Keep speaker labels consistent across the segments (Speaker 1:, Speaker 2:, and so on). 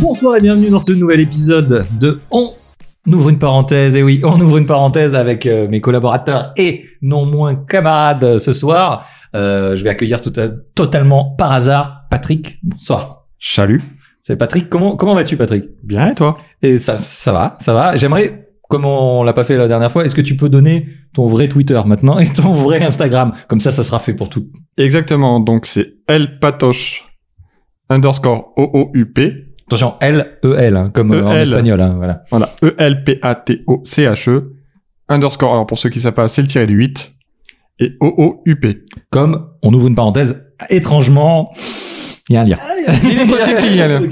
Speaker 1: Bonsoir et bienvenue dans ce nouvel épisode de On ouvre une parenthèse. Et oui, on ouvre une parenthèse avec euh, mes collaborateurs et non moins camarades euh, ce soir. Euh, je vais accueillir tout à- totalement par hasard Patrick. Bonsoir.
Speaker 2: Salut.
Speaker 1: C'est Patrick. Comment, comment vas-tu, Patrick
Speaker 2: Bien et toi
Speaker 1: Et ça, ça va, ça va. J'aimerais, comme on l'a pas fait la dernière fois, est-ce que tu peux donner ton vrai Twitter maintenant et ton vrai Instagram Comme ça, ça sera fait pour tout.
Speaker 2: Exactement, donc c'est El Patoche underscore O-O-U-P.
Speaker 1: Attention, L-E-L, hein, comme euh, en
Speaker 2: EL.
Speaker 1: espagnol. hein, voilà.
Speaker 2: Voilà, E E-L-P-A-T-O-C-H-E E underscore, alors pour ceux qui savent pas, c'est le tiré du 8 et O-O-U-P.
Speaker 1: Comme, on ouvre une parenthèse, étrangement, il y a un lien.
Speaker 2: Il est possible qu'il y ait un lien.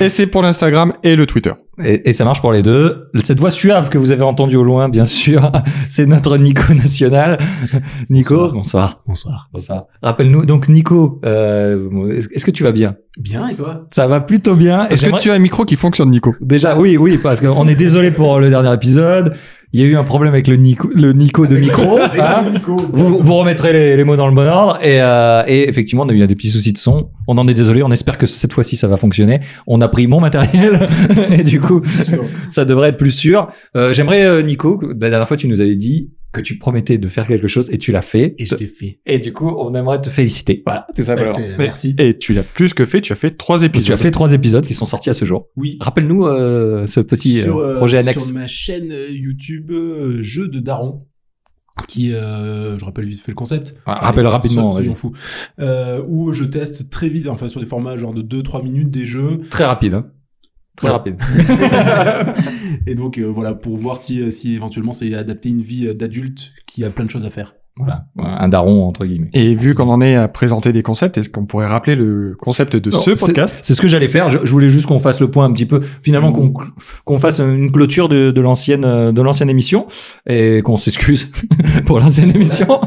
Speaker 2: Et c'est pour l'Instagram et le Twitter.
Speaker 1: Et, et ça marche pour les deux. Cette voix suave que vous avez entendue au loin, bien sûr, c'est notre Nico national. Nico, bonsoir.
Speaker 3: Bonsoir.
Speaker 1: Bonsoir. Rappelle-nous, donc Nico, euh, est-ce est-ce que tu vas bien
Speaker 3: Bien et toi
Speaker 1: Ça va plutôt bien. et
Speaker 2: Est-ce que
Speaker 1: j'aimerais-
Speaker 2: tu as un micro qui fonctionne, Nico
Speaker 1: Déjà, oui, oui, parce qu'on est désolé pour le dernier épisode. Il y a eu un problème avec le Nico, le Nico de micro. hein. Vous, vous remettrez les, les mots dans le bon ordre. Et, euh, et effectivement, on a eu des petits soucis de son. On en est désolé. On espère que cette fois-ci, ça va fonctionner. On a pris mon matériel. et du coup, ça devrait être plus sûr. Euh, J'aimerais, euh, Nico, que- la dernière fois, tu nous avais dit que tu promettais de faire quelque chose et tu l'as fait.
Speaker 3: Et je t'ai fait.
Speaker 1: Et du coup, on aimerait te féliciter. Voilà, tout simplement.
Speaker 3: Bah, t'es-
Speaker 2: Mais-
Speaker 3: Merci.
Speaker 2: Et tu l'as plus que fait, tu as fait trois
Speaker 1: Et tu as
Speaker 2: épisodes.
Speaker 1: fait trois épisodes qui sont sortis à ce jour.
Speaker 3: Oui.
Speaker 1: Rappelle-nous euh, ce petit
Speaker 3: Sur,
Speaker 1: euh,
Speaker 3: euh,
Speaker 1: projet annexe.
Speaker 3: Sur ma chaîne euh, YouTube euh, Jeux de Daron, qui, euh, je rappelle vite fait le concept.
Speaker 1: Ah, rappelle
Speaker 3: Allez,
Speaker 1: rapidement,
Speaker 3: soyons
Speaker 1: vas-y.
Speaker 3: fous. Euh, où je teste très vite, enfin sur des formats genre de 2-3 minutes des jeux.
Speaker 1: Très rapide. hein. Très
Speaker 3: Ouais.
Speaker 1: rapide.
Speaker 3: Et donc euh, voilà, pour voir si, euh, si éventuellement c'est adapter une vie euh, d'adulte qui a plein de choses à faire.
Speaker 1: Voilà. Un daron, entre guillemets.
Speaker 2: Et vu qu'on en est à présenter des concepts, est-ce qu'on pourrait rappeler le concept de
Speaker 1: Non,
Speaker 2: ce
Speaker 1: c'est-
Speaker 2: podcast
Speaker 1: C'est ce que j'allais faire. Je, je voulais juste qu'on fasse le point un petit peu. Finalement, qu'on cl- qu'on fasse une clôture de, de l'ancienne euh, de l'ancienne émission et qu'on s'excuse pour l'ancienne émission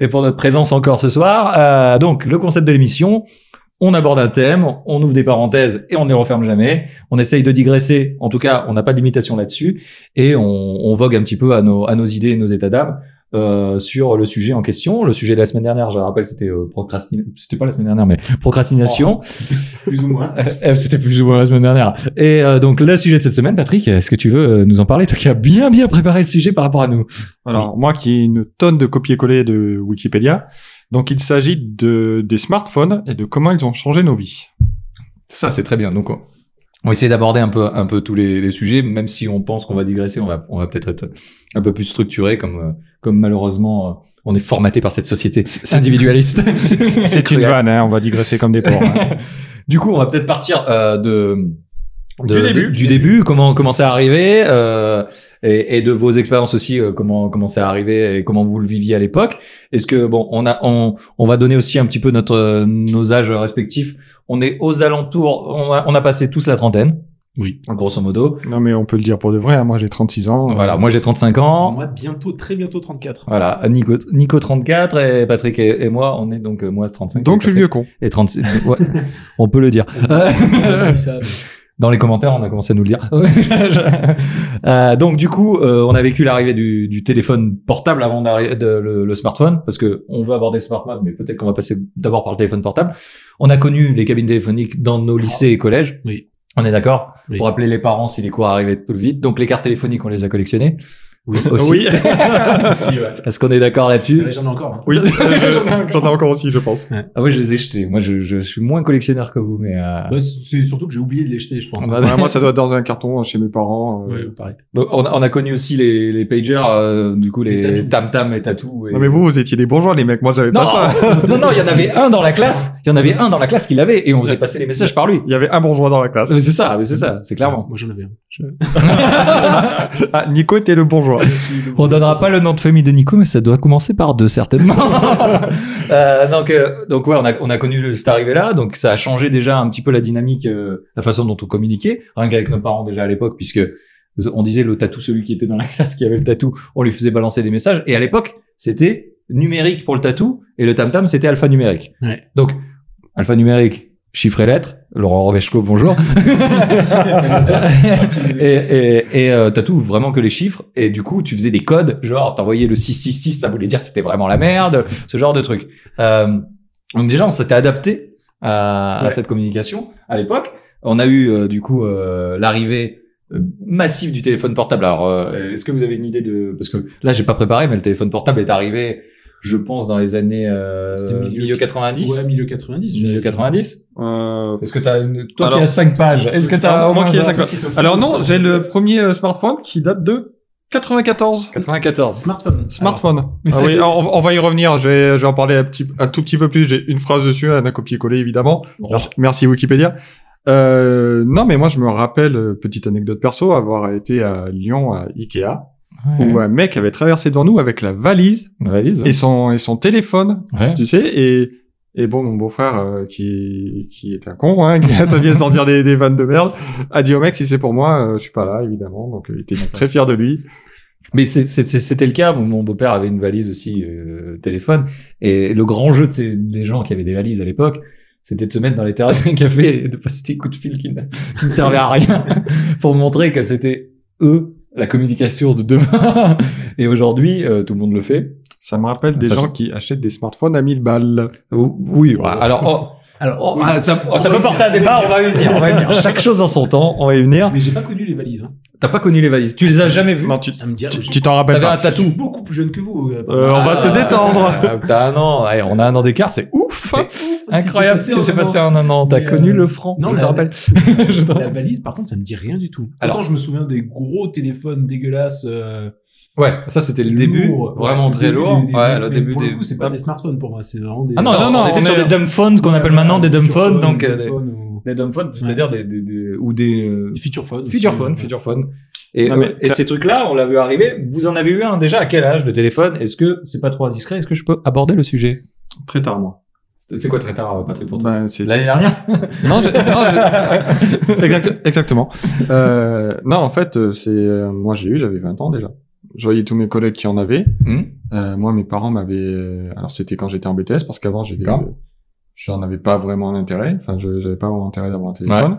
Speaker 1: et pour notre présence encore ce soir. Euh, donc, le concept de l'émission. On aborde un thème, on ouvre des parenthèses et on ne les referme jamais. On essaye de digresser. En tout cas, on n'a pas de limitation là-dessus et on, on vogue un petit peu à nos, à nos idées et nos états d'âme. euh, sur le sujet en question, le sujet de la semaine dernière, je rappelle, c'était euh, procrastin- c'était pas la semaine dernière, mais procrastination.
Speaker 3: Plus ou moins.
Speaker 1: Euh, C'était plus ou moins la semaine dernière. Et euh, donc, le sujet de cette semaine, Patrick, est-ce que tu veux euh, nous en parler Toi qui as bien, bien préparé le sujet par rapport à nous.
Speaker 2: Alors, moi qui ai une tonne de copier-coller de Wikipédia, donc il s'agit de, des smartphones et de comment ils ont changé nos vies.
Speaker 1: Ça, c'est très bien. Donc, on on va essayer d'aborder un peu, un peu tous les, les sujets, même si on pense qu'on va digresser, on va, on va peut-être être un peu plus structuré, comme, euh, comme malheureusement, euh, on est formaté par cette société individualiste.
Speaker 2: C'est une
Speaker 1: Incroyable.
Speaker 2: vanne, hein, on va digresser comme des porcs. hein.
Speaker 1: Du coup, on va peut-être partir euh, de, de-
Speaker 2: Du début.
Speaker 1: du début, comment comment c'est arrivé euh, et, et de vos expériences aussi, euh, comment comment c'est arrivé et comment vous le viviez à l'époque. Est-ce que bon, on a on, on va donner aussi un petit peu notre euh, nos âges respectifs. On est aux alentours, on a, on a passé tous la trentaine.
Speaker 3: Oui.
Speaker 1: Grosso modo.
Speaker 2: Non mais on peut le dire pour de vrai, hein, moi j'ai 36 ans.
Speaker 1: Voilà, moi j'ai 35 ans.
Speaker 3: Moi bientôt, très bientôt 34.
Speaker 1: Voilà, Nico, Nico 34 et Patrick et, et moi, on est donc euh, moi 35.
Speaker 2: Donc je suis le
Speaker 1: Patrick
Speaker 2: vieux con.
Speaker 1: Et 36. ouais, on peut le dire.
Speaker 3: On dit ça, mais-
Speaker 1: Dans les commentaires, on a commencé à nous le dire. Euh, donc du coup, euh, on a vécu l'arrivée du, du téléphone portable avant d'arri- de, le, le smartphone, parce que on veut aborder le smartphone, mais peut-être qu'on va passer d'abord par le téléphone portable. On a connu les cabines téléphoniques dans nos lycées et collèges.
Speaker 3: Oui.
Speaker 1: On est d'accord
Speaker 3: Oui.
Speaker 1: pour appeler les parents si les cours arrivaient plus vite. Donc les cartes téléphoniques, on les a collectionnées
Speaker 3: Oui.
Speaker 1: aussi.
Speaker 2: Oui.
Speaker 3: Si, ouais.
Speaker 1: Est-ce qu'on est d'accord
Speaker 3: C'est
Speaker 1: là-dessus
Speaker 3: vrai, j'en ai encore. hein.
Speaker 2: Oui, euh, j'en ai encore aussi je pense.
Speaker 1: Ah ouais, je les ai jetées. Moi, je, je suis moins collectionneur que vous, mais euh,
Speaker 3: Bah, c'est surtout que j'ai oublié de les jeter, je pense.
Speaker 1: on a-
Speaker 2: Ouais, moi ça doit être dans un carton hein, chez mes parents. euh.
Speaker 3: Ouais, pareil.
Speaker 1: Donc, on, a, on a connu aussi les, les pagers, euh, du coup les
Speaker 3: Les tatous.
Speaker 1: tam tam et tatou. Et...
Speaker 2: Non mais vous vous étiez des bourgeois les mecs, moi j'avais
Speaker 1: Non,
Speaker 2: pas ça.
Speaker 1: non, non, il y en avait un dans la classe. Il y en avait un dans la classe qui l'avait et on faisait passer les messages par lui.
Speaker 2: Il y avait un bourgeois dans la classe.
Speaker 1: Ah, Mais c'est ça, mais c'est ça, c'est clairement.
Speaker 3: Moi, j'en avais un. Je-
Speaker 2: Ah, Nico était le bourgeois.
Speaker 3: je suis le-
Speaker 1: On donnera pas le nom de famille de Nico, mais ça doit commencer par deux certainement. Euh, donc, euh, donc ouais, on a, on a connu le- cette arrivée-là, donc ça a changé déjà un petit peu la dynamique, euh, la façon dont on communiquait, rien qu'avec nos parents déjà à l'époque, puisque on disait le tatou, celui qui était dans la classe qui avait le tatou, on lui faisait balancer des messages. Et à l'époque, c'était numérique pour le tatou et le tam tam c'était alphanumérique.
Speaker 3: Ouais.
Speaker 1: Donc alphanumérique, chiffre et lettres. Laurent Rovechko, bonjour.
Speaker 3: Salut à toi.
Speaker 1: et et, et euh, tatou vraiment que les chiffres et du coup tu faisais des codes genre t'envoyais le 666 ça voulait dire que c'était vraiment la merde ce genre de truc euh, donc déjà on s'était adapté à, à
Speaker 3: Ouais.
Speaker 1: cette communication à l'époque On a eu euh, du coup euh, l'arrivée euh, massive du téléphone portable. Alors, euh, est-ce que vous avez une idée de parce que là j'ai pas préparé, mais le téléphone portable est arrivé, je pense, dans les années euh,
Speaker 3: C'était
Speaker 1: milieu, 90.
Speaker 3: Ouais, milieu 90.
Speaker 1: Milieu 90
Speaker 2: Euh,
Speaker 1: Est-ce que t'as une... toi
Speaker 2: Alors-
Speaker 1: qui as 5 pages Est-ce que t'as au
Speaker 2: Moi
Speaker 1: moins
Speaker 2: qui ai
Speaker 1: un-
Speaker 2: cinq pages. Alors non, j'ai le premier euh, smartphone qui date de 94.
Speaker 1: 94
Speaker 3: Smartphone.
Speaker 2: Smartphone.
Speaker 1: Mais
Speaker 2: Ah
Speaker 1: ça,
Speaker 2: oui,
Speaker 1: c'est-
Speaker 2: on, on va y revenir. Je vais, je vais en parler un, petit, un tout petit peu plus. J'ai une phrase dessus, un copier-coller évidemment. Merci, merci, Wikipédia. Euh, non, mais moi je me rappelle euh, petite anecdote perso avoir été à Lyon à Ikea
Speaker 1: Mhm.
Speaker 2: où un mec avait traversé devant nous avec la valise
Speaker 1: Valise.
Speaker 2: et son et son téléphone
Speaker 1: Ouais.
Speaker 2: tu sais, et, et bon, mon beau-frère, euh, qui, qui est un con, hein, qui a ça vient de sortir des, des vannes de merde, a dit au mec, si c'est pour moi, euh, je suis pas là, évidemment, donc euh, il était très fier de lui.
Speaker 1: Mais c'est- c'est- c'est- c'était le cas. Mon- Mon beau-père avait une valise aussi euh, téléphone. Et le grand jeu de ces- des gens qui avaient des valises à l'époque, c'était de se mettre dans les terrasses d'un café et de passer des coups de fil qui ne, qui ne servaient à rien pour montrer que c'était eux la communication de demain. Et aujourd'hui, euh, tout le monde le fait.
Speaker 2: Ça me rappelle
Speaker 1: Ah,
Speaker 2: des
Speaker 1: ça,
Speaker 2: gens qui achètent des smartphones à 1000 balles.
Speaker 1: Ou- Oui. voilà.
Speaker 2: Ah,
Speaker 1: Alors, oh,
Speaker 3: Alors,
Speaker 1: oh,
Speaker 3: oui.
Speaker 1: ah, ça, oh, ça
Speaker 3: On va
Speaker 1: peut
Speaker 3: y
Speaker 1: porter à
Speaker 3: venir,
Speaker 1: débat.
Speaker 3: on
Speaker 1: On
Speaker 3: va
Speaker 1: va y venir. On va y venir. Chaque chose en son temps. On va y venir.
Speaker 3: Mais j'ai pas connu les valises. Hein.
Speaker 1: T'as pas connu les valises. Tu les as jamais vues.
Speaker 2: Non, tu
Speaker 3: Ça me dit.
Speaker 2: Ah, tu- tu t'en rappelles
Speaker 1: T'avais
Speaker 2: pas.
Speaker 1: un
Speaker 3: Je suis
Speaker 1: tatou.
Speaker 3: beaucoup plus jeune que vous. euh,
Speaker 2: Euh, on va
Speaker 1: Ah,
Speaker 2: se détendre.
Speaker 1: ah, T'as un an. Ouais, on a un an d'écart. C'est ouf. hein.
Speaker 3: ouf,
Speaker 1: Incroyable ce qui s'est passé
Speaker 3: en
Speaker 1: en un an. T'as
Speaker 3: Mais,
Speaker 1: connu
Speaker 3: euh,
Speaker 1: le franc
Speaker 3: non,
Speaker 1: je
Speaker 3: la-
Speaker 1: te rappelle. Je te
Speaker 3: un moment. La
Speaker 1: rappelle.
Speaker 3: valise, par contre, ça me dit rien du tout.
Speaker 1: Alors-
Speaker 3: Pourtant, je me souviens des gros téléphones dégueulasses. euh,
Speaker 1: Ouais, ça c'était le début,
Speaker 3: lourds.
Speaker 1: vraiment
Speaker 3: Ouais,
Speaker 1: très
Speaker 3: le début
Speaker 1: lourd.
Speaker 3: des- des-
Speaker 1: ouais,
Speaker 3: mais
Speaker 1: le début
Speaker 3: pour
Speaker 1: des.
Speaker 3: le coup, c'est pas des smartphones pour moi, c'est vraiment des.
Speaker 1: Ah non,
Speaker 2: Non,
Speaker 1: non,
Speaker 2: non,
Speaker 1: on était
Speaker 2: on
Speaker 1: sur
Speaker 2: est-
Speaker 1: des dumb phones qu'on appelle maintenant des dumb phones, donc euh,
Speaker 3: des,
Speaker 1: des,
Speaker 3: dumbphones ou-
Speaker 1: des dumb phones, c'est-à-dire des, des- des- ou des euh,
Speaker 3: des feature phones. aussi,
Speaker 1: future
Speaker 3: euh,
Speaker 1: phones, future phones. Et,
Speaker 2: Non, mais
Speaker 1: euh, et ces trucs-là, on l'a vu arriver. Vous en avez eu un déjà à quel âge le téléphone Est-ce que c'est pas trop indiscret Est-ce que je peux aborder le sujet
Speaker 2: Très tard, moi.
Speaker 1: C'est c'est quoi très tard, euh, Patrick pour toi
Speaker 2: Ben, c'est-
Speaker 1: L'année dernière
Speaker 2: Non, je- non, je- Exact- exactement. Euh, non, en fait, euh, c'est euh, moi j'ai eu, j'avais 20 ans déjà. Je voyais tous mes collègues qui en avaient.
Speaker 1: Hmm?
Speaker 2: Euh, moi, mes parents m'avaient. euh, Alors, c'était quand j'étais en BTS, parce qu'avant, j'étais.
Speaker 1: D'accord.
Speaker 2: euh, J'en avais pas vraiment un intérêt. Enfin, je j'avais pas vraiment intérêt d'avoir un téléphone.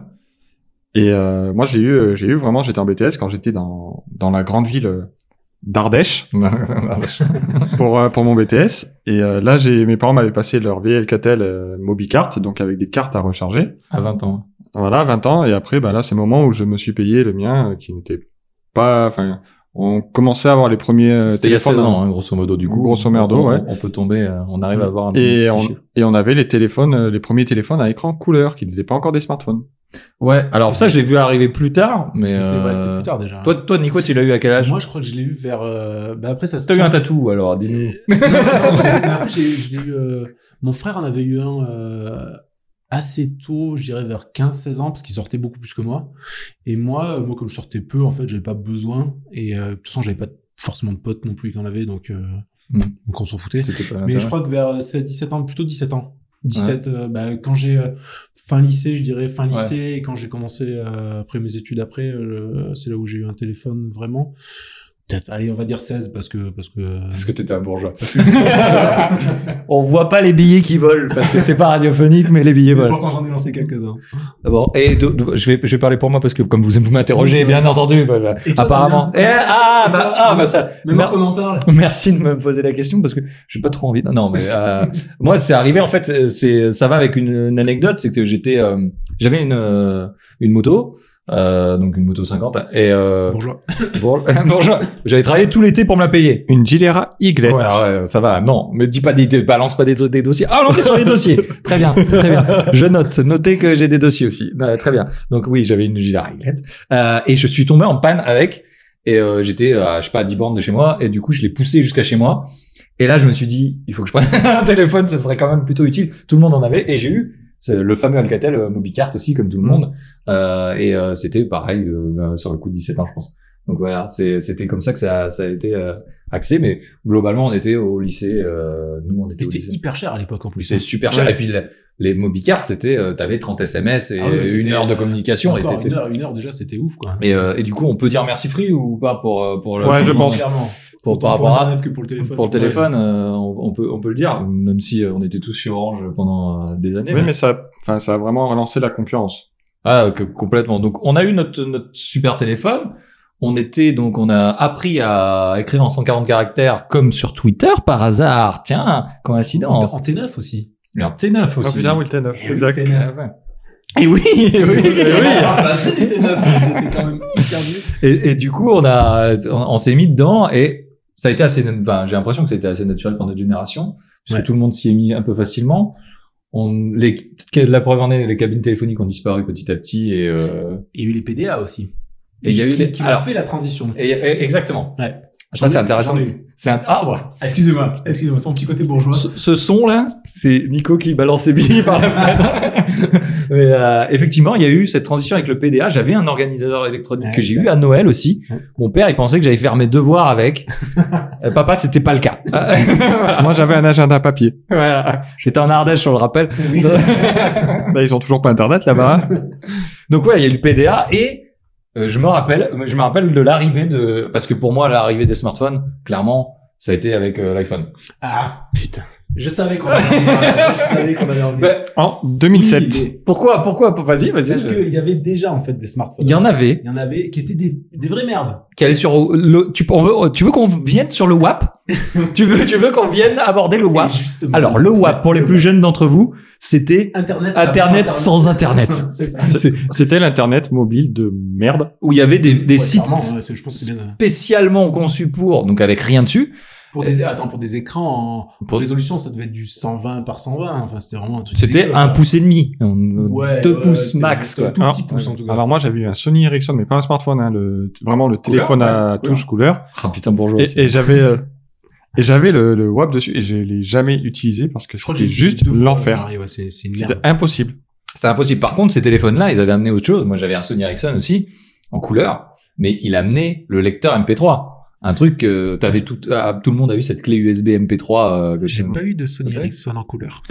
Speaker 2: Et euh, moi, j'ai eu, euh, j'ai eu vraiment. J'étais en BTS quand j'étais dans dans la grande ville euh, d'Ardèche pour euh, pour mon BTS. Et euh, là, j'ai mes parents m'avaient passé leur vieille Alcatel euh, MobiCart, donc avec des cartes à recharger.
Speaker 1: À 20 ans. hein.
Speaker 2: Voilà, 20 ans. Et après, bah là, c'est le moment où je me suis payé le mien, euh, qui n'était pas. Enfin, on commençait à avoir les premiers euh,
Speaker 1: C'était il y a
Speaker 2: téléphones
Speaker 1: 16 ans, hein, grosso modo, du coup.
Speaker 2: Grosso merdo,
Speaker 1: on,
Speaker 2: ouais.
Speaker 1: On peut tomber, euh, on arrive à avoir un
Speaker 2: et
Speaker 1: petit
Speaker 2: on,
Speaker 1: chiffre.
Speaker 2: et on avait les téléphones, euh, les premiers téléphones à écran couleur qui n'étaient pas encore des smartphones.
Speaker 1: Ouais, alors ça, je l'ai vu arriver plus tard, mais.
Speaker 3: Mais C'est ouais,
Speaker 1: euh,
Speaker 3: c'était plus tard déjà. hein.
Speaker 1: Toi, toi, Nico, tu l'as eu à quel âge
Speaker 3: Moi, je crois que je l'ai eu vers. euh, Bah après, ça se.
Speaker 1: T'as eu un
Speaker 3: tient.
Speaker 1: tatou, alors, dis-nous.
Speaker 3: Non, non, non, mais après, j'ai- je l'ai eu, euh, Mon frère en avait eu un euh, assez tôt, je dirais vers 15-16 ans, parce qu'il sortait beaucoup plus que moi. Et moi, euh, moi comme je sortais peu, en fait, j'avais pas besoin. Et euh, de toute façon, j'avais pas forcément de potes non plus qui en avaient, donc, euh,
Speaker 1: Mm.
Speaker 3: donc on s'en foutait.
Speaker 1: C'était pas
Speaker 3: Mais je
Speaker 1: l'intérêt.
Speaker 3: crois que vers 17 ans, plutôt 17 ans. 17, euh, bah, quand j'ai euh, fin lycée, je dirais fin
Speaker 1: Ouais.
Speaker 3: lycée, et quand j'ai commencé euh, après mes études après, euh, c'est là où j'ai eu un téléphone vraiment. Peut-être, allez, on va dire 16 parce que. Parce que euh,
Speaker 1: Parce que t'étais un bourgeois. on voit pas les billets qui volent, parce que c'est pas radiophonique, mais les billets
Speaker 3: mais
Speaker 1: volent.
Speaker 3: pourtant, j'en ai lancé quelques-uns.
Speaker 1: Bon, et de- de- je, vais, je vais parler pour moi, parce que comme vous
Speaker 3: Oui,
Speaker 1: m'interrogez,
Speaker 3: c'est vrai.
Speaker 1: bien entendu, bah, bah,
Speaker 3: Et toi,
Speaker 1: apparemment. Eh,
Speaker 3: Damien
Speaker 1: ah,
Speaker 3: Et
Speaker 1: bah,
Speaker 3: toi,
Speaker 1: ah,
Speaker 3: Damien
Speaker 1: bah ça.
Speaker 3: Maintenant
Speaker 1: mer-
Speaker 3: qu'on en parle.
Speaker 1: Merci de me poser la question parce que j'ai pas trop envie. Non, Non, mais euh, moi c'est arrivé en fait. euh, C'est ça va avec une, une anecdote, c'est que j'étais, euh, j'avais une euh, une moto, euh, donc une moto 50 et euh,
Speaker 3: Bourgeois.
Speaker 1: bon- bonjour. J'avais travaillé tout l'été pour me la payer.
Speaker 2: Une Gilera Yglette.
Speaker 1: Ouais, ouais, ça va. Non, mais dis pas des, des- balance pas des, des dossiers. Ah, on est sur les dossiers. Très bien, très bien. Je note, notez que j'ai des dossiers aussi. Euh, très bien. Donc oui, j'avais une gilet à réglettes. Euh, et je suis tombé en panne avec. Et euh, j'étais, à, je sais pas, à 10 bornes de chez moi. Et du coup, je l'ai poussé jusqu'à chez moi. Et là, je me suis dit, il faut que je prenne un téléphone. Ça serait quand même plutôt utile. Tout le monde en avait. Et j'ai eu c'est le fameux Alcatel euh, Mobicart aussi, comme tout
Speaker 3: Mm.
Speaker 1: le monde. Euh, et euh, c'était pareil euh, sur le coup de 17 ans, je pense. Donc voilà, c'est- c'était comme ça que ça, ça a été euh, axé. Mais globalement, on était au lycée. euh, nous, on
Speaker 3: Et
Speaker 1: était au
Speaker 3: C'était
Speaker 1: lycée.
Speaker 3: hyper cher à l'époque en plus. hein.
Speaker 1: C'est super cher.
Speaker 3: Ouais.
Speaker 1: Et puis le- les MobiCards, c'était, euh, t'avais 30 SMS et
Speaker 3: Ah ouais, c'était-
Speaker 1: une heure de communication. Et,
Speaker 3: Encore
Speaker 1: t'étais-
Speaker 3: une, heure, une heure déjà, c'était ouf quoi.
Speaker 1: et, euh, et du coup, on peut dire merci Free ou pas pour euh, pour le,
Speaker 2: Ouais, je pense.
Speaker 3: Clairement.
Speaker 1: pour, par
Speaker 3: Autant pour
Speaker 1: rapport à-
Speaker 3: Internet que pour le téléphone.
Speaker 1: pour le
Speaker 3: Ouais.
Speaker 1: téléphone, euh, on, on peut on peut le dire, même si euh, on était tous sur Orange pendant euh, des années.
Speaker 2: Eh Oui, mais ça, enfin, ça a vraiment relancé la concurrence.
Speaker 1: Ah, que- complètement. Donc, on a eu notre, notre super téléphone. On était donc, on a appris à écrire en 140 caractères, comme sur Twitter par hasard. Tiens,
Speaker 3: En,
Speaker 1: coïncidence.
Speaker 3: en T9 aussi.
Speaker 2: Ah,
Speaker 1: Et un T9 aussi.
Speaker 2: le T9.
Speaker 3: Et le T9.
Speaker 1: Ah ouais. Et oui, et oui, et oui.
Speaker 3: passé Ah, bah, du T9, mais c'était quand même hyper vieux.
Speaker 1: Et, et du coup, on a, on, on s'est mis dedans et ça a été assez, enfin, j'ai l'impression que ça a été assez naturel pour notre génération, puisque
Speaker 3: Ouais.
Speaker 1: tout le monde s'y est mis un peu facilement. On, les, la preuve en est, les cabines téléphoniques ont disparu petit à petit et, euh,
Speaker 3: Il y a eu les PDA aussi.
Speaker 1: Et il y a eu
Speaker 3: qui,
Speaker 1: les-
Speaker 3: qui ont
Speaker 1: alors-
Speaker 3: fait la transition.
Speaker 1: et- et- exactement.
Speaker 3: Ouais.
Speaker 1: Ça, c'est
Speaker 3: J'en ai-
Speaker 1: intéressant.
Speaker 3: j'en ai eu.
Speaker 1: C'est un ah, arbre.
Speaker 3: Excusez-moi, excusez-moi, son petit côté bourgeois.
Speaker 1: Ce, ce son-là, c'est Nico qui balance ses billes par la fenêtre. Mais euh, effectivement, il y a eu cette transition avec le PDA. J'avais un organisateur électronique que j'ai eu
Speaker 3: Exact.
Speaker 1: à Noël aussi.
Speaker 3: Ouais.
Speaker 1: Mon père, il pensait que j'allais faire mes devoirs avec. Euh, papa, c'était pas le cas. Voilà.
Speaker 2: Moi, j'avais un agenda papier.
Speaker 1: Voilà. J'étais en Ardèche, on le rappelle.
Speaker 3: Oui.
Speaker 2: Là, Bah, ils ont toujours pas internet là-bas.
Speaker 1: Donc ouais, il y a eu le PDA et euh, je me rappelle, je me rappelle de l'arrivée de, parce que pour moi, l'arrivée des smartphones, clairement, ça a été avec euh, l'iPhone.
Speaker 3: Ah, putain. Je savais qu'on allait en parler. Je savais qu'on allait en parler.
Speaker 1: Bah,
Speaker 2: En 2007.
Speaker 3: Oui,
Speaker 1: pourquoi, pourquoi, vas-y,
Speaker 3: mais
Speaker 1: vas-y.
Speaker 3: Parce qu'il y avait déjà, en fait, des smartphones.
Speaker 1: Il y en avait
Speaker 3: Il y en avait qui étaient des, des vraies merdes.
Speaker 1: qui allaient sur le, tu, on veut, tu veux qu'on vienne sur le WAP? tu veux, tu veux qu'on vienne aborder le WAP?
Speaker 3: Et justement-
Speaker 1: Alors, le WAP, pour les plus jeunes d'entre vous, c'était
Speaker 3: Internet,
Speaker 1: Internet sans Internet.
Speaker 3: C'est ça.
Speaker 1: C'est-
Speaker 2: C'était l'internet mobile de merde.
Speaker 1: Où il y avait des, des
Speaker 3: Ouais,
Speaker 1: sites
Speaker 3: clairement, ouais, c'est- je pense que c'est bien. euh,
Speaker 1: spécialement conçus pour, donc avec rien dessus.
Speaker 3: Pour des, attends, pour des écrans en
Speaker 1: Euh, Pour-
Speaker 3: résolution, ça devait être du 120 par 120. Enfin, c'était vraiment un truc.
Speaker 1: C'était
Speaker 3: dégueulasse,
Speaker 1: un
Speaker 3: quoi.
Speaker 1: pouce et demi.
Speaker 3: Ouais,
Speaker 1: deux
Speaker 3: ouais,
Speaker 1: pouces
Speaker 3: c'était-
Speaker 1: max,
Speaker 3: c'était
Speaker 1: quoi. Hein
Speaker 3: un Tout
Speaker 2: Alors-
Speaker 3: petit pouce, en tout cas.
Speaker 2: Alors moi j'avais eu un Sony Ericsson mais pas un smartphone, hein, le, vraiment le Couleur, téléphone à ouais, touche couleur.
Speaker 1: Ah, putain, bourgeois. aussi.
Speaker 2: Et, et j'avais euh, et j'avais le, le WAP dessus et je l'ai jamais utilisé parce que
Speaker 3: je crois que
Speaker 2: c'était
Speaker 3: j'ai
Speaker 2: juste
Speaker 3: deux fois
Speaker 2: l'enfer.
Speaker 3: pareil, ouais, c'est c'est une
Speaker 2: C'était
Speaker 3: merde.
Speaker 2: impossible.
Speaker 1: C'était impossible. Par contre, ces téléphones-là, ils avaient amené autre chose. Moi, j'avais un Sony Ericsson aussi, en couleur, mais il amenait le lecteur MP3. Un truc que t'avais tout, ah, tout le monde a eu cette clé USB MP3. euh, que
Speaker 3: J'ai
Speaker 1: tu-
Speaker 3: pas eu de Sony
Speaker 1: Ouais.
Speaker 3: Ericsson en couleur.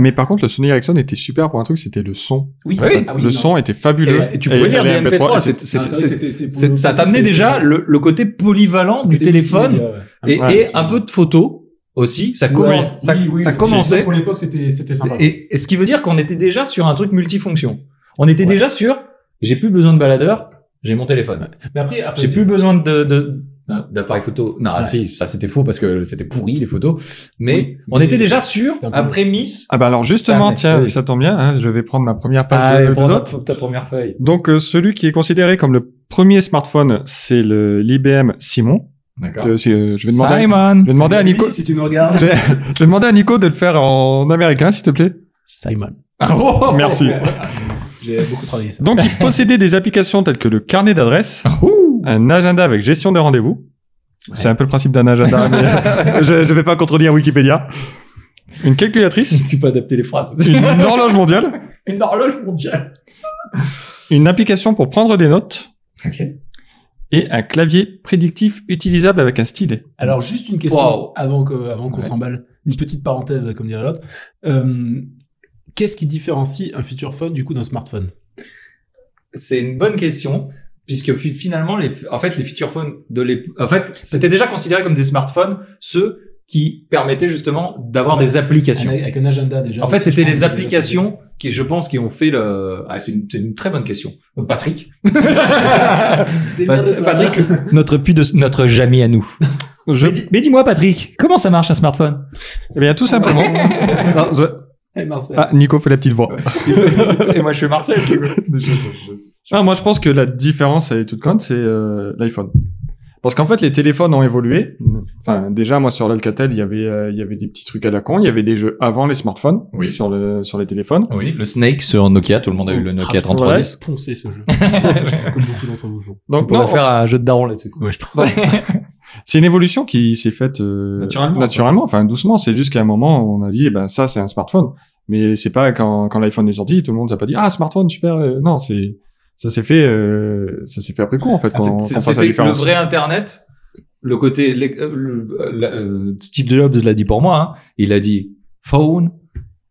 Speaker 2: Mais par contre le Sony Ericsson était super pour un truc, c'était le son.
Speaker 3: Oui, Ah,
Speaker 1: Ah oui,
Speaker 2: le son était fabuleux.
Speaker 1: Et tu pouvais lire
Speaker 2: les
Speaker 1: des MP3.
Speaker 2: c'est-
Speaker 1: c'est- c'est- c'est- c'est- Ça t'amenait déjà
Speaker 3: le
Speaker 1: le, le côté euh, polyvalent du téléphone
Speaker 3: euh,
Speaker 1: et, et un peu de photos aussi. Ça, commence, ça, ça commençait.
Speaker 3: Pour l'époque, c'était c'était sympa.
Speaker 1: Et, et ce qui veut dire qu'on était déjà sur un truc multifonction. On était déjà sur j'ai plus besoin de baladeur, j'ai mon téléphone.
Speaker 3: Mais après, après,
Speaker 1: J'ai plus besoin de, de- d'appareil Ah, photo. Non,
Speaker 3: Ouais.
Speaker 1: si, ça c'était faux parce que c'était pourri les photos. Mais
Speaker 3: Oui,
Speaker 1: on
Speaker 3: mais
Speaker 1: était déjà sur
Speaker 3: c'est un peu-
Speaker 1: un prémisse.
Speaker 2: Ah bah alors justement,
Speaker 1: Ah, mais-
Speaker 2: tiens,
Speaker 1: oui.
Speaker 2: ça tombe bien, hein, je vais prendre ma
Speaker 1: Ah,
Speaker 2: première page de, de notes.
Speaker 1: première feuille.
Speaker 2: Donc euh, celui qui est considéré comme le premier smartphone, c'est le l'IBM Simon.
Speaker 1: D'accord.
Speaker 2: Euh, c'est, euh, je vais demander à-
Speaker 1: Simon.
Speaker 2: je vais demander à Nico.
Speaker 3: si tu nous regardes.
Speaker 2: Je vais, je vais demander à Nico de le faire en américain, s'il te plaît.
Speaker 3: Simon.
Speaker 1: Oh,
Speaker 2: Merci.
Speaker 3: J'ai beaucoup travaillé ça.
Speaker 2: Donc, il possédait des applications telles que le carnet d'adresse,
Speaker 1: Ouh.
Speaker 2: un agenda avec gestion de rendez-vous. C'est un peu le principe d'un agenda, mais je, je vais pas contredire Wikipédia. Une calculatrice,
Speaker 1: tu peux adapter les phrases.
Speaker 2: une horloge mondiale,
Speaker 1: Une horloge mondiale.
Speaker 2: une application pour prendre des notes
Speaker 1: Ok.
Speaker 2: et un clavier prédictif utilisable avec un stylet.
Speaker 3: Alors, juste une question
Speaker 1: Wow.
Speaker 3: avant que- avant qu'on
Speaker 1: Ouais.
Speaker 3: s'emballe. Une petite parenthèse, comme dirait l'autre. Euh, Qu'est-ce qui différencie un feature phone du coup d'un smartphone
Speaker 1: C'est une bonne question puisque fi- finalement les, en fait les feature phones de l'époque, en fait c'était déjà considéré comme des smartphones ceux qui permettaient justement d'avoir des
Speaker 3: Un-
Speaker 1: applications.
Speaker 3: Avec un agenda déjà.
Speaker 1: En fait,
Speaker 3: aussi, je
Speaker 1: c'était
Speaker 3: pense
Speaker 1: les
Speaker 3: que déjà,
Speaker 1: applications qui, je pense, qui ont fait le. Ah, c'est une, c'est une très bonne question. Donc, Patrick.
Speaker 3: c'était- Des merdes de toi.
Speaker 1: Patrick, notre puits de, notre jamais à nous.
Speaker 2: Je,
Speaker 1: Mais, di- mais dis-moi, Patrick, comment ça marche un smartphone
Speaker 2: eh bien, tout simplement. Non, je-
Speaker 3: Eh, Marcel.
Speaker 2: Ah, Nico fait la petite voix.
Speaker 1: Et moi, je suis Marcel.
Speaker 2: Ah, moi, je pense que la différence, elle est toute grande, c'est euh, l'iPhone. Parce qu'en fait, les téléphones ont évolué. Enfin, déjà, moi, sur l'Alcatel, il y avait, euh, il y avait des petits trucs à la con. Il y avait des jeux avant les smartphones
Speaker 1: Oui.
Speaker 2: sur le, sur les téléphones.
Speaker 1: Oui, le Snake sur Nokia, tout le monde a eu le Nokia
Speaker 3: Ah,
Speaker 1: 3310.
Speaker 3: Poncez ce jeu. Comme beaucoup d'entre vous. font.
Speaker 1: On
Speaker 2: Donc,
Speaker 1: pourrait
Speaker 2: non,
Speaker 1: faire un jeu de daron là-dessus.
Speaker 3: Ouais, je pense.
Speaker 2: c'est une évolution qui s'est faite euh,
Speaker 1: Naturellement,
Speaker 2: naturellement. Enfin, doucement. C'est juste qu'à un moment, on a dit, eh ben, ça, c'est un smartphone. Mais c'est pas quand, quand l'iPhone est sorti, tout le monde n'a pas dit, ah, smartphone, super. euh, Non, c'est, ça s'est fait, euh, ça s'est fait après coup, en fait,
Speaker 1: Ah,
Speaker 2: quand,
Speaker 1: c'est-
Speaker 2: quand on
Speaker 1: c'est-
Speaker 2: passe à la
Speaker 1: C'était le
Speaker 2: différence.
Speaker 1: vrai Internet. Le côté, l'é- euh, le- euh, la- euh, Steve Jobs l'a dit pour moi. hein. Il a dit phone,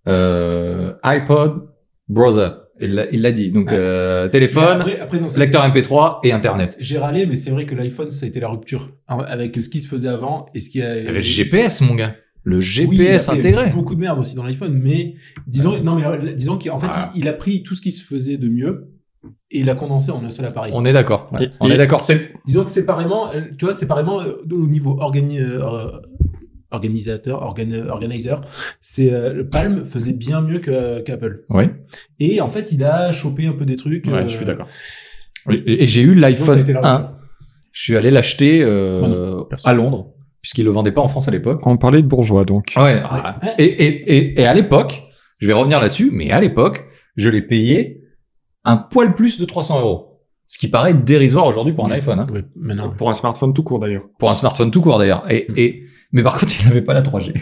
Speaker 1: euh, iPod, browser. Il l'a- il l'a dit. Donc
Speaker 3: Ouais.
Speaker 1: euh, téléphone,
Speaker 3: Après, après, non, c'est-
Speaker 1: lecteur MP3 et Internet.
Speaker 3: J'ai râlé, mais c'est vrai que l'iPhone, ça a été la rupture hein, avec ce qui se faisait avant et ce qui a.
Speaker 1: Le GPS, mon gars. Le
Speaker 3: Oui,
Speaker 1: GPS
Speaker 3: après,
Speaker 1: intégré.
Speaker 3: Beaucoup de merde aussi dans l'iPhone, mais disons, non, mais la- la- disons qu'en fait,
Speaker 1: Ah.
Speaker 3: il, il a pris tout ce qui se faisait de mieux et il l'a condensé en un seul appareil.
Speaker 1: On est d'accord.
Speaker 2: Ouais.
Speaker 1: On
Speaker 2: Et-
Speaker 1: est d'accord. C'est
Speaker 3: Disons que séparément, euh, tu vois, séparément, euh, au niveau organi- euh, organisateur, organ- organizer, c'est euh, le Palm faisait bien mieux que- euh, qu'Apple.
Speaker 1: Oui.
Speaker 3: Et en fait, il a chopé un peu des trucs.
Speaker 2: Ouais,
Speaker 3: euh,
Speaker 2: je suis d'accord.
Speaker 1: Et, et j'ai eu
Speaker 3: c'est- ça a
Speaker 1: l'iPhone
Speaker 3: été la
Speaker 1: 1.
Speaker 3: rupture.
Speaker 1: Je suis allé l'acheter euh,
Speaker 3: Moi non, personne.
Speaker 1: à Londres, puisqu'ils le vendaient pas en France à l'époque.
Speaker 2: On parlait de bourgeois, donc.
Speaker 1: Ouais. ah, Et, et, et, et à l'époque, je vais revenir là-dessus, mais à l'époque, je l'ai payé un poil plus de 300 euros. Ce qui paraît dérisoire aujourd'hui pour un iPhone. hein.
Speaker 3: Oui, maintenant.
Speaker 2: Pour un smartphone tout court, d'ailleurs.
Speaker 1: Pour un smartphone tout court d'ailleurs. Et, et, mais par contre, il n'avait pas la 3G.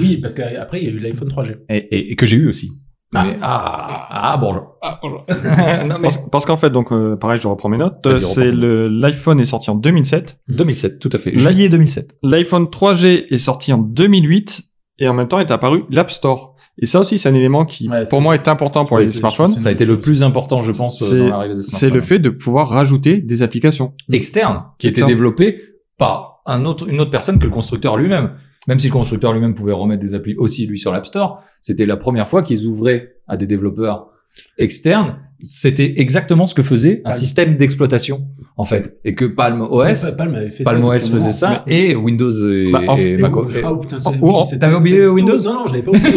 Speaker 3: Oui, parce qu'après, il y a eu l'iPhone 3G.
Speaker 1: et, et- et que j'ai eu aussi.
Speaker 3: Ah.
Speaker 1: Mais, ah, ah, bonjour. non, mais-
Speaker 2: Parce, parce qu'en fait, donc, euh, pareil, je reprends mes notes.
Speaker 1: Vas-y,
Speaker 2: C'est
Speaker 1: reprends.
Speaker 2: le, l'iPhone est sorti en 2007.
Speaker 1: 2007, tout à fait.
Speaker 2: Là-
Speaker 1: Juillet 2007.
Speaker 2: L'iPhone 3G est sorti en 2008. Et en même temps est apparu l'App Store. Et ça aussi, c'est un élément qui,
Speaker 3: Ouais,
Speaker 2: pour
Speaker 3: c'est-
Speaker 2: moi, est important pour
Speaker 3: Ouais,
Speaker 2: les
Speaker 3: c'est-
Speaker 2: smartphones.
Speaker 3: c'est-
Speaker 1: Ça a été le plus important, je pense, euh,
Speaker 2: C'est-
Speaker 1: dans l'arrivée des
Speaker 2: C'est le
Speaker 1: smartphones.
Speaker 2: fait de pouvoir rajouter des applications.
Speaker 1: externe qui était
Speaker 2: Externe.
Speaker 1: développé par un autre, une autre personne que le constructeur lui-même. Même si le constructeur lui-même pouvait remettre des applis aussi lui sur l'App Store, c'était la première fois qu'ils ouvraient à des développeurs externes. C'était exactement ce que faisait un
Speaker 3: Palm.
Speaker 1: système d'exploitation en fait, et que Palm OS,
Speaker 3: Palm avait fait ça.
Speaker 1: Palm OS
Speaker 3: depuis un
Speaker 1: faisait
Speaker 3: moment.
Speaker 1: ça et Windows et,
Speaker 2: Bah, en fait,
Speaker 1: et
Speaker 3: Et
Speaker 1: Mac
Speaker 3: oui,
Speaker 1: OS.
Speaker 3: oui. Ah, putain, c'est-
Speaker 1: Oh, oh,
Speaker 3: c'était-
Speaker 1: t'avais oublié
Speaker 3: c'est-
Speaker 1: Windows
Speaker 3: Non, non, je l'avais pas oublié.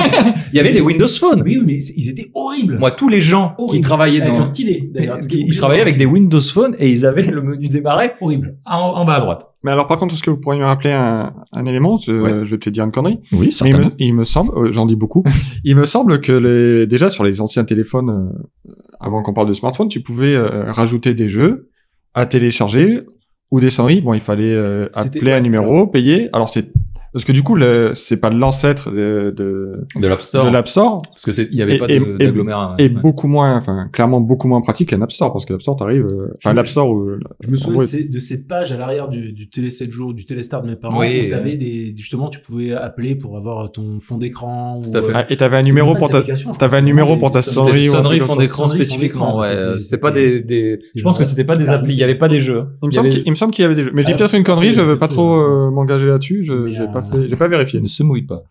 Speaker 1: Il y avait des Windows Phone.
Speaker 3: oh, oui, oui, mais c'est- ils étaient horribles.
Speaker 1: Moi, tous les gens qui
Speaker 3: Horrible.
Speaker 1: travaillaient
Speaker 3: avec
Speaker 1: dans
Speaker 3: un stylet, d'ailleurs.
Speaker 1: qui- ils travaillaient avec des Windows Phone et ils avaient le menu démarrer
Speaker 3: Horrible.
Speaker 1: en, en bas à droite.
Speaker 2: Mais alors, par contre, est-ce que vous pourriez me rappeler un, un élément je,
Speaker 1: Ouais.
Speaker 2: je vais peut-être dire une connerie.
Speaker 1: Oui,
Speaker 2: Mais il me, il me semble, euh, j'en dis beaucoup, il me semble que les, déjà sur les anciens téléphones, euh, avant qu'on parle de smartphone, tu pouvais euh, rajouter des jeux à télécharger ou des sonneries. Bon, il fallait euh,
Speaker 3: C'était-
Speaker 2: appeler un numéro, payer. Alors c'est parce que du coup, le- c'est pas l'ancêtre de, de,
Speaker 1: De l'App Store.
Speaker 2: de l'App Store
Speaker 1: Parce que c'est, il y avait
Speaker 2: Et-
Speaker 1: pas
Speaker 2: et-
Speaker 1: de-
Speaker 2: et-
Speaker 1: d'agglomérat.
Speaker 2: et
Speaker 1: ouais.
Speaker 2: beaucoup moins, enfin clairement beaucoup moins pratique qu'un App Store parce que l'App Store t'arrives, euh, enfin
Speaker 3: Tu-
Speaker 2: l'App Store ou
Speaker 3: Je me souviens
Speaker 2: Ouais.
Speaker 3: de, ces, de ces pages à l'arrière du, du télé 7 jours, du téléstar de mes parents,
Speaker 1: Oui.
Speaker 3: où t'avais des, justement, tu pouvais appeler pour avoir ton fond d'écran.
Speaker 1: Tout
Speaker 3: ou,
Speaker 1: à fait.
Speaker 3: euh,
Speaker 2: Ah, et t'avais un
Speaker 3: c'était
Speaker 2: numéro
Speaker 3: même pas
Speaker 2: pour
Speaker 3: des
Speaker 2: ta,
Speaker 3: applications, je
Speaker 2: t'avais
Speaker 3: crois,
Speaker 2: un numéro
Speaker 3: c'était
Speaker 2: pour ta
Speaker 3: vraiment
Speaker 1: C'était
Speaker 2: sonnerie
Speaker 1: des
Speaker 2: ou un
Speaker 1: sonneries
Speaker 2: truc
Speaker 1: fond
Speaker 2: comme ça.
Speaker 1: d'écran
Speaker 3: Sonneries fond
Speaker 1: spécifiquement.
Speaker 3: d'écran,
Speaker 1: Ouais.
Speaker 3: c'était-
Speaker 1: euh, C'était
Speaker 3: c'était-
Speaker 1: pas des, des-
Speaker 3: c'était
Speaker 1: Je pense que
Speaker 3: genre-
Speaker 1: c'était pas des
Speaker 3: c'était
Speaker 1: applis. Il y avait pas des jeux. hein.
Speaker 2: Il me,
Speaker 1: Il y
Speaker 2: semble
Speaker 1: avait-
Speaker 2: qu'il, il me semble qu'il y avait des jeux. Mais je dis
Speaker 3: Ah,
Speaker 2: peut-être une connerie,
Speaker 3: peut-être,
Speaker 2: je veux pas
Speaker 3: peut-être,
Speaker 2: trop
Speaker 3: euh,
Speaker 2: euh, m'engager là-dessus, je,
Speaker 3: Mais,
Speaker 2: j'ai,
Speaker 3: euh,
Speaker 2: pas fait, j'ai pas vérifié.
Speaker 1: Ne se mouille pas.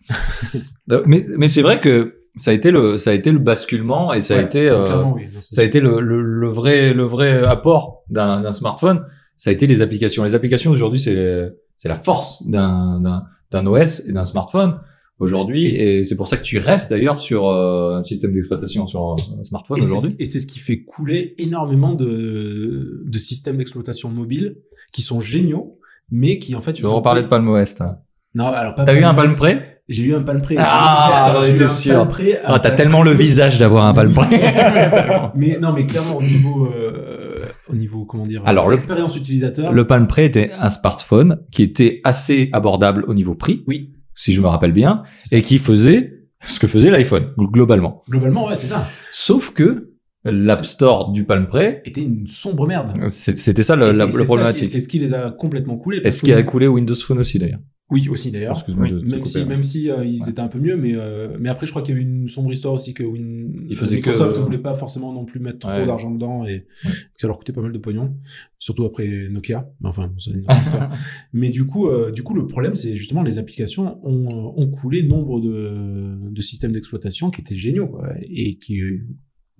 Speaker 1: Euh, mais mais c'est vrai que ça a été le ça a été le basculement et ça a
Speaker 3: Ouais,
Speaker 1: été euh,
Speaker 3: clairement, oui. Non, c'est-
Speaker 1: ça a été le, le, le vrai le vrai apport d'un, d'un smartphone. Ça a été les applications. Les applications aujourd'hui c'est c'est la force d'un d'un, d'un OS et d'un smartphone. Aujourd'hui, et c'est pour ça que tu restes d'ailleurs sur euh, un système d'exploitation sur euh, un smartphone
Speaker 3: Et c'est,
Speaker 1: aujourd'hui.
Speaker 3: et c'est ce qui fait couler énormément de, de systèmes d'exploitation mobile qui sont géniaux, mais qui en fait.
Speaker 1: Tu
Speaker 3: ils
Speaker 1: vas
Speaker 3: ont
Speaker 1: reparler de
Speaker 3: pas-
Speaker 1: Palm hein. OS. toi.
Speaker 3: Non, alors pas.
Speaker 1: T'as eu un
Speaker 3: Palm
Speaker 1: Palm
Speaker 3: Pre-
Speaker 1: Pre
Speaker 3: J'ai eu un Palm Pre.
Speaker 1: Ah,
Speaker 3: J'ai-
Speaker 1: j'en
Speaker 3: j'ai- j'ai
Speaker 1: étais
Speaker 3: eu un
Speaker 1: sûr.
Speaker 3: Palm Pre, un
Speaker 1: Ah, t'as
Speaker 3: Palm
Speaker 1: tellement
Speaker 3: Pre-
Speaker 1: le visage d'avoir un palme prêt.
Speaker 3: Mais non, mais clairement au niveau, euh, au niveau comment dire.
Speaker 1: Alors, le-
Speaker 3: l'expérience utilisateur.
Speaker 1: le palme prêt était un smartphone qui était assez abordable au niveau prix.
Speaker 3: Oui.
Speaker 1: Si je me rappelle bien.
Speaker 3: c'est ça.
Speaker 1: Et qui faisait ce que faisait l'iPhone, globalement.
Speaker 3: Globalement, ouais, c'est ça.
Speaker 1: Sauf que l'App Store du palme prêt,
Speaker 3: Était une sombre merde.
Speaker 1: c'est- c'était ça le,
Speaker 3: Et c'est-
Speaker 1: la,
Speaker 3: c'est
Speaker 1: le
Speaker 3: ça qui-
Speaker 1: problématique.
Speaker 3: C'est ce qui les a complètement coulés. parce
Speaker 1: Est-ce qu'il
Speaker 3: que-
Speaker 1: a coulé Windows Phone aussi d'ailleurs
Speaker 3: Oui, aussi d'ailleurs.
Speaker 1: Excuse-moi
Speaker 2: Oui,
Speaker 1: de te
Speaker 3: Même
Speaker 1: couper,
Speaker 3: si,
Speaker 1: hein.
Speaker 3: même si euh, ils
Speaker 1: Ouais.
Speaker 3: étaient un peu mieux, mais, euh, mais après, je crois qu'il y a eu une sombre histoire aussi que Win...
Speaker 1: Ils faisaient que-
Speaker 3: Microsoft ne voulait pas forcément non plus mettre trop
Speaker 1: Ouais.
Speaker 3: d'argent dedans et
Speaker 1: Ouais.
Speaker 3: que ça leur coûtait pas mal de pognon, surtout après Nokia. Mais Enfin, bon, c'est une autre histoire. Mais du coup, euh, du coup, le problème, c'est justement les applications ont, euh, ont coulé nombre de, de systèmes d'exploitation qui étaient géniaux quoi, et qui, euh,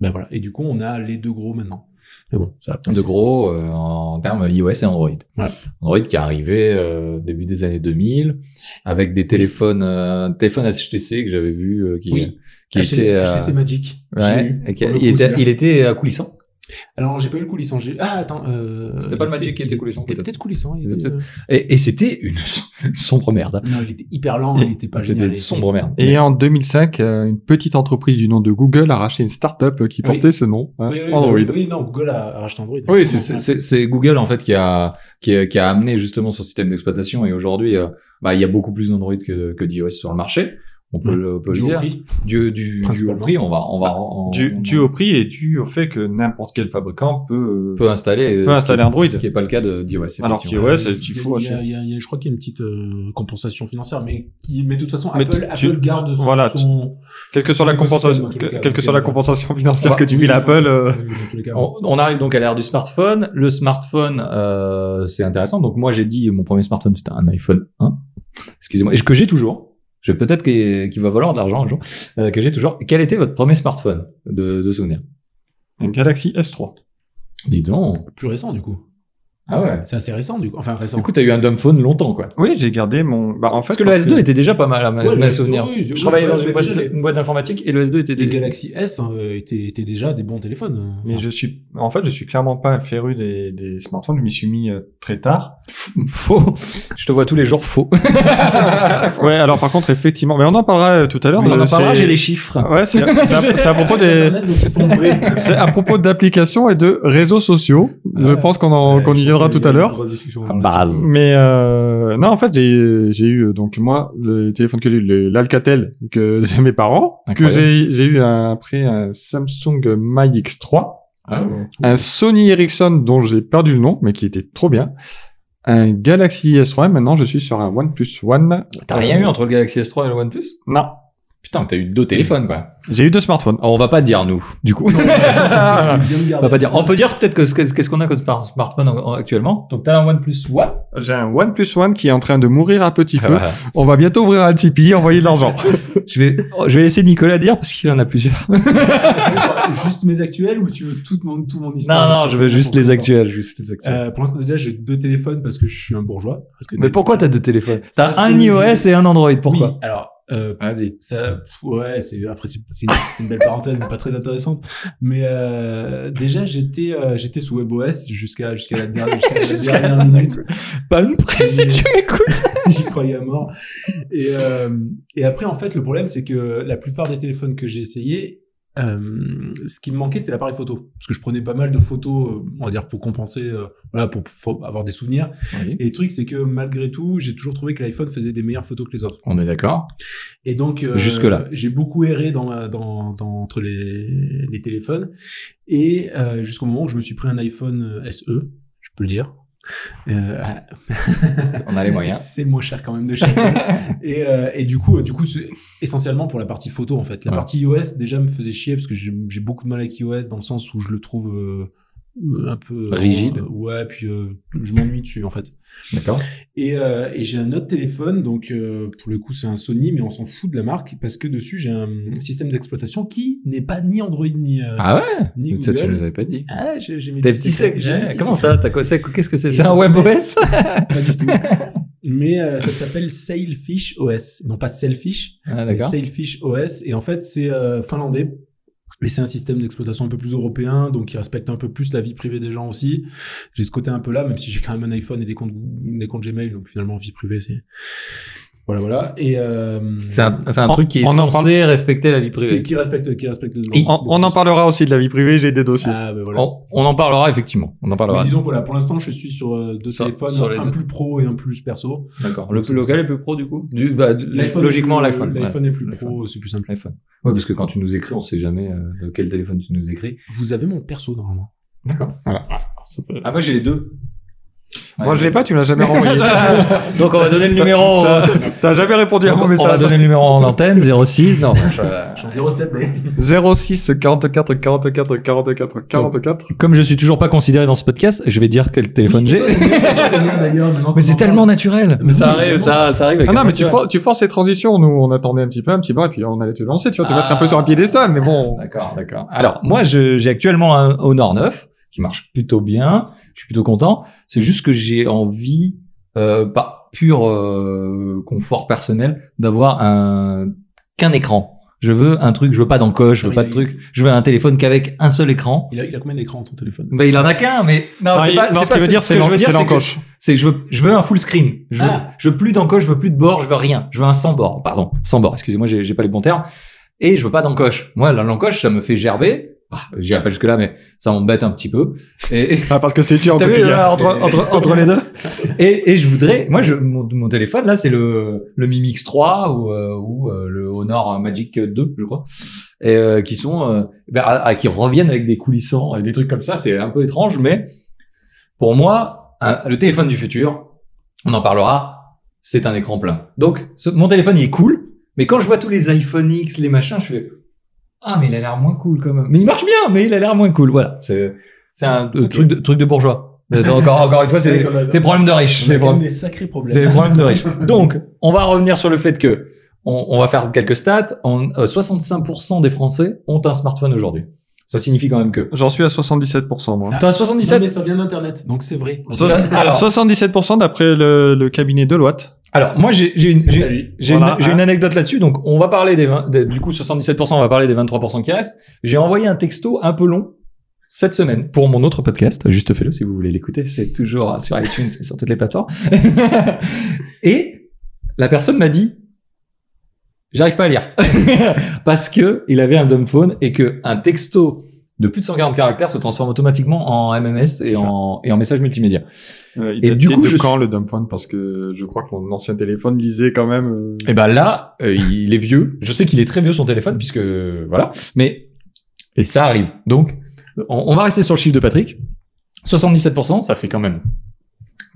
Speaker 3: ben voilà. Et du coup, on a les deux gros maintenant. Mais bon, ça
Speaker 1: de gros euh, en termes iOS et Android.
Speaker 3: Ouais.
Speaker 1: Android qui est arrivé euh, début des années 2000 avec des téléphones euh, téléphones HTC que j'avais vu euh, qui
Speaker 3: Oui.
Speaker 1: qui
Speaker 3: HTC,
Speaker 1: était euh,
Speaker 3: HTC Magic. je l'ai
Speaker 1: ouais,
Speaker 3: eu.
Speaker 1: et qui-
Speaker 3: Pour le
Speaker 1: il
Speaker 3: coup,
Speaker 1: était
Speaker 3: celui-là.
Speaker 1: il était euh, coulissant.
Speaker 3: Alors, j'ai pas eu le coulissant. j'ai- Ah, attends. euh,
Speaker 1: C'était pas le
Speaker 3: il
Speaker 1: Magic qui était
Speaker 3: il
Speaker 1: coulissant,
Speaker 3: C'était
Speaker 1: peut-être.
Speaker 3: peut-être coulissant. il
Speaker 1: C'était
Speaker 3: était,
Speaker 1: peut-être- Et, et c'était une sombre merde.
Speaker 3: euh, Non, il était hyper lent. Il était pas
Speaker 1: C'était
Speaker 3: génial.
Speaker 1: une sombre merde.
Speaker 2: Et en 2005, euh, une petite entreprise du nom de Google a racheté une start-up euh, qui
Speaker 3: Ah oui.
Speaker 2: portait ce nom, hein,
Speaker 3: Oui, oui,
Speaker 2: Android.
Speaker 3: bah, oui, non, Google a a racheté Android.
Speaker 1: Oui, c'est- c'est c'est- c'est Google en fait qui a qui a, qui a amené justement son système d'exploitation et aujourd'hui euh, bah il y a beaucoup plus d'Android que que d'iOS sur le marché. On peut
Speaker 3: Mm.
Speaker 1: le, on peut
Speaker 3: Du
Speaker 1: le
Speaker 3: haut
Speaker 1: dire.
Speaker 3: prix.
Speaker 1: Du du, du haut
Speaker 3: Principalement. Bah,
Speaker 1: prix, on va on va on-
Speaker 2: Dû,
Speaker 1: on-
Speaker 2: dû au prix et dû au fait que n'importe quel fabricant peut. euh,
Speaker 1: peut installer, euh,
Speaker 2: Peut
Speaker 1: ce qui-
Speaker 2: installer Android.
Speaker 1: ce qui n'est pas le cas de d'iOS. effectivement.
Speaker 2: Alors qu'iOS, euh, il
Speaker 3: y a-
Speaker 2: faut
Speaker 3: il y a-
Speaker 2: acheter.
Speaker 3: il y a- il y a- Je crois qu'il y a une petite euh, compensation financière, mais qui, mais de toute façon,
Speaker 2: Mais
Speaker 3: Apple,
Speaker 2: tu- tu-
Speaker 3: Apple garde
Speaker 2: voilà,
Speaker 3: son.
Speaker 2: Quelle que soit la
Speaker 3: Sur l'écosystème,
Speaker 2: compensation,
Speaker 3: en tout cas,
Speaker 2: quelle que soit la
Speaker 3: donc, euh,
Speaker 2: compensation
Speaker 1: on
Speaker 2: financière
Speaker 1: va-
Speaker 2: que tu file à Apple. euh,
Speaker 3: Dans tous les cas,
Speaker 1: on, on arrive donc à l'ère du smartphone. Le smartphone, euh, c'est intéressant. Donc moi, j'ai dit mon premier smartphone, c'était un iPhone 1. Excusez-moi, et que j'ai toujours. Je peut-être qu'il qu'il va valoir de l'argent un jour. euh, que j'ai toujours. Quel était votre premier smartphone de, de souvenir
Speaker 2: Un Galaxy S3.
Speaker 1: Dis donc.
Speaker 3: Plus récent, du coup.
Speaker 2: Ah ouais.
Speaker 3: C'est assez récent, du coup. Enfin, récent.
Speaker 1: Du coup, t'as eu un dumb phone longtemps, quoi.
Speaker 2: Oui, j'ai gardé mon. Bah, en fait,
Speaker 1: Parce que le S2 était déjà pas mal à ma,
Speaker 3: Ouais, le
Speaker 1: ma
Speaker 3: S2,
Speaker 1: souvenir.
Speaker 3: oui,
Speaker 1: je
Speaker 3: oui,
Speaker 1: travaillais
Speaker 3: ouais,
Speaker 1: dans
Speaker 3: ouais,
Speaker 1: une
Speaker 3: mais
Speaker 1: boîte,
Speaker 3: déjà, les-
Speaker 1: une boîte d'informatique et le S2 était
Speaker 3: Les
Speaker 1: déjà-
Speaker 3: Galaxy S hein, euh, étaient, étaient déjà des bons téléphones. hein.
Speaker 2: Mais je suis, en fait, je suis clairement pas un féru des, des smartphones. Je m'y suis mis euh, très tard.
Speaker 1: Faux. Je te vois tous les jours faux.
Speaker 2: ouais. Alors, par contre, effectivement, mais on en parlera euh, tout à l'heure.
Speaker 1: On en
Speaker 2: euh,
Speaker 1: parlera,
Speaker 2: c'est-
Speaker 1: j'ai des chiffres.
Speaker 2: Ouais, c'est c'est à, c'est à propos des,
Speaker 3: Internet, donc, ils sont vrais.
Speaker 2: c'est à propos d'applications et de réseaux sociaux. Je
Speaker 1: Ouais.
Speaker 2: pense qu'on en-
Speaker 3: Ouais,
Speaker 2: qu'on
Speaker 3: je
Speaker 2: y
Speaker 3: pense
Speaker 2: viendra
Speaker 3: qu'il y
Speaker 2: tout
Speaker 3: a
Speaker 2: à
Speaker 3: une
Speaker 2: l'heure. Ah, bah.
Speaker 3: grosse discussion
Speaker 1: À
Speaker 3: là-dessus.
Speaker 1: base.
Speaker 2: Mais euh, non, en fait, j'ai j'ai eu euh, donc moi le téléphone que j'ai eu, le- l'Alcatel que j'ai mes parents,
Speaker 1: Incroyable.
Speaker 2: que j'ai j'ai eu un- après un Samsung My X3,
Speaker 1: Ah
Speaker 2: un Sony Ericsson dont j'ai perdu le nom mais qui était trop bien, un Galaxy S3. Maintenant, je suis sur un OnePlus One.
Speaker 1: T'as rien eu entre le Galaxy S3 et le OnePlus
Speaker 2: Non,
Speaker 1: Putain, t'as eu deux téléphones, quoi.
Speaker 2: j'ai eu deux smartphones.
Speaker 1: Alors, on va pas dire nous, du coup.
Speaker 3: Il faut bien le
Speaker 1: on
Speaker 3: garder.
Speaker 1: va pas dire. On peut dire peut-être que ce- qu'est-ce qu'on a comme smart- smartphone en- en- actuellement. Donc t'as un OnePlus One.
Speaker 2: J'ai un OnePlus One qui est en train de mourir à petit feu.
Speaker 1: Voilà.
Speaker 2: On va bientôt ouvrir un Tipeee, envoyer de l'argent.
Speaker 1: je vais, oh, je vais laisser Nicolas dire parce qu'il en a plusieurs.
Speaker 3: Juste mes actuels ou tu veux tout mon, tout mon
Speaker 1: Non,
Speaker 3: histoire
Speaker 1: non, je veux juste les actuels, juste les actuels.
Speaker 3: Euh, pour l'instant, déjà, j'ai deux téléphones parce que je suis un bourgeois. Parce que
Speaker 1: Mais pourquoi t'as deux téléphones T'as
Speaker 3: Parce
Speaker 1: un
Speaker 3: que
Speaker 1: iOS et un Android. Pourquoi
Speaker 3: Oui, alors, euh,
Speaker 1: Vas-y.
Speaker 3: ça, pff, ouais, c'est après c'est c'est une, c'est une belle parenthèse, mais pas très intéressante. Mais euh, déjà, j'étais euh, j'étais sous WebOS jusqu'à jusqu'à la dernière, jusqu'à la
Speaker 1: Jusqu'à
Speaker 3: dernière minute.
Speaker 1: Palme Press, si tu m'écoutes.
Speaker 3: J'y croyais à mort. Et euh, et après, en fait, le problème, c'est que la plupart des téléphones que j'ai essayés. euh, ce qui me manquait, c'est l'appareil photo, parce que je prenais pas mal de photos, euh, on va dire pour compenser, euh, voilà, pour, pour avoir des souvenirs. Et le truc, c'est que malgré tout, j'ai toujours trouvé que l'iPhone faisait des meilleures photos que les autres.
Speaker 1: On est d'accord.
Speaker 3: Et donc, euh,
Speaker 1: Jusque-là.
Speaker 3: j'ai beaucoup erré dans, ma- dans, dans- entre les, les téléphones. Et euh, jusqu'au moment où je me suis pris un iPhone euh, SE, je peux le dire. Euh,
Speaker 1: On a les moyens.
Speaker 3: c'est moins cher quand même de chez Apple. et, euh, et du coup, euh, du coup, c'est essentiellement pour la partie photo en fait. La
Speaker 1: Ouais.
Speaker 3: partie iOS déjà me faisait chier parce que j'ai j'ai beaucoup de mal avec iOS dans le sens où je le trouve euh, un peu
Speaker 1: Rigide.
Speaker 3: ouais, puis euh, je m'ennuie dessus en fait.
Speaker 1: D'accord.
Speaker 3: Et, euh, et j'ai un autre téléphone, donc euh, pour le coup c'est un Sony, mais on s'en fout de la marque parce que dessus j'ai un système d'exploitation qui n'est pas ni Android ni, euh,
Speaker 1: Ah ouais
Speaker 3: ni
Speaker 1: Ça, tu
Speaker 3: Google.
Speaker 1: nous avais pas dit.
Speaker 3: Ah, j'ai j'ai mes
Speaker 1: T'es
Speaker 3: petits
Speaker 1: petit sec.
Speaker 3: secrets, j'ai mes petits
Speaker 1: Comment
Speaker 3: secrets.
Speaker 1: ça T'as quoi c'est- Qu'est-ce que c'est
Speaker 3: Et
Speaker 1: C'est
Speaker 3: ça
Speaker 1: un
Speaker 3: s'appelle-
Speaker 1: WebOS
Speaker 3: Pas du tout. Mais euh, ça s'appelle Sailfish OS, non pas Selfish,
Speaker 1: Ah,
Speaker 3: mais
Speaker 1: d'accord.
Speaker 3: Sailfish OS. Et en fait, c'est euh, finlandais. Et c'est un système d'exploitation un peu plus européen, donc qui respecte un peu plus la vie privée des gens aussi. J'ai ce côté un peu là, même si j'ai quand même un iPhone et des comptes, des comptes Gmail, donc finalement, vie privée, c'est. Voilà, voilà. Et. euh,
Speaker 1: C'est un, c'est un
Speaker 2: On-
Speaker 1: truc qui est
Speaker 2: on en parle-
Speaker 1: censé respecter la vie privée.
Speaker 3: C'est qui respecte, qui respecte les gens.
Speaker 2: On, on en parlera aussi de la vie privée, j'ai des dossiers.
Speaker 3: Ah, ben voilà.
Speaker 1: On, on en parlera effectivement. On en
Speaker 3: Mais
Speaker 1: parlera.
Speaker 3: disons, voilà, pour l'instant, je suis sur euh, deux
Speaker 1: Sur-
Speaker 3: téléphones,
Speaker 1: sur les
Speaker 3: un
Speaker 1: deux.
Speaker 3: plus pro et un plus perso.
Speaker 1: D'accord. Le plus
Speaker 3: C'est-
Speaker 1: local est plus pro du coup du, bah, du-
Speaker 3: L'iPhone
Speaker 1: Logiquement
Speaker 3: est plus-
Speaker 1: l'iPhone.
Speaker 3: L'iPhone est plus
Speaker 1: L'iPhone.
Speaker 3: pro, c'est plus simple.
Speaker 1: L'iPhone. Ouais, parce que quand tu nous écris, on sait jamais euh, de quel téléphone tu nous écris.
Speaker 3: Vous avez mon perso, normalement.
Speaker 1: D'accord. Ah moi j'ai les deux.
Speaker 2: Moi, je l'ai pas, tu me l'as jamais renvoyé.
Speaker 1: Donc on va donner le numéro.
Speaker 2: Ça- T'as jamais répondu à mon
Speaker 1: on va
Speaker 2: message.
Speaker 1: donner le numéro en antenne 06. Non.
Speaker 3: Je suis en 07, d'ailleurs.
Speaker 2: 06 44 44 44 44.
Speaker 1: Comme je suis toujours pas considéré dans ce podcast, je vais dire quel téléphone j'ai.
Speaker 3: D'ailleurs, maintenant
Speaker 1: Mais
Speaker 3: qu'on en
Speaker 1: c'est
Speaker 3: parle.
Speaker 1: tellement naturel.
Speaker 3: Mais
Speaker 1: ça
Speaker 3: oui,
Speaker 1: arrive,
Speaker 3: vraiment.
Speaker 1: ça, ça arrive. avec
Speaker 2: Ah non,
Speaker 1: un
Speaker 2: mais tu,
Speaker 1: naturel.
Speaker 2: for- tu forces les transitions. Nous, on attendait un petit peu, un petit bras, et puis on allait te lancer, tu vois, te
Speaker 1: Ah.
Speaker 2: mettre un peu sur un piédestal, mais bon.
Speaker 1: D'accord, d'accord. Alors, moi, je- j'ai actuellement un Honor 9 qui marche plutôt bien. Je suis plutôt content. C'est juste que j'ai envie, euh, par pur euh, confort personnel, d'avoir un qu'un écran. Je veux un truc, je veux pas d'encoche, je veux
Speaker 3: Oui,
Speaker 1: pas de
Speaker 3: oui.
Speaker 1: truc. Je veux un téléphone qu'avec un seul écran.
Speaker 3: Il a, il a combien d'écrans ton téléphone
Speaker 1: Ben, il en a qu'un, mais non,
Speaker 2: Ah,
Speaker 1: c'est
Speaker 2: il-
Speaker 1: pas.
Speaker 2: non,
Speaker 1: c'est
Speaker 2: ce
Speaker 1: pas
Speaker 2: qu'il veut dire,
Speaker 1: ce
Speaker 2: c'est
Speaker 1: que je
Speaker 2: l'en-
Speaker 1: veux dire,
Speaker 2: c'est
Speaker 1: c'est que-
Speaker 2: l'encoche.
Speaker 1: c'est que je veux, je veux un full screen. Je veux,
Speaker 3: Ah.
Speaker 1: je veux plus d'encoche, je veux plus de bord, je veux rien. Je veux un sans bord, pardon, sans bord. Excusez-moi, j'ai j'ai pas les bons termes. Et je veux pas d'encoche. Moi, l'encoche, ça me fait gerber. Bah, j'irai pas jusque là, mais ça m'embête un petit peu. Et,
Speaker 2: Ah, parce que c'est dur,
Speaker 1: T'as vu,
Speaker 2: quotidien.
Speaker 1: là, entre,
Speaker 3: c'est-
Speaker 1: entre, entre les deux. Et, et je voudrais, moi, je, mon, mon téléphone, là, c'est le, le Mi Mix 3 ou, euh, ou euh, le Honor Magic 2, je crois, et, euh, qui sont, euh, ben, à- à- qui reviennent avec des coulissants et des trucs comme ça. C'est un peu étrange, mais pour moi, un- le téléphone du futur, on en parlera, c'est un écran plein. Donc, ce- mon téléphone, il est cool, mais quand je vois tous les iPhone X, les machins, je fais, ah, mais il a l'air moins cool quand même. Mais il marche bien, mais il a l'air moins cool. Voilà. C'est, c'est un euh, truc, de, truc de bourgeois. Mais c'est Encore, encore une fois, c'est,
Speaker 3: Ouais, comme-
Speaker 1: c'est problème de riche. C'est
Speaker 3: On a quand même
Speaker 1: problème,
Speaker 3: des sacrés problèmes.
Speaker 1: c'est problème de riche. Donc, on va revenir sur le fait que, on, on va faire quelques stats. En, euh, 65% des Français ont un smartphone aujourd'hui. Ça signifie quand même que.
Speaker 2: J'en suis à 77%, moi.
Speaker 1: T'es à
Speaker 3: Non,
Speaker 1: 77
Speaker 3: mais ça vient d'internet, donc c'est vrai.
Speaker 1: So-
Speaker 2: Soix-
Speaker 1: alors-
Speaker 2: 77% d'après le, le cabinet Deloitte.
Speaker 1: Alors, moi, j'ai j'ai une, j'ai-
Speaker 3: Salut.
Speaker 1: j'ai
Speaker 2: Voilà,
Speaker 1: une, j'ai
Speaker 2: hein.
Speaker 1: une anecdote là-dessus. Donc, on va parler des, 20 des- du coup 77%. On va parler des 23% qui restent. J'ai envoyé un texto un peu long cette semaine pour mon autre podcast. Juste fais-le si vous voulez l'écouter. C'est toujours sur iTunes et sur toutes les plateformes. et la personne m'a dit. J'arrive pas à lire parce que il avait un dumbphone et que un texto de plus de 140 caractères se transforme automatiquement en MMS et
Speaker 2: ça.
Speaker 1: en, et en message multimédia.
Speaker 2: Euh, il
Speaker 1: Et
Speaker 2: date
Speaker 1: du
Speaker 2: de
Speaker 1: coup, je
Speaker 2: quand le dumbphone Parce que je crois que mon ancien téléphone lisait quand même. euh,
Speaker 1: Et ben là, euh, il est vieux. Je sais qu'il est très vieux son téléphone puisque euh, voilà. Mais et ça arrive. Donc on, on va rester sur le chiffre de Patrick. 77%, ça fait quand même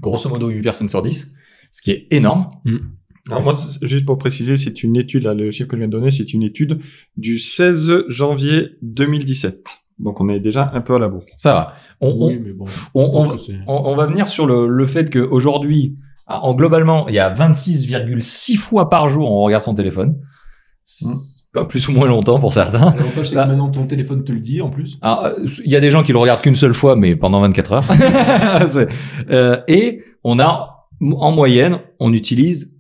Speaker 1: grosso modo 8 personnes sur 10, ce qui est énorme.
Speaker 3: Mm.
Speaker 2: Alors moi, c'est- juste pour préciser, c'est une étude, là, le chiffre que je viens de donner, c'est une étude du 16 janvier 2017. Donc on est déjà un peu à la bourre.
Speaker 1: Ça va. On, on-
Speaker 3: Oui, mais bon. je
Speaker 1: on-
Speaker 3: pense
Speaker 1: on-
Speaker 3: que c'est-
Speaker 1: on- on va venir sur le, le fait qu'aujourd'hui, en globalement, il y a 26,6 fois par jour on regarde son téléphone.
Speaker 3: Mm.
Speaker 1: C'est Pas plus ou moins longtemps pour certains.
Speaker 3: L'avantage, c'est
Speaker 1: Là.
Speaker 3: que maintenant ton téléphone te le dit en plus.
Speaker 1: Alors, euh, il y a des gens qui le regardent qu'une seule fois, mais pendant 24 heures. C'est- euh, et on a, en moyenne, on utilise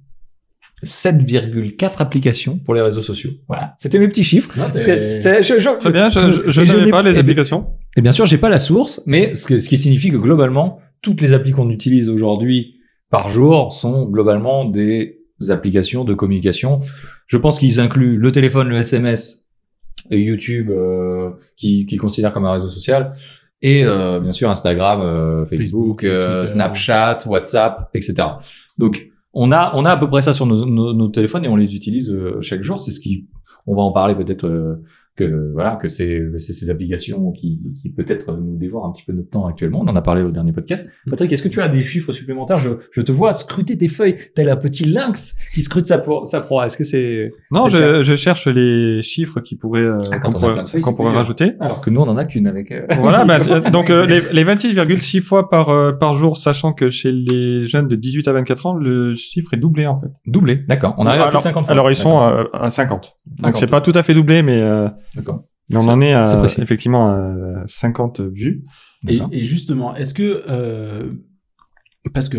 Speaker 1: 7,4 applications pour les réseaux sociaux. Voilà. C'était mes petits chiffres.
Speaker 3: Non, t'es-
Speaker 1: C'est- c'est- je- je-
Speaker 2: Très bien, je, je, je
Speaker 1: Et je
Speaker 2: n'avais
Speaker 1: n'ai-
Speaker 2: pas les
Speaker 1: eh bien-
Speaker 2: applications.
Speaker 1: et bien sûr, j'ai pas la source, mais ce, que- ce qui signifie que globalement, toutes les applis qu'on utilise aujourd'hui par jour sont globalement des applications de communication. Je pense qu'ils incluent le téléphone, le SMS et YouTube, euh, qui, qui considèrent comme un réseau social, et euh, bien sûr Instagram, euh, Facebook,
Speaker 3: Facebook,
Speaker 1: euh,
Speaker 3: Twitter.
Speaker 1: Snapchat, WhatsApp, etc. Donc, on a, on a à peu près ça sur nos, nos- nos téléphones et on les utilise euh, chaque jour. C'est ce qui, on va en parler peut-être euh, que voilà que c'est c'est ces applications qui, qui peut-être nous dévorent un petit peu notre temps actuellement. On en a parlé au dernier podcast. Patrick, est-ce que tu as des chiffres supplémentaires je, je te vois scruter tes feuilles tel un petit lynx qui scrute sa, pro- sa proie. Est-ce que c'est
Speaker 2: Non,
Speaker 1: C'est
Speaker 2: je, je cherche les chiffres qui pourraient euh,
Speaker 1: Ah, quand
Speaker 2: qu'on
Speaker 1: on a
Speaker 2: pourrait,
Speaker 1: plein de feuilles,
Speaker 2: qu'on
Speaker 1: c'est
Speaker 2: pourrait
Speaker 1: mieux.
Speaker 2: rajouter.
Speaker 1: Ah. alors que nous on en a qu'une avec euh,
Speaker 2: Voilà, bah, euh, donc euh, les, les 26,6 fois par euh, par jour, sachant que chez les jeunes de 18 à 24 ans, le chiffre est doublé en fait.
Speaker 1: doublé. D'accord. On arrive à plus de
Speaker 2: alors,
Speaker 1: 50. fois.
Speaker 2: alors ils
Speaker 1: D'accord.
Speaker 2: sont euh, à 50. Donc
Speaker 1: 50.
Speaker 2: c'est pas tout à fait doublé, mais euh,
Speaker 1: D'accord.
Speaker 2: mais on en est à,
Speaker 1: c'est précis.
Speaker 2: effectivement à 50 vues.
Speaker 3: Et,
Speaker 1: D'accord.
Speaker 3: et justement, est-ce que euh, parce que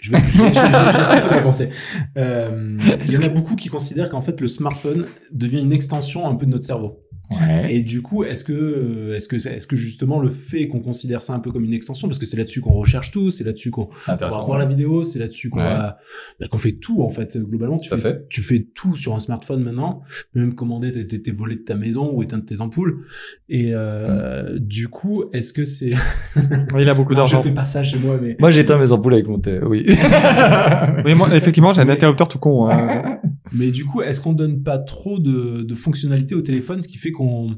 Speaker 3: je vais, je vais- je vais- je vais expliquer ma pensée. Euh, Il y en a beaucoup qui considèrent qu'en fait le smartphone devient une extension un peu de notre cerveau.
Speaker 1: Ouais.
Speaker 3: Et du coup, est-ce que euh, est-ce que est-ce que justement le fait qu'on considère ça un peu comme une extension, parce que c'est là-dessus qu'on recherche tout, c'est là-dessus qu'on
Speaker 1: C'est
Speaker 3: qu'on va
Speaker 1: intéressant.
Speaker 3: voir la vidéo, c'est là-dessus qu'on
Speaker 1: Ouais.
Speaker 3: va- bah, qu'on fait tout en fait globalement. Tu
Speaker 1: Tout à
Speaker 3: fais
Speaker 1: fait.
Speaker 3: tu fais tout sur un smartphone maintenant, Tu peux même commander tes, tes- tes volets de ta maison ou éteindre tes ampoules. Et euh, du coup, est-ce que c'est...
Speaker 2: Il a beaucoup
Speaker 3: Non, je
Speaker 2: d'argent.
Speaker 3: fais pas ça chez moi, mais...
Speaker 1: Moi j'éteins mes ampoules avec mon thé. Oui.
Speaker 2: Oui, moi effectivement, j'ai un interrupteur tout con. hein.
Speaker 3: Mais du coup, est-ce qu'on donne pas trop de, de fonctionnalités au téléphone, ce qui fait qu'on...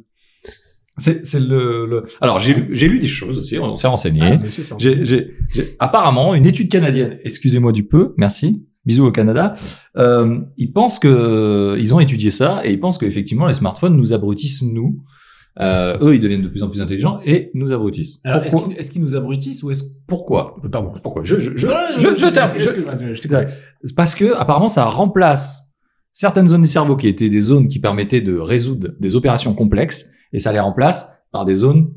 Speaker 1: C'est c'est le, le- Alors j'ai lu- j'ai lu des choses aussi. On s'est renseigné.
Speaker 3: Ah, mais c'est ça.
Speaker 1: Hein J'ai- j'ai- j'ai- apparemment, une étude canadienne, excusez-moi du peu, merci, bisous au Canada, euh, ils pensent que, ils ont étudié ça et ils pensent qu'effectivement les smartphones nous abrutissent, nous. Euh, eux, ils deviennent de plus en plus intelligents et nous abrutissent.
Speaker 3: Alors, est-ce
Speaker 1: pourquoi
Speaker 3: qu'ils est-ce qu'ils nous abrutissent ou est-ce...
Speaker 1: Pourquoi,
Speaker 3: Euh, Pardon.
Speaker 1: Pourquoi Je, je, je,
Speaker 3: Non, non,
Speaker 1: je, je
Speaker 3: excuse-
Speaker 1: termine, je-
Speaker 3: excuse-moi, je- je t'ai coupé.
Speaker 1: parce que apparemment ça remplace certaines zones du cerveau qui étaient des zones qui permettaient de résoudre des opérations complexes et ça les remplace par des zones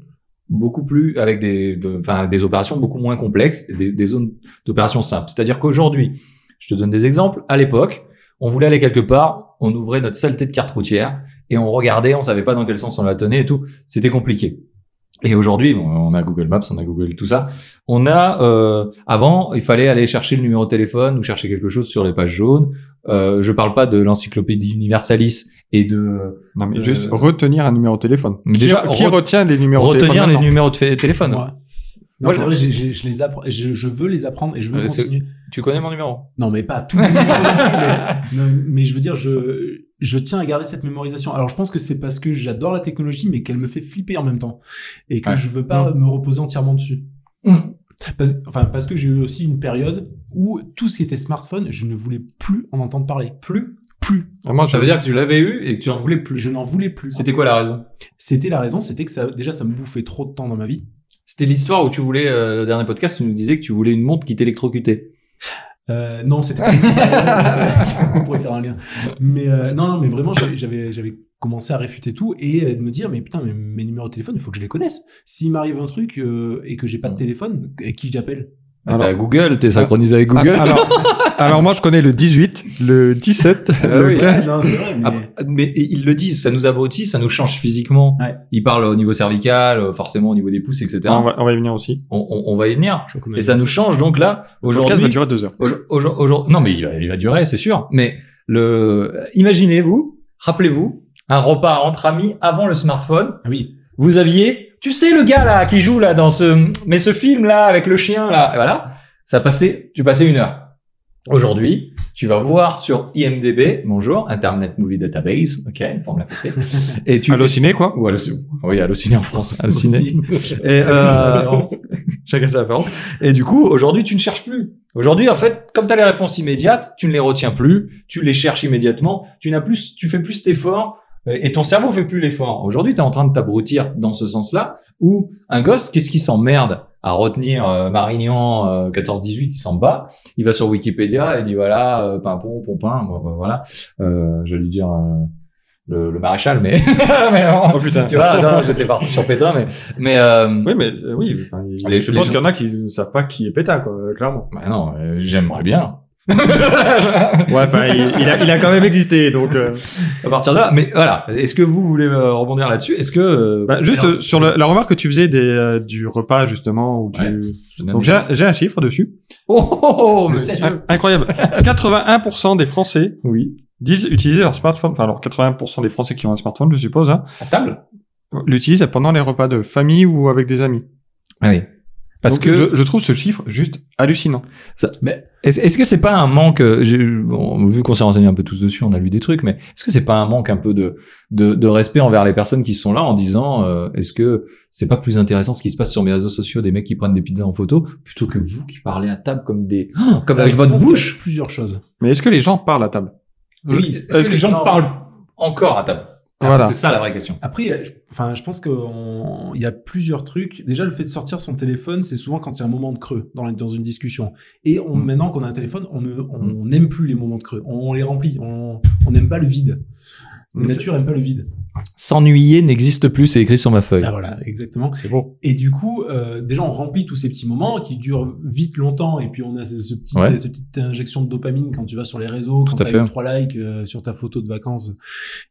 Speaker 1: beaucoup plus avec des de- enfin des opérations beaucoup moins complexes et des, des zones d'opérations simples c'est-à-dire qu'aujourd'hui je te donne des exemples à l'époque on voulait aller quelque part on ouvrait notre saleté de carte routière et on regardait on savait pas dans quel sens on la tenait et tout c'était compliqué et aujourd'hui bon, on a Google Maps on a Google tout ça on a euh, avant, il fallait aller chercher le numéro de téléphone ou chercher quelque chose sur les pages jaunes. Euh, je parle pas de l'encyclopédie Universalis et de
Speaker 2: Non, mais
Speaker 1: Euh,
Speaker 2: juste retenir un numéro de téléphone.
Speaker 1: Mais
Speaker 2: Qui-
Speaker 1: déjà,
Speaker 2: qui,
Speaker 1: re-
Speaker 2: retient les numéros de téléphone
Speaker 1: retenir les
Speaker 2: maintenant
Speaker 1: numéros de fé- téléphone.
Speaker 3: Moi. Non,
Speaker 1: Moi,
Speaker 3: c'est
Speaker 1: je-
Speaker 3: vrai, j'ai- j'ai- je les appre- je, je veux les apprendre et je veux
Speaker 1: Euh, c'est-
Speaker 3: continuer.
Speaker 1: Tu connais mon numéro
Speaker 3: Non, mais pas tout le monde, mais, non, mais je veux dire, je, je tiens à garder cette mémorisation. Alors, je pense que c'est parce que j'adore la technologie, mais qu'elle me fait flipper en même temps. Et que
Speaker 1: Ouais.
Speaker 3: je veux pas me reposer entièrement dessus.
Speaker 1: Mm.
Speaker 3: Parce, enfin, parce que j'ai eu aussi une période où tout ce qui était smartphone, je ne voulais plus en entendre parler. Plus Plus.
Speaker 2: Ah, moi, je-
Speaker 1: Ça veut dire que tu l'avais eu et que tu en voulais plus.
Speaker 3: Je n'en voulais plus.
Speaker 1: C'était quoi la raison
Speaker 3: C'était la raison, c'était que ça, déjà, ça me bouffait trop de temps dans ma vie.
Speaker 1: C'était l'histoire où tu voulais euh, le dernier podcast, tu nous disais que tu voulais une montre qui t'électrocutait.
Speaker 3: Euh, non, c'était. on pourrait faire un lien. Mais euh, non, non, mais vraiment, j'avais- j'avais, j'avais commencer à réfuter tout et euh, de me dire mais putain mais mes numéros de téléphone il faut que je les connaisse s'il m'arrive un truc euh, et que j'ai pas de
Speaker 1: Ouais.
Speaker 3: téléphone et qui j'appelle
Speaker 1: Ah,
Speaker 2: Alors-
Speaker 1: t'as Google, t'es synchronisé avec
Speaker 2: Ah,
Speaker 1: Google.
Speaker 2: alors, alors moi je connais le 18, le 17, le
Speaker 1: oui.
Speaker 2: 15.
Speaker 3: non c'est vrai mais
Speaker 1: Ah, mais... ils le disent, ça nous abrutit, ça nous change physiquement.
Speaker 3: Ouais.
Speaker 1: Ils parlent au niveau cervical, euh, forcément au niveau des pouces, etc.
Speaker 2: hein. on, va, on va y venir aussi.
Speaker 1: On, on- on va y venir.
Speaker 3: je crois qu'on a-
Speaker 1: Et ça nous change donc là
Speaker 2: Le podcast va
Speaker 1: aujourd'hui.
Speaker 2: durer deux heures.
Speaker 1: Aujo- aujo- aujo- non, mais il va, il va durer, c'est sûr. Mais le, imaginez-vous, rappelez-vous, un repas entre amis avant le smartphone.
Speaker 3: Ah oui
Speaker 1: Vous aviez, tu sais, le gars là qui joue là dans ce, mais ce film là avec le chien là, voilà, ça passait, tu passais une heure. Aujourd'hui, tu vas voir sur IMDb, bonjour, Internet Movie Database, ok, pour me la péter. et tu
Speaker 2: Allociné quoi
Speaker 1: ou Allociné. Oui, Allociné en France. Allociné.
Speaker 3: Aussi.
Speaker 1: Et,
Speaker 3: Chacun
Speaker 2: euh,
Speaker 3: sa référence.
Speaker 1: Euh, Chacun sa référence. Et du coup, aujourd'hui, tu ne cherches plus. Aujourd'hui, en fait, comme tu as les réponses immédiates, tu ne les retiens plus, tu les cherches immédiatement, tu n'as plus, tu fais plus d'efforts euh, et ton cerveau fait plus l'effort. Aujourd'hui, tu es en train de t'abrutir dans ce sens-là où un gosse, qu'est-ce qui s'emmerde à retenir euh, Marignan euh, 14-18, il s'en bat, il va sur Wikipédia et dit voilà, euh, pimpon, pompin, bon, bon, voilà, euh, je vais lui dire euh, le, le maréchal, mais, mais bon,
Speaker 2: Oh putain.
Speaker 1: tu vois, non, j'étais parti sur Pétain, mais, mais euh,
Speaker 2: Oui, mais euh, oui. enfin, il-
Speaker 1: Les-
Speaker 2: je
Speaker 1: les
Speaker 2: pense
Speaker 1: gens-
Speaker 2: qu'il y en a qui ne savent pas qui est Péta, quoi, euh, clairement.
Speaker 1: Bah non, euh, j'aimerais bien.
Speaker 2: Ouais, enfin, il, il a, il a quand même existé, donc. euh,
Speaker 1: à partir de là, mais voilà. Est-ce que vous voulez euh, rebondir là-dessus Est-ce que euh,
Speaker 2: bah, juste
Speaker 1: alors,
Speaker 2: euh, sur la, la remarque que tu faisais des, euh, du repas justement ou du.
Speaker 1: Ouais. je donne
Speaker 2: Donc
Speaker 1: des-
Speaker 2: j'ai j'ai un chiffre dessus.
Speaker 1: Oh, oh, oh, monsieur.
Speaker 3: sept.
Speaker 2: In- Incroyable. 81% des Français, oui, disent utiliser leur smartphone. Enfin, alors 81% des Français qui ont un smartphone, je suppose, hein,
Speaker 1: à table.
Speaker 2: l'utilisent pendant les repas de famille ou avec des amis.
Speaker 1: Ah oui. Parce
Speaker 2: Donc,
Speaker 1: que
Speaker 2: je, je trouve ce chiffre juste hallucinant.
Speaker 1: est-ce est-ce que c'est pas un manque euh, j'ai- bon, Vu qu'on s'est renseigné un peu tous dessus, on a lu des trucs, mais est-ce que c'est pas un manque un peu de, de de respect envers les personnes qui sont là en disant euh, est-ce que c'est pas plus intéressant ce qui se passe sur mes réseaux sociaux des mecs qui prennent des pizzas en photo plutôt que vous qui parlez à table comme des Oh, comme avec
Speaker 3: Je
Speaker 1: votre
Speaker 3: pense qu'il y a
Speaker 1: bouche
Speaker 3: plusieurs choses
Speaker 2: Mais est-ce que les gens parlent à table
Speaker 1: Oui.
Speaker 3: Oui.
Speaker 1: Est-ce que, les gens
Speaker 3: Non.
Speaker 1: parlent encore à table
Speaker 3: Ah,
Speaker 2: Voilà.
Speaker 1: C'est ça la vraie question.
Speaker 3: Après, je, enfin, je pense qu'il y a plusieurs trucs. Déjà, le fait de sortir son téléphone, c'est souvent quand il y a un moment de creux dans, la- dans une discussion. Et on,
Speaker 1: Mm.
Speaker 3: maintenant qu'on a un téléphone, on ne- on n'aime plus les moments de creux. On, on les remplit. On on n'aime pas le vide. La
Speaker 2: Mm.
Speaker 3: nature n'aime pas le vide.
Speaker 1: S'ennuyer n'existe plus, c'est écrit sur ma feuille.
Speaker 3: Ah, voilà, exactement.
Speaker 2: C'est bon.
Speaker 3: Et du coup, euh, déjà, on remplit tous ces petits moments qui durent vite longtemps. Et puis, on a ce, ce petit,
Speaker 1: Ouais.
Speaker 3: cette petite injection de dopamine quand tu vas sur les réseaux, quand
Speaker 1: à
Speaker 3: tu as
Speaker 1: fait.
Speaker 3: eu trois likes euh, sur ta photo de vacances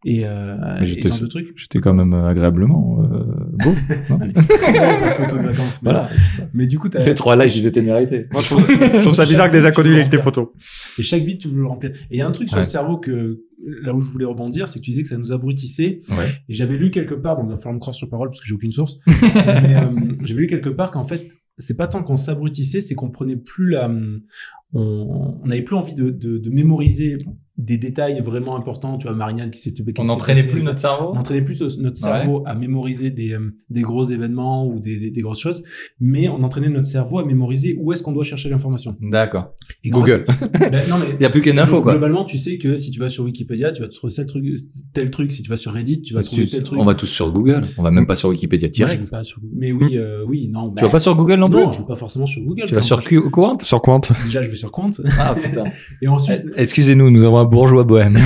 Speaker 3: et, euh,
Speaker 1: Mais
Speaker 3: et
Speaker 1: j'étais-
Speaker 3: ce genre de trucs.
Speaker 1: J'étais quand même euh, agréablement euh, beau. non
Speaker 3: Ta photo de vacances. mais-
Speaker 1: voilà.
Speaker 3: Mais du coup, t'as-
Speaker 1: Euh, Ces trois lives, ils étaient mérités.
Speaker 2: Moi, je trouve, je trouve ça bizarre que des inconnus aient tes photos.
Speaker 3: Et chaque vide, tu veux le remplir. Et il y a un truc sur
Speaker 1: Ouais.
Speaker 3: le cerveau que là où je voulais rebondir, c'est que tu disais que ça nous abrutissait.
Speaker 1: Ouais.
Speaker 3: Et j'avais lu quelque part, donc il va falloir me croire sur parole parce que j'ai aucune source, mais euh, j'avais lu quelque part qu'en fait, c'est pas tant qu'on s'abrutissait, c'est qu'on prenait plus la. On on n'avait plus envie de, de- de mémoriser des détails vraiment importants. Tu vois, Marianne qui s'était. qui
Speaker 1: On
Speaker 3: s'est
Speaker 1: n'entraînait
Speaker 3: blessée,
Speaker 1: plus
Speaker 3: etc.
Speaker 1: notre cerveau.
Speaker 3: On entraînait plus notre cerveau à mémoriser des, euh, des gros événements ou des, des- des grosses choses, mais on entraînait notre cerveau à mémoriser où est-ce qu'on doit chercher l'information.
Speaker 1: D'accord.
Speaker 3: Et quand-
Speaker 1: Google.
Speaker 3: Ben, non, mais
Speaker 1: Il n'y a plus qu'une info,
Speaker 3: donc,
Speaker 1: quoi.
Speaker 3: Globalement, tu sais que si tu vas sur Wikipédia, tu vas trouver tel truc, tel truc. Si tu vas sur Reddit, tu vas trouver tel truc.
Speaker 1: On va tous sur Google. On va même pas sur Wikipédia
Speaker 3: Moi, je
Speaker 1: direct. Hmm.
Speaker 3: vais pas sur Google. Mais oui, euh, oui, non.
Speaker 1: Tu vas pas sur Google non plus
Speaker 3: Non, je vais pas forcément sur Google.
Speaker 1: Tu vas
Speaker 3: quand
Speaker 1: sur
Speaker 3: même.
Speaker 1: Q- Courant
Speaker 2: Sur Quant.
Speaker 3: Déjà, je vais sur Compte.
Speaker 1: Ah putain.
Speaker 3: Et
Speaker 1: Eh,
Speaker 3: ensuite,
Speaker 1: Excusez-nous, nous avons un bourgeois bohème.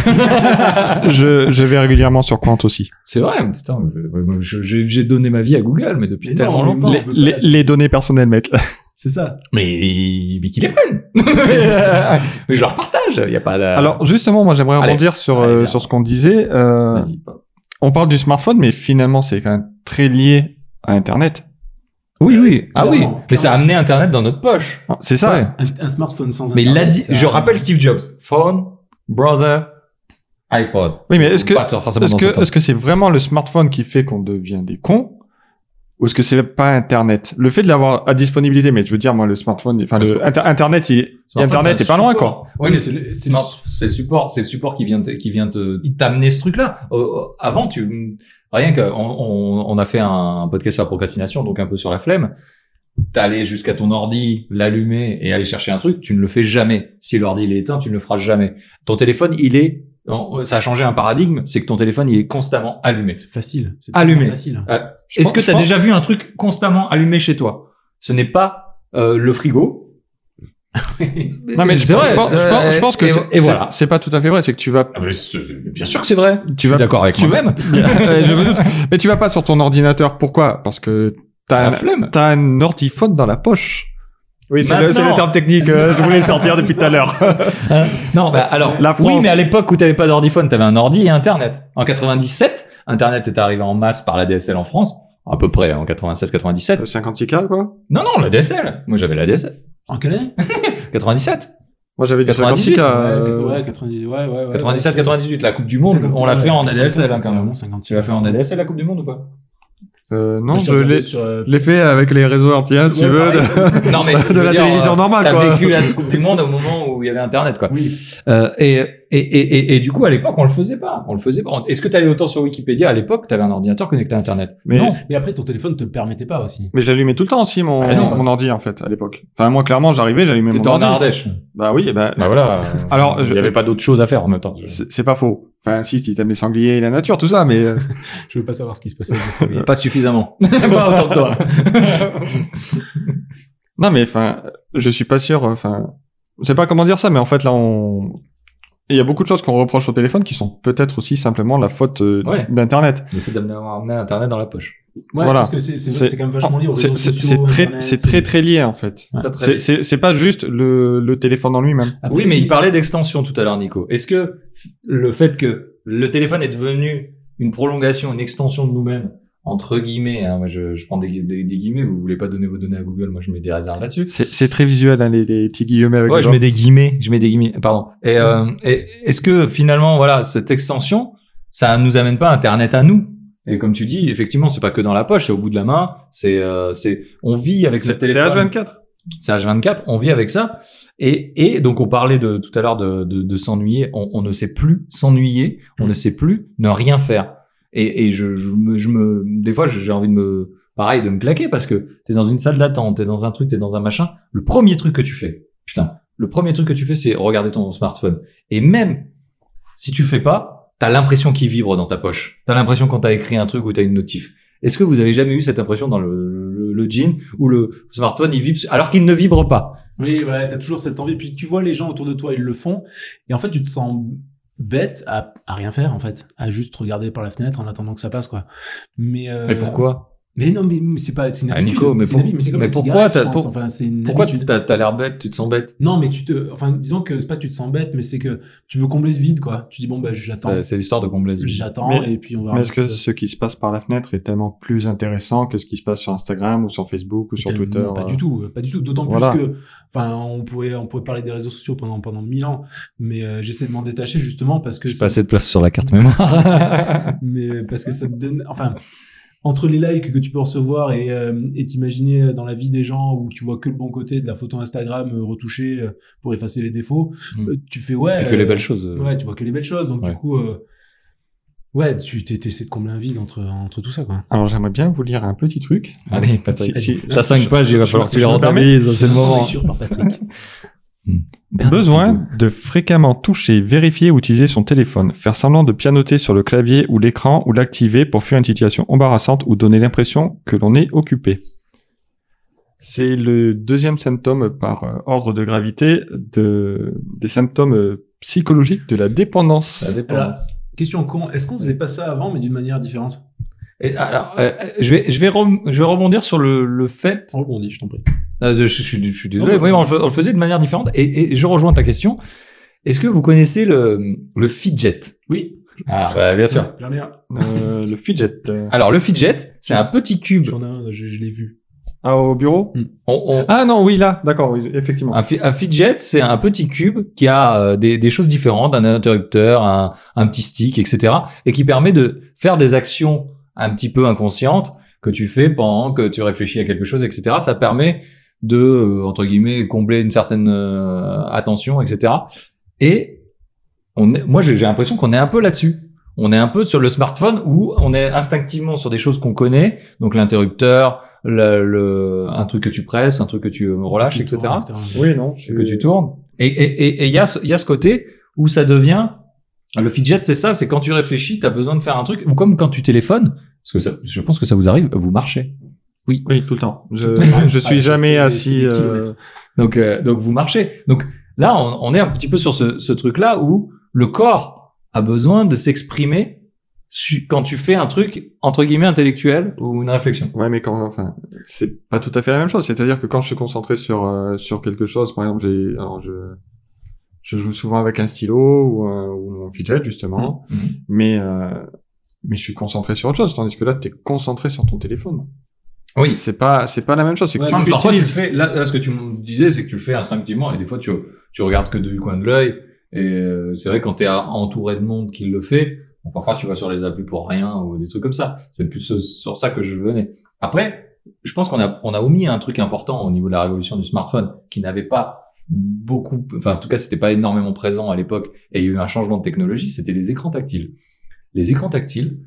Speaker 2: Je, je vais régulièrement sur Quant aussi.
Speaker 1: C'est vrai, putain. euh, je- J'ai j'ai donné ma vie à Google, mais depuis
Speaker 3: Mais non,
Speaker 1: tellement
Speaker 3: mais
Speaker 1: longtemps.
Speaker 3: non.
Speaker 2: Les, les- les données personnelles, mec.
Speaker 3: c'est ça.
Speaker 1: Mais, mais qu'ils les prennent. mais je leur partage. Il y a pas de...
Speaker 2: Alors justement, moi j'aimerais
Speaker 1: Allez.
Speaker 2: rebondir sur,
Speaker 1: Allez,
Speaker 2: euh,
Speaker 1: viens.
Speaker 2: sur ce qu'on disait. Euh,
Speaker 1: vas-y. pas-
Speaker 2: on parle du smartphone, mais finalement c'est quand même très lié à Internet.
Speaker 1: Oui, oui. Ah oui.
Speaker 3: Euh, Clairement,
Speaker 1: Mais ça a amené Internet dans notre poche.
Speaker 2: Ah, C'est ça.
Speaker 1: Ouais.
Speaker 3: Un, un smartphone sans.
Speaker 1: Mais il l'a
Speaker 3: Internet,
Speaker 1: dit.
Speaker 3: ça-
Speaker 1: Je rappelle Steve Jobs. Phone, brother, iPod.
Speaker 2: Oui, mais est-ce que
Speaker 1: Pas forcément
Speaker 2: est-ce
Speaker 1: dans cet
Speaker 2: que
Speaker 1: ordre.
Speaker 2: est-ce que c'est vraiment le smartphone qui fait qu'on devient des cons ou est-ce que c'est pas Internet Le fait de l'avoir à disponibilité, mais je veux dire moi le smartphone, enfin
Speaker 1: Le
Speaker 2: le
Speaker 1: smartphone.
Speaker 2: inter- Internet, il,
Speaker 1: Smartphone,
Speaker 2: Internet
Speaker 1: c'est
Speaker 2: est
Speaker 1: un
Speaker 2: pas loin
Speaker 1: support.
Speaker 2: quoi.
Speaker 1: Oui, mais c'est
Speaker 3: c'est le-
Speaker 1: c'est
Speaker 3: c'est
Speaker 1: le,
Speaker 3: le-
Speaker 1: c'est le support, c'est le support qui vient te, qui vient te t'amener ce truc-là. Euh, avant, tu rien que on, on, on a fait un podcast sur la procrastination, donc un peu sur la flemme. T'allais jusqu'à ton ordi, l'allumer et aller chercher un truc, tu ne le fais jamais. Si l'ordi il est éteint, tu ne le feras jamais. Ton téléphone, il est, ça a changé un paradigme, c'est que ton téléphone il est constamment allumé.
Speaker 3: C'est facile. C'est
Speaker 1: Allumé.
Speaker 3: tellement Facile.
Speaker 2: Je
Speaker 1: Est-ce
Speaker 2: pense-
Speaker 1: que
Speaker 2: je
Speaker 1: tu as
Speaker 2: pense-
Speaker 1: déjà vu un truc constamment allumé chez toi Ce n'est pas euh, le frigo,
Speaker 2: Non mais c'est
Speaker 1: vrai,
Speaker 2: Je pense, je
Speaker 1: euh,
Speaker 2: pense- je pense que
Speaker 1: et-
Speaker 2: c'est-
Speaker 1: et voilà.
Speaker 2: C'est c'est pas tout à fait vrai. C'est que tu vas.
Speaker 3: Ah, mais c'est- bien
Speaker 1: sûr
Speaker 3: sûr.
Speaker 1: que c'est vrai.
Speaker 2: Tu
Speaker 1: Je suis
Speaker 2: vas.
Speaker 1: d'accord avec
Speaker 2: tu vas-
Speaker 1: moi-même.
Speaker 2: Ouais, je me doute. Mais tu vas pas sur ton ordinateur. Pourquoi Parce que t'as
Speaker 1: La
Speaker 2: un,
Speaker 1: flemme.
Speaker 2: t'as un ordiphone dans la poche. Oui,
Speaker 1: c'est le- Maintenant. c'est le terme euh,
Speaker 2: technique. je voulais le sortir depuis tout à l'heure.
Speaker 1: Non, bah alors.
Speaker 2: La France.
Speaker 1: Oui, mais à l'époque où t'avais pas d'ordiphone, t'avais un ordi et Internet. En 97, Internet est arrivé en masse par la DSL en France. À peu près, en 96-97.
Speaker 2: 56K quoi
Speaker 1: Non, non, la DSL. Moi, j'avais la DSL.
Speaker 3: En quelle année
Speaker 1: 97.
Speaker 2: Moi j'avais du
Speaker 1: 98,
Speaker 2: 56K.
Speaker 3: Ouais,
Speaker 2: euh,
Speaker 3: ouais, 90, ouais, ouais, ouais.
Speaker 1: 97-98, la Coupe du Monde, on l'a fait en ADSL hein, quand même.
Speaker 3: 50.
Speaker 1: Tu l'as fait en ADSL la Coupe du Monde ou pas
Speaker 2: euh, non,
Speaker 3: Moi,
Speaker 2: je
Speaker 3: regardé
Speaker 2: l'ai
Speaker 3: sur, euh,
Speaker 2: je l'ai fait avec les réseaux anti si tu
Speaker 3: Ouais,
Speaker 2: veux.
Speaker 3: pareil.
Speaker 1: Non mais
Speaker 2: De
Speaker 1: je veux
Speaker 2: la
Speaker 1: dire,
Speaker 2: télévision
Speaker 1: euh,
Speaker 2: normale,
Speaker 1: T'as
Speaker 2: quoi.
Speaker 1: vécu la Coupe du Monde au moment où il y avait Internet quoi.
Speaker 3: Oui.
Speaker 1: Euh, et, et, et, et, et du coup à l'époque on le faisait pas, on le faisait pas. Est-ce que t'allais autant sur Wikipédia à l'époque T'avais un ordinateur connecté à Internet
Speaker 2: Mais-
Speaker 1: Non.
Speaker 3: Mais après, ton téléphone te le permettait pas aussi.
Speaker 2: Mais je l'allumais tout le temps aussi mon,
Speaker 1: Ah non.
Speaker 2: mon ordi en fait à l'époque. Enfin moi clairement j'arrivais j'allumais mon
Speaker 1: T'étais en
Speaker 2: ordi.
Speaker 1: Ardèche.
Speaker 2: Bah oui, eh ben,
Speaker 1: Bah voilà.
Speaker 2: Alors,
Speaker 1: il
Speaker 2: je-
Speaker 1: n'y avait pas d'autre chose à faire en même temps.
Speaker 2: c'est c'est pas faux. Enfin si, si t'aimes les sangliers et la nature, tout ça, mais euh,
Speaker 3: Je veux pas savoir ce qui se passait. avec ça.
Speaker 1: Pas suffisamment. Euh. pas autant que toi.
Speaker 2: non mais enfin je suis pas sûr. Enfin je sais pas comment dire ça, mais en fait là on il y a beaucoup de choses qu'on reproche au téléphone qui sont peut-être aussi simplement la faute euh,
Speaker 1: Ouais.
Speaker 2: d'internet.
Speaker 1: Le fait d'avoir amené Internet dans la poche.
Speaker 3: Ouais,
Speaker 2: Voilà.
Speaker 3: parce que c'est c'est vrai que c'est quand même
Speaker 1: Ah,
Speaker 3: vachement lié aux réseaux
Speaker 2: C'est c'est-
Speaker 3: sociaux,
Speaker 2: c'est
Speaker 3: euh,
Speaker 2: très
Speaker 3: Internet,
Speaker 2: c'est très très lié en fait.
Speaker 1: Très, très
Speaker 2: C'est- C'est c'est pas juste le, le téléphone en lui-même.
Speaker 3: Après,
Speaker 1: Oui, mais il parlait d'extension tout à l'heure, Nico. Est-ce que le fait que le téléphone est devenu une prolongation, une extension de nous-mêmes, entre guillemets, hein, moi je, je prends des, gui- des- des guillemets, vous voulez pas donner vos données à Google, moi je mets des réserves là-dessus.
Speaker 2: C'est c'est très visuel hein, les, les petits guillemets avec
Speaker 1: Ouais,
Speaker 2: les
Speaker 1: je
Speaker 2: gens.
Speaker 1: mets des guillemets, je mets des guillemets, pardon. Et, euh, et est-ce que finalement, voilà, cette extension, ça nous amène pas Internet à nous Et comme tu dis, effectivement, c'est pas que dans la poche, c'est au bout de la main, c'est, euh, c'est, on vit avec ce
Speaker 2: C'est c'est
Speaker 1: téléphone.
Speaker 2: H24.
Speaker 1: C'est H24, on vit avec ça. Et, et donc, on parlait de, tout à l'heure de, de, de s'ennuyer. On, on ne sait plus s'ennuyer, on ne sait plus ne rien faire. Et, et je, je, me, je me, des fois, j'ai envie de me, pareil, de me claquer parce que t'es dans une salle d'attente, t'es dans un truc, t'es dans un machin. Le premier truc que tu fais, putain, le premier truc que tu fais, c'est regarder ton smartphone. Et même si tu fais pas, t'as l'impression qu'il vibre dans ta poche. T'as l'impression quand t'as écrit un truc ou t'as une notif. Est-ce que vous avez jamais eu cette impression dans le, le, le jean où le smartphone il vibre alors qu'il ne vibre pas
Speaker 3: Oui, voilà, t'as toujours cette envie. Puis tu vois les gens autour de toi, ils le font. Et en fait, tu te sens bête à, à rien faire, en fait. À juste regarder par la fenêtre en attendant que ça passe, quoi. Mais, euh,
Speaker 1: Mais pourquoi
Speaker 3: Mais non, mais, mais c'est pas, c'est une
Speaker 1: Ah,
Speaker 3: habitude.
Speaker 1: Nico, mais
Speaker 3: c'est une
Speaker 1: pour-
Speaker 3: habitude, mais c'est comme
Speaker 1: mais
Speaker 3: la
Speaker 1: pourquoi
Speaker 3: cigarette, je
Speaker 1: t'as-
Speaker 3: pense.
Speaker 1: pour-
Speaker 3: Enfin, c'est une
Speaker 1: Pourquoi tu
Speaker 3: habitude.
Speaker 1: t'as t'as l'air bête, tu te sens bête
Speaker 3: Non, mais tu te, enfin, disons que c'est pas que tu te sens bête, mais c'est que tu veux combler ce vide, quoi. Tu dis bon, bah, j'attends,
Speaker 1: Ça- Euh, C'est l'histoire de combler ce vide.
Speaker 3: j'attends,
Speaker 2: Mais-
Speaker 3: et puis on verra.
Speaker 2: Mais est-ce
Speaker 3: ce qui
Speaker 2: que
Speaker 3: se-
Speaker 2: ce qui se passe par la fenêtre est tellement plus intéressant que ce qui se passe sur Instagram ou sur Facebook ou sur
Speaker 3: Tellement
Speaker 2: Twitter
Speaker 3: Pas
Speaker 2: euh,
Speaker 3: du tout, pas du tout. D'autant
Speaker 2: Voilà.
Speaker 3: plus que, enfin, on pourrait, on pourrait parler des réseaux sociaux pendant pendant mille ans, mais euh, j'essaie de m'en détacher justement parce que
Speaker 1: J'ai
Speaker 3: ça-
Speaker 1: pas assez de place sur la carte mémoire.
Speaker 3: mais parce que ça te donne, enfin, entre les likes que tu peux recevoir et euh, et t'imaginer dans la vie des gens où tu vois que le bon côté de la photo Instagram euh, retouchée euh, pour effacer les défauts,
Speaker 1: Mm.
Speaker 3: euh, tu fais ouais.
Speaker 1: Et que les
Speaker 3: euh,
Speaker 1: belles choses. euh,
Speaker 3: Ouais, tu vois que les belles choses, donc
Speaker 1: Ouais.
Speaker 3: du coup, euh, ouais, tu t'es- t'essaies de combler un vide entre entre tout ça, quoi.
Speaker 2: Alors j'aimerais bien vous lire un petit truc.
Speaker 1: Allez, Patrick.
Speaker 2: Si- si-
Speaker 1: T'as 5 pages, il va falloir que tu les
Speaker 3: je me
Speaker 1: rentabilises, c'est le
Speaker 3: Instant
Speaker 1: moment.
Speaker 3: lecture par Patrick.
Speaker 2: Besoin de fréquemment toucher, vérifier ou utiliser son téléphone, faire semblant de pianoter sur le clavier ou l'écran ou l'activer pour fuir une situation embarrassante ou donner l'impression que l'on est occupé. C'est le deuxième symptôme par euh, ordre de gravité de, des symptômes euh, psychologiques de la dépendance.
Speaker 1: La dépendance.
Speaker 3: Question con, est-ce qu'on faisait pas ça avant mais d'une manière différente
Speaker 1: Et alors, euh, euh, je vais, je vais, rem- je vais rebondir sur le, le fait
Speaker 3: Rebondis, je t'en prie.
Speaker 1: Ah, je, je suis, je suis désolé.
Speaker 3: Non, mais-
Speaker 1: Oui, on le, fais- on le faisait de manière différente. Et, et je rejoins ta question. Est-ce que vous connaissez le, le fidget
Speaker 3: Oui,
Speaker 1: Ah, bah, bien sûr.
Speaker 3: J'en ai un.
Speaker 2: Euh, le fidget. euh.
Speaker 3: Ah.
Speaker 1: Alors, le fidget, c'est un petit cube.
Speaker 3: J'en ai un, je, je l'ai vu.
Speaker 2: Ah, au bureau
Speaker 1: On- on-
Speaker 2: Ah non, oui, là, d'accord, oui,
Speaker 3: Ah.
Speaker 2: effectivement.
Speaker 1: un, fi- un fidget, c'est un petit cube qui a euh, des, des choses différentes, un interrupteur, un, un petit stick, etc. Et qui permet de faire des actions un petit peu inconscientes que tu fais pendant que tu réfléchis à quelque chose, etc. Ça permet de, euh, entre guillemets, combler une certaine euh, attention, etc. Et on est, moi, j'ai j'ai l'impression qu'on est un peu là-dessus. On est un peu sur le smartphone où on est instinctivement sur des choses qu'on connaît, donc l'interrupteur, le, le- un truc que tu presses, un truc que tu euh, relâches,
Speaker 3: Qui
Speaker 1: etc.
Speaker 3: tourne,
Speaker 2: oui, non,
Speaker 1: que tu tournes. Et il et, et, et il y, a ce- il y a ce côté où ça devient... Le fidget, c'est ça, c'est quand tu réfléchis, tu as besoin de faire un truc, ou comme quand tu téléphones, parce que ça- je pense que ça vous arrive, vous marchez. Oui.
Speaker 2: Oui, tout le temps. Je,
Speaker 3: Tout le temps.
Speaker 2: je suis
Speaker 3: Ah, je
Speaker 2: jamais
Speaker 3: fais-
Speaker 2: assis.
Speaker 3: je fais des
Speaker 2: euh,
Speaker 3: kilomètres.
Speaker 1: Donc, euh, donc vous marchez. Donc là, on, on est un petit peu sur ce, ce truc-là où le corps a besoin de s'exprimer su- quand tu fais un truc entre guillemets intellectuel ou une réflexion.
Speaker 2: Ouais, mais quand, enfin, c'est pas tout à fait la même chose. C'est-à-dire que quand je suis concentré sur euh, sur quelque chose, par exemple, j'ai, alors je je joue souvent avec un stylo ou, un- ou mon fidget justement,
Speaker 1: Mhm. Mhm.
Speaker 2: mais euh, mais je suis concentré sur autre chose. Tandis que là, t'es concentré sur ton téléphone.
Speaker 1: Oui.
Speaker 2: C'est pas c'est pas la même chose. C'est que
Speaker 3: Ouais,
Speaker 2: tu
Speaker 1: Enfin, parfois, tu le
Speaker 2: l'utilises.
Speaker 1: fais. Là, là, ce que tu me disais, c'est que tu le fais instinctivement et des fois, tu, tu regardes que du coin de l'œil. Et euh, c'est vrai quand t'es à- entouré de monde qui le fait, bon, parfois tu vas sur les applis pour rien ou des trucs comme ça. C'est plus ce- sur ça que je venais. Après, je pense qu'on a on a omis un truc important au niveau de la révolution du smartphone qui n'avait pas beaucoup, enfin en tout cas c'était pas énormément présent à l'époque et il y a eu un changement de technologie, c'était les écrans tactiles. Les écrans tactiles,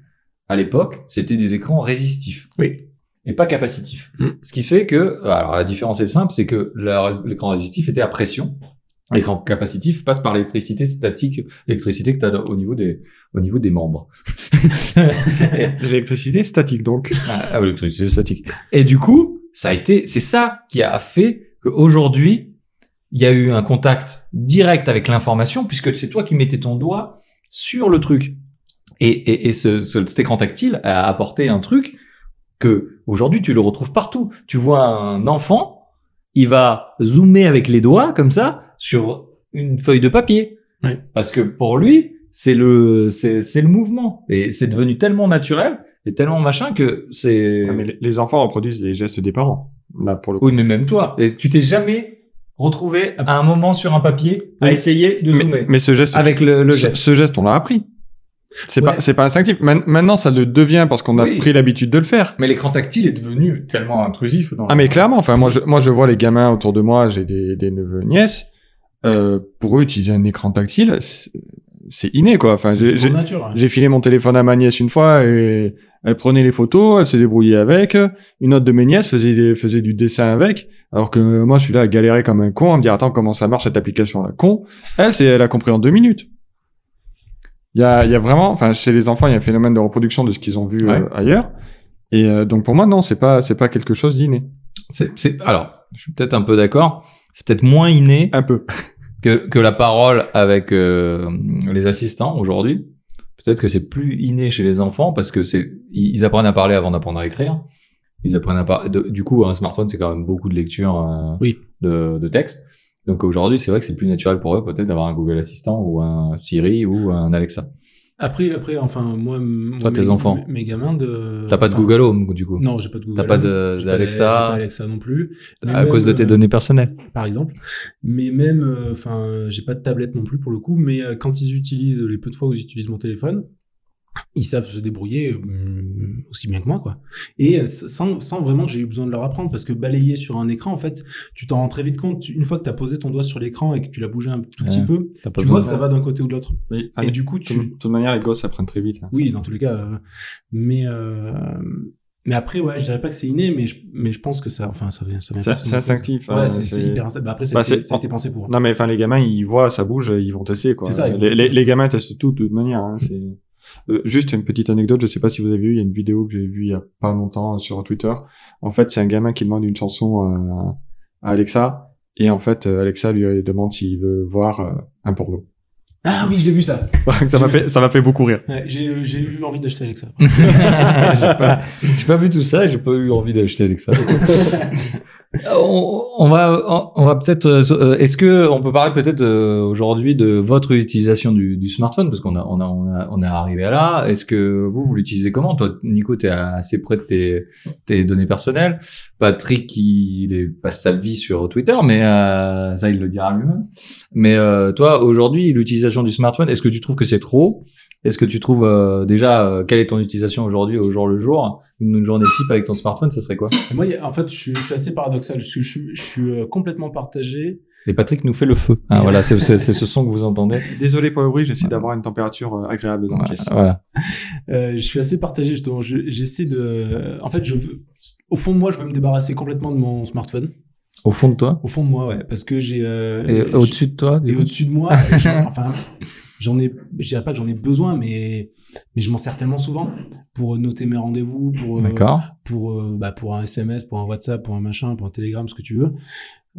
Speaker 1: à l'époque, c'était des écrans résistifs.
Speaker 2: Oui.
Speaker 1: Et pas capacitifs.
Speaker 2: Mm.
Speaker 1: Ce qui fait que, alors la différence est simple, c'est que la- l'écran résistif était à pression. L'écran capacitif passe par l'électricité statique, l'électricité que tu as au niveau des, au niveau des membres.
Speaker 2: L'électricité est statique, donc.
Speaker 1: Ah, ah, oui, l'électricité statique. Et du coup, ça a été, c'est ça qui a fait qu'aujourd'hui, il y a eu un contact direct avec l'information, puisque c'est toi qui mettais ton doigt sur le truc. Et, et, et ce, ce- cet écran tactile a apporté un truc que aujourd'hui tu le retrouves partout. Tu vois un enfant, il va zoomer avec les doigts comme ça sur une feuille de papier,
Speaker 3: Oui.
Speaker 1: parce que pour lui c'est le c'est c'est le mouvement et c'est devenu tellement naturel et tellement machin que c'est
Speaker 2: Ouais, mais les- les enfants reproduisent les gestes des parents. Là, pour le coup.
Speaker 1: oui mais même toi et tu t'es jamais retrouvé à un moment sur un papier à
Speaker 2: Oui.
Speaker 1: essayer de zoomer
Speaker 2: Mais, mais ce geste,
Speaker 1: avec le, le
Speaker 2: ce,
Speaker 1: geste
Speaker 2: ce geste, on l'a appris. C'est
Speaker 3: Ouais.
Speaker 2: pas c'est pas instinctif. Man- maintenant, ça le devient parce qu'on a
Speaker 1: Oui.
Speaker 2: pris l'habitude de le faire.
Speaker 1: mais l'écran tactile est devenu tellement intrusif dans
Speaker 2: Ah mais clairement, enfin moi je, moi je vois les gamins autour de moi, j'ai des, des neveux nièces, euh, pour eux utiliser un écran tactile, c'est- c'est inné quoi. Enfin
Speaker 3: C'est
Speaker 2: j'ai-
Speaker 3: une
Speaker 2: j'ai
Speaker 3: seconde nature. hein.
Speaker 2: j'ai filé mon téléphone à ma nièce une fois et elle prenait les photos, elle s'est débrouillée avec. Une autre de mes nièces faisait des- faisait du dessin avec, alors que moi je suis là à galérer comme un con, à me dire attends comment ça marche cette application la con. Elle c'est elle a compris en deux minutes. Il y a, il y a vraiment, enfin chez les enfants il y a un phénomène de reproduction de ce qu'ils ont vu
Speaker 1: Ouais.
Speaker 2: euh, ailleurs. Et euh, donc pour moi non c'est pas c'est pas quelque chose d'inné.
Speaker 1: c'est c'est alors je suis peut-être un peu d'accord c'est peut-être moins inné
Speaker 2: Un peu.
Speaker 1: que, que la parole avec euh, les assistants aujourd'hui. Peut-être que c'est plus inné chez les enfants parce que c'est ils ils apprennent à parler avant d'apprendre à écrire. Ils apprennent à par- de- Du coup, un smartphone, c'est quand même beaucoup de lecture euh,
Speaker 3: Oui.
Speaker 1: de, de texte. Donc aujourd'hui, c'est vrai que c'est plus naturel pour eux peut-être d'avoir un Google Assistant ou un Siri ou un Alexa.
Speaker 3: Euh, Après, après, enfin, moi, m-
Speaker 1: Toi,
Speaker 3: mes-
Speaker 1: tes enfants.
Speaker 3: mes- Mes gamins de.
Speaker 1: T'as pas de
Speaker 3: enfin,
Speaker 1: Google Home du coup.
Speaker 3: Non, j'ai pas de Google.
Speaker 1: T'as pas de-
Speaker 3: J'ai pas J'ai pas
Speaker 1: d'Alexa
Speaker 3: Alexa non plus. Mais
Speaker 1: à
Speaker 3: même,
Speaker 1: cause de tes
Speaker 3: euh,
Speaker 1: données personnelles.
Speaker 3: par exemple. Mais même, euh, enfin, j'ai pas de tablette non plus pour le coup. Mais euh, quand ils utilisent les peu de fois où ils utilisent mon téléphone, ils savent se débrouiller euh, aussi bien que moi, quoi. Et euh, sans, sans vraiment que j'ai eu besoin de leur apprendre, parce que balayer sur un écran, en fait, tu t'en rends très vite compte. Tu- Une fois que tu as posé ton doigt sur l'écran et que tu l'as bougé un tout petit
Speaker 1: Ouais.
Speaker 3: peu,
Speaker 1: T'as pas
Speaker 3: tu
Speaker 1: besoin
Speaker 3: vois
Speaker 1: de-
Speaker 3: que ça va d'un côté ou de l'autre.
Speaker 2: Oui,
Speaker 3: Et du coup, tu,
Speaker 2: de toute manière, les gosses apprennent très vite. hein.
Speaker 3: oui, dans tous les cas. euh, mais euh, mais après, ouais, je dirais pas que c'est inné, mais je, mais je pense que ça, enfin, ça vient, ça vient.
Speaker 2: C'est
Speaker 3: forcément.
Speaker 2: c'est instinctif. hein,
Speaker 3: Ouais, c'est c'est hyper. insta- Bah après, ça a
Speaker 2: Bah,
Speaker 3: été
Speaker 2: c'est-
Speaker 3: ça a été pensé pour.
Speaker 2: Non, mais enfin, les gamins, ils voient, ça bouge, ils vont tester, quoi.
Speaker 3: C'est ça, ils vont
Speaker 2: les, les-
Speaker 3: tester.
Speaker 2: les gamins testent tout, de toute manière. hein, c'est- Euh, juste une petite anecdote, je sais pas si vous avez vu, il y a une vidéo que j'ai vue il y a pas longtemps euh, sur Twitter. En fait, c'est un gamin qui demande une chanson euh, à Alexa, et en fait, euh, Alexa lui demande s'il veut voir euh, un porno.
Speaker 3: Ah oui, je l'ai vu ça.
Speaker 2: ça m'a fait, ça m'a fait beaucoup rire. Mm.
Speaker 3: Ouais, J'ai j'ai eu envie d'acheter Alexa.
Speaker 1: j'ai pas, j'ai pas vu tout ça, j'ai pas eu envie d'acheter Alexa. on, on va, on, on va peut-être. euh, Est-ce que on peut parler peut-être euh, aujourd'hui de votre utilisation du, du smartphone parce qu'on a, on a, on a, on est arrivé à là. Est-ce que vous vous l'utilisez comment Toi, Nico, t'es assez près de tes, tes données personnelles. Patrick, il, est- passe sa vie sur Twitter, mais euh, ça, il le dira lui-même. Mais euh, toi, aujourd'hui, l'utilisation du smartphone, est-ce que tu trouves que c'est trop est-ce que tu trouves euh, déjà euh, quelle est ton utilisation aujourd'hui au jour le jour une, autre journée type avec ton smartphone ça serait quoi
Speaker 3: Et moi, il y a- en fait, je suis, je suis assez paradoxal. parce que Je, suis- je suis euh, complètement partagé.
Speaker 1: Et Patrick nous fait le feu. Ah, voilà c'est c'est- c'est ce son que vous entendez.
Speaker 2: Désolé pour le bruit, j'essaie d'avoir une température euh, agréable dans la pièce.
Speaker 1: Voilà.
Speaker 3: Euh, je suis assez partagé justement. Je- J'essaie de. En fait, je veux. Au fond de moi, je veux me débarrasser complètement de mon smartphone.
Speaker 1: Au fond de toi
Speaker 3: Au fond de moi, ouais, parce que j'ai. euh,
Speaker 1: et
Speaker 3: j'ai-
Speaker 1: au-dessus de toi. du
Speaker 3: Et
Speaker 1: coup
Speaker 3: au-dessus de moi, je- enfin, j'en ai, je dirais pas que j'en ai besoin, mais, mais je m'en sers tellement souvent pour noter mes rendez-vous, pour, euh,
Speaker 1: D'accord.
Speaker 3: pour, euh, bah, pour un SMS, pour un WhatsApp, pour un machin, pour un Telegram, ce que tu veux.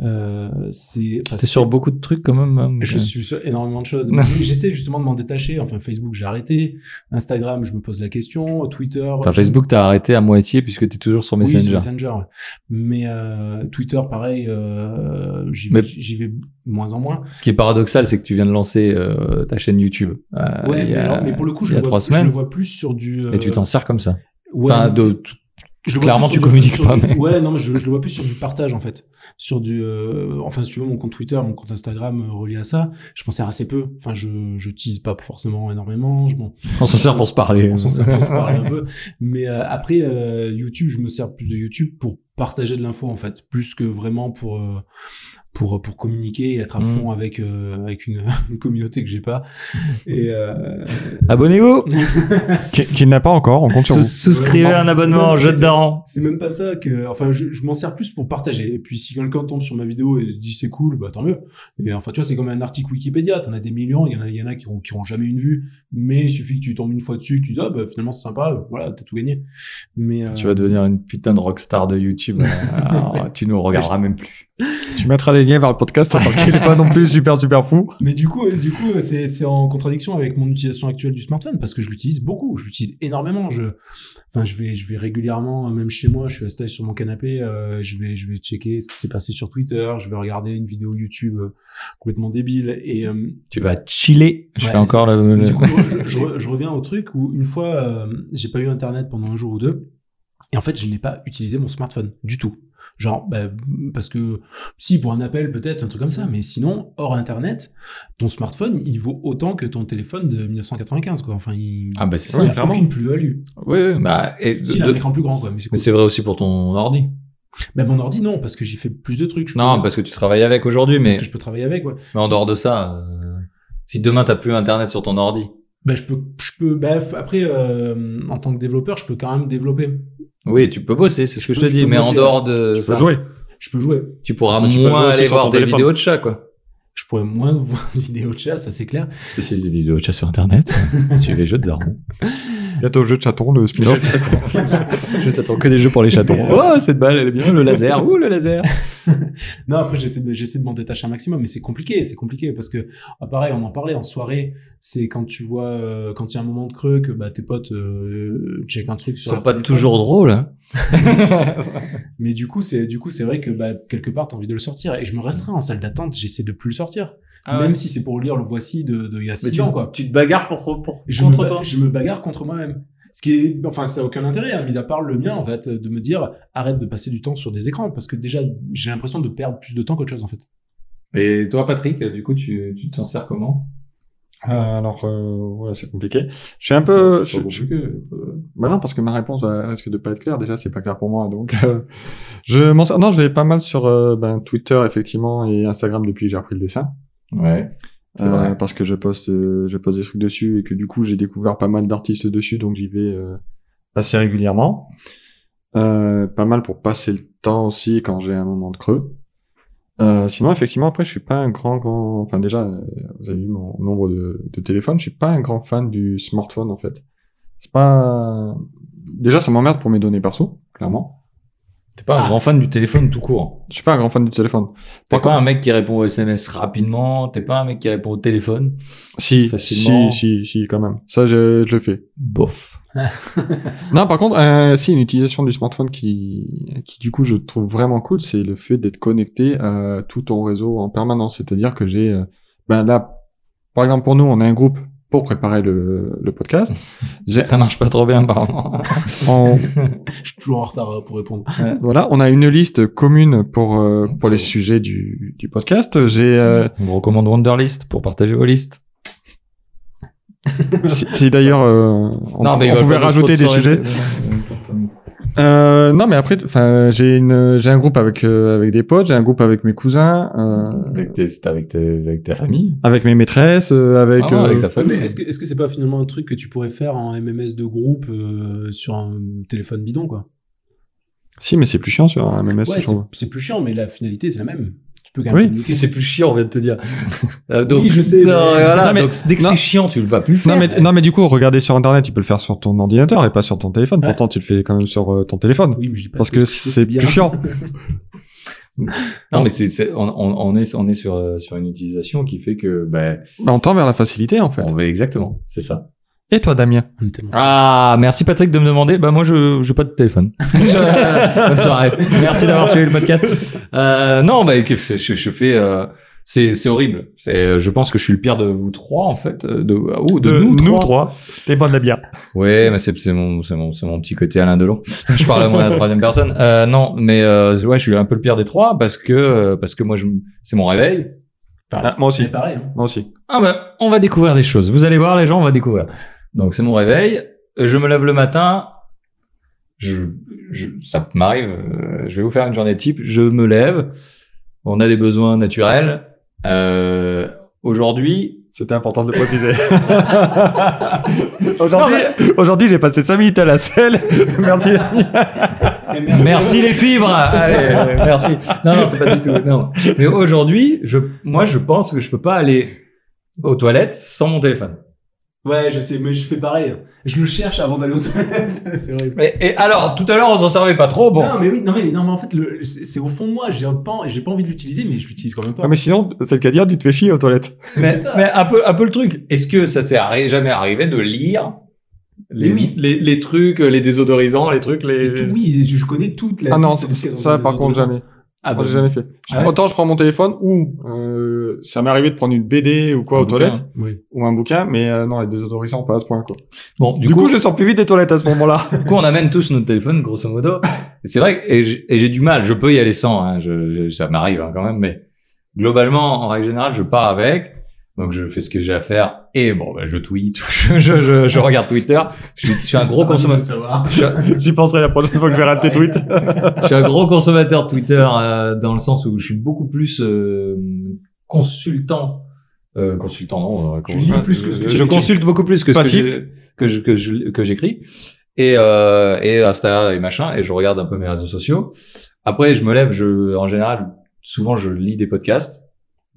Speaker 3: Euh, c'est, enfin,
Speaker 1: T'es
Speaker 3: c'est-
Speaker 1: sur beaucoup de trucs quand même. hein,
Speaker 3: je
Speaker 1: mais-
Speaker 3: suis sur énormément de choses.
Speaker 1: Non.
Speaker 3: J'essaie justement de m'en détacher. Enfin, Facebook, j'ai arrêté. Instagram, je me pose la question. Twitter.
Speaker 1: Enfin, Facebook, t'as arrêté à moitié puisque t'es toujours sur
Speaker 3: Oui,
Speaker 1: Messenger.
Speaker 3: sur Messenger. ouais. Mais euh, Twitter, pareil, euh, j'y
Speaker 1: Mais-
Speaker 3: vais, j'y vais moins en moins.
Speaker 1: Ce qui est paradoxal, c'est que tu viens de lancer euh, ta chaîne YouTube. euh,
Speaker 3: Ouais,
Speaker 1: il y
Speaker 3: mais,
Speaker 1: a-
Speaker 3: alors- mais pour le coup,
Speaker 1: il
Speaker 3: je
Speaker 1: y a
Speaker 3: le, vois,
Speaker 1: trois
Speaker 3: je
Speaker 1: semaines.
Speaker 3: le vois plus sur du. euh,
Speaker 1: Et tu t'en sers comme ça.
Speaker 3: ouais,
Speaker 1: Enfin,
Speaker 3: mais-
Speaker 1: de- t-
Speaker 3: je le vois
Speaker 1: clairement,
Speaker 3: plus
Speaker 1: tu
Speaker 3: sur du-
Speaker 1: communiques
Speaker 3: sur
Speaker 1: pas.
Speaker 3: du-
Speaker 1: mais-
Speaker 3: Ouais, non, mais je, je le vois plus sur du partage en fait. Sur du. euh, enfin, si tu veux, mon compte Twitter, mon compte Instagram euh, relié à ça, je m'en sers assez peu. Enfin, je, je tease pas forcément énormément. Je m'en
Speaker 1: On s'en sert pour se parler.
Speaker 3: On s'en sert pour se parler un peu. Mais euh, après, euh, YouTube, je me sers plus de YouTube pour partager de l'info, en fait, plus que vraiment pour, euh, pour, pour communiquer et être à
Speaker 1: Mm.
Speaker 3: fond avec, euh, avec une, une communauté que j'ai pas. Et, euh,
Speaker 1: Abonnez-vous.
Speaker 2: Qui, qui n'a pas encore, on compte sur
Speaker 1: Sous-
Speaker 2: vous.
Speaker 1: souscrivez
Speaker 3: Vraiment.
Speaker 1: un abonnement au jeu de
Speaker 3: C'est-
Speaker 1: daron.
Speaker 3: c'est même pas ça que. Enfin, je, je m'en sers plus pour partager. Et puis, si quelqu'un tombe sur ma vidéo et dit c'est cool, bah tant mieux. Et enfin, tu vois, c'est comme un article Wikipédia. T'en as des millions. Il y en a, il y en a qui ont, qui ont jamais une vue. Mais il suffit que tu tombes une fois dessus, que tu dis ah bah finalement c'est sympa. Voilà, t'as tout gagné. Mais euh,
Speaker 1: Tu vas devenir une putain de rockstar de YouTube. Alors, tu nous regarderas même plus.
Speaker 2: Tu mettras des liens vers le podcast parce qu'il est pas non plus super super fou.
Speaker 3: Mais du coup, du coup, euh, c'est c'est en contradiction avec mon utilisation actuelle du smartphone parce que je l'utilise beaucoup, je l'utilise énormément. Je, enfin, je vais, je vais régulièrement, euh, même chez moi, je suis installé sur mon canapé, euh, je vais, je vais checker ce qui s'est passé sur Twitter, je vais regarder une vidéo YouTube euh, complètement débile et euh,
Speaker 1: Tu vas chiller. Je
Speaker 3: Ouais,
Speaker 1: fais encore le.
Speaker 3: mais
Speaker 1: le-
Speaker 3: du coup, je, je re- je reviens au truc où une fois, euh, j'ai pas eu internet pendant un jour ou deux, et en fait, je n'ai pas utilisé mon smartphone du tout. Genre, bah, parce que si pour un appel peut-être un truc comme ça, mais sinon hors internet, ton smartphone il vaut autant que ton téléphone de 1995 quoi. Enfin, il
Speaker 1: Ah bah c'est ça.
Speaker 3: il
Speaker 2: Ouais.
Speaker 3: a
Speaker 2: clairement.
Speaker 3: aucune plus-value.
Speaker 1: Oui, oui, bah, et
Speaker 3: Si, il a
Speaker 1: de-
Speaker 3: un écran plus grand quoi, mais c'est
Speaker 1: mais
Speaker 3: cool.
Speaker 1: c'est vrai aussi pour ton ordi.
Speaker 3: Mais mon ordi non, parce que j'y fais plus de trucs. je
Speaker 1: Non,
Speaker 3: peux-
Speaker 1: parce que tu travailles avec aujourd'hui, mais,
Speaker 3: parce que je peux travailler avec. Ouais.
Speaker 1: mais en dehors de ça, euh, si demain t'as plus internet sur ton ordi,
Speaker 3: Bah, je peux, je peux. Bah, f- après, euh, en tant que développeur, je peux quand même développer.
Speaker 1: oui, tu peux bosser, c'est ce que je te
Speaker 3: peux- je
Speaker 1: dis,
Speaker 3: peux
Speaker 1: mais en
Speaker 3: bosser,
Speaker 1: dehors de
Speaker 2: hein. Tu peux
Speaker 1: ça,
Speaker 2: jouer.
Speaker 3: Je peux jouer.
Speaker 1: tu pourras
Speaker 2: Tu peux jouer
Speaker 1: moins
Speaker 2: aussi
Speaker 1: aller
Speaker 2: sur
Speaker 1: voir
Speaker 2: ton
Speaker 1: des
Speaker 2: téléphone.
Speaker 1: vidéos de chat, quoi.
Speaker 3: je pourrais moins voir des vidéos de chat, ça c'est clair.
Speaker 1: Spécialiste des vidéos de chat sur internet, suivez Jeux de Daron.
Speaker 2: Bientôt jeu de chaton, le spin-off.
Speaker 1: Je t'attends que des jeux pour les chatons.
Speaker 3: Mais,
Speaker 1: Oh, cette balle, elle est bien, le laser, ouh, le laser.
Speaker 3: Non, après j'essaie de, j'essaie de m'en détacher un maximum, mais c'est compliqué, c'est compliqué parce que ah, pareil, on en parlait en soirée, c'est quand tu vois, euh, quand il y a un moment de creux que bah, tes potes euh, check un truc
Speaker 1: Ils
Speaker 3: sur
Speaker 1: sont
Speaker 3: leur
Speaker 1: pas
Speaker 3: téléphone.
Speaker 1: toujours drôles. hein.
Speaker 3: Mais du coup, c'est du coup c'est vrai que bah, quelque part t'as envie de le sortir et je me restreins en salle d'attente, j'essaie de plus le sortir,
Speaker 1: Ah
Speaker 3: même si c'est pour lire le voici de, de il y a
Speaker 1: Mais
Speaker 3: six ans quoi.
Speaker 1: tu te bagarres pour, pour
Speaker 3: Je me, ba- je me bagarre contre moi-même. Ce qui est, enfin, ça n'a aucun intérêt, hein, mis à part le mien, en fait, de me dire arrête de passer du temps sur des écrans, parce que déjà, j'ai l'impression de perdre plus de temps qu'autre chose, en fait.
Speaker 1: Et toi, Patrick, du coup, tu tu t'en sers comment
Speaker 2: Euh, alors, euh, voilà, c'est compliqué. Je suis un peu. Je, je- bah non, parce que ma réponse va- risque de pas être claire. Déjà, c'est pas clair pour moi, donc euh, je m'en sers- Non, je vais pas mal sur euh, ben, Twitter effectivement et Instagram depuis que j'ai repris le dessin.
Speaker 1: Ouais. C'est
Speaker 2: Euh,
Speaker 1: vrai.
Speaker 2: parce que je poste, euh, je poste des trucs dessus et que du coup j'ai découvert pas mal d'artistes dessus, donc j'y vais euh, assez régulièrement. Euh, pas mal pour passer le temps aussi quand j'ai un moment de creux. Euh, sinon, effectivement, après, je suis pas un grand, grand. Enfin, déjà, euh, vous avez vu mon nombre de, de téléphones. Je suis pas un grand fan du smartphone en fait. C'est pas. Déjà, ça m'emmerde pour mes données perso, clairement.
Speaker 1: T'es pas un
Speaker 3: Ah.
Speaker 1: grand fan du téléphone tout court.
Speaker 2: Je suis pas un grand fan du téléphone.
Speaker 1: T'es
Speaker 2: Par
Speaker 1: pas
Speaker 2: contre,
Speaker 1: un mec qui répond aux SMS rapidement, t'es pas un mec qui répond au téléphone.
Speaker 2: si,
Speaker 1: facilement-
Speaker 2: si, si, si, quand même. Ça, je- je le fais.
Speaker 1: Bof.
Speaker 2: Non, par contre, euh, si une utilisation du smartphone qui, qui du coup je trouve vraiment cool, c'est le fait d'être connecté à tout ton réseau en permanence. C'est-à-dire que j'ai, euh, ben là, par exemple pour nous, on a un groupe pour préparer le, le podcast. J'ai,
Speaker 1: Ça marche pas trop bien, apparemment.
Speaker 2: on-
Speaker 3: Je suis toujours en retard euh, pour répondre.
Speaker 2: voilà, on a une liste commune pour euh, pour les
Speaker 1: C'est-
Speaker 2: sujets du, du podcast. J'ai, euh,
Speaker 1: On vous recommande Wonderlist pour partager vos listes.
Speaker 2: si, si d'ailleurs, euh, on, on pouvait rajouter des sujets. Euh, non, mais après, enfin, j'ai une, j'ai un groupe avec euh, avec des potes, j'ai un groupe avec mes cousins. euh,
Speaker 1: Avec, tes, avec, tes- avec ta famille.
Speaker 2: avec mes maîtresses, euh, avec,
Speaker 1: Ah ouais,
Speaker 2: euh,
Speaker 1: avec ta
Speaker 3: Ouais, mais
Speaker 1: famille.
Speaker 3: est-ce que est-ce que c'est pas finalement un truc que tu pourrais faire en MMS de groupe euh, sur un téléphone bidon, quoi
Speaker 2: Si, mais c'est plus chiant sur un MMS,
Speaker 3: Ouais,
Speaker 2: je trouve.
Speaker 3: c'est- c'est plus chiant, mais la finalité, c'est la même. Tu peux quand même
Speaker 2: Oui.
Speaker 1: Puis
Speaker 3: communiquer.
Speaker 1: c'est plus chiant, on vient de te dire. Euh, donc,
Speaker 3: Oui, je sais,
Speaker 1: non,
Speaker 3: mais-
Speaker 1: voilà,
Speaker 2: Non, mais-
Speaker 1: donc, dès que
Speaker 2: non.
Speaker 1: c'est chiant, tu le vas plus faire.
Speaker 2: Non mais, non mais du coup, regarder sur internet, tu peux le faire sur ton ordinateur et pas sur ton téléphone.
Speaker 3: Ouais.
Speaker 2: Pourtant, tu le fais quand même sur euh, ton téléphone.
Speaker 3: Oui, mais je dis pas
Speaker 2: Parce
Speaker 3: tout
Speaker 2: que
Speaker 3: ce qu'il faut,
Speaker 2: c'est
Speaker 3: bien.
Speaker 2: plus chiant.
Speaker 1: Non, mais c'est, c'est- on, on- on est, on est sur, euh, sur une utilisation qui fait que, ben,
Speaker 2: Bah, on tend vers la facilité en fait.
Speaker 1: on va exactement, c'est ça.
Speaker 2: Et toi Damien
Speaker 3: On est tellement-
Speaker 1: Ah, merci Patrick de me demander. Bah moi, je j'ai pas de téléphone. Je- euh, Bonne soirée. Merci d'avoir suivi le podcast. Euh, non, bah que- je, je fais. euh, c'est c'est horrible. C'est. euh, Je pense que je suis le pire de vous trois en fait. euh, De oh, de, nous, trois.
Speaker 2: T'es bon de la bière.
Speaker 1: Ouais, mais c'est c'est mon c'est mon c'est mon petit côté Alain Delon. je parle à moi à la troisième personne. Euh, non, mais euh, ouais, je suis un peu le pire des trois parce que euh, parce que moi, je m- c'est mon réveil.
Speaker 2: Ah, moi aussi.
Speaker 3: C'est pareil. hein.
Speaker 2: Moi aussi.
Speaker 1: Ah ben, on va découvrir des choses. Vous allez voir, les gens, on va découvrir. Donc c'est mon réveil. Euh, Je me lève le matin. Je, je- ça m'arrive. euh, Je vais vous faire une journée type. Je me lève. On a des besoins naturels. Euh, Aujourd'hui,
Speaker 2: C'était important de le préciser. aujourd'hui, aujourd'hui, j'ai passé 5 minutes à la selle. Merci Damien.
Speaker 3: Et
Speaker 1: merci les fibres. Allez, euh, merci. Non, non, c'est pas du tout. Non. Mais aujourd'hui, je, moi, je pense que je peux pas aller aux toilettes sans mon téléphone.
Speaker 3: Ouais, je sais, mais je fais pareil. Je le cherche avant d'aller aux toilettes. c'est horrible.
Speaker 1: Et, et alors, tout à l'heure, on s'en servait pas trop. Bon,
Speaker 3: Non, mais oui, non, mais, non, mais en fait, le- c'est c'est au fond de moi. J'ai pas, j'ai pas envie de l'utiliser, mais je l'utilise quand même pas.
Speaker 2: mais sinon, c'est le cas de dire, tu te fais chier aux toilettes.
Speaker 1: Mais,
Speaker 3: C'est ça.
Speaker 1: mais un peu, un peu le truc. Est-ce que ça s'est arri- jamais arrivé de lire les,
Speaker 3: Mais oui.
Speaker 1: les, les trucs, les désodorisants, les trucs, les.
Speaker 3: Tout- oui, je connais toute la.
Speaker 2: Ah non,
Speaker 3: liste
Speaker 2: ça,
Speaker 3: de ce qu'il y a dans
Speaker 2: ça,
Speaker 3: les
Speaker 2: par contre
Speaker 3: autres.
Speaker 2: jamais.
Speaker 3: Ah
Speaker 2: Moi,
Speaker 3: bah,
Speaker 2: j'ai jamais fait. Je-
Speaker 3: Ah ouais
Speaker 2: Autant je prends mon téléphone ou euh, ça m'est arrivé de prendre une BD ou quoi
Speaker 1: Un
Speaker 2: aux
Speaker 1: bouquin.
Speaker 2: toilettes
Speaker 3: Oui.
Speaker 2: ou un bouquin, mais euh, non, les désodorisants pas à ce point quoi.
Speaker 1: Bon,
Speaker 2: Du, coup, je sors plus vite des toilettes à ce moment-là.
Speaker 1: du coup, on amène tous notre téléphone, grosso modo. Et C'est vrai, que- et j'ai et j'ai du mal. Je peux y aller sans. hein. Je- je- ça m'arrive hein, quand même, mais globalement, en règle générale, je pars avec. Donc, je fais ce que j'ai à faire. Et bon, bah, je tweet, je, je, je, je regarde Twitter. Je suis, je suis un gros
Speaker 3: Ah, je
Speaker 1: consommateur.
Speaker 3: veux savoir.
Speaker 1: je suis un-
Speaker 2: J'y penserai la prochaine fois que je verrai tes tweets.
Speaker 1: je suis un gros consommateur Twitter euh, dans le sens où je suis beaucoup plus euh, consultant. Euh, consultant, non. euh,
Speaker 3: Tu
Speaker 1: con-
Speaker 3: lis plus que ce que
Speaker 1: je,
Speaker 3: tu
Speaker 1: je
Speaker 3: écris.
Speaker 1: consulte beaucoup plus que ce que
Speaker 2: Passif.
Speaker 1: je- que je- que je- que j'écris et euh, et Insta et machin et je regarde un peu mes réseaux sociaux. Après, je me lève, je en général, souvent je lis des podcasts.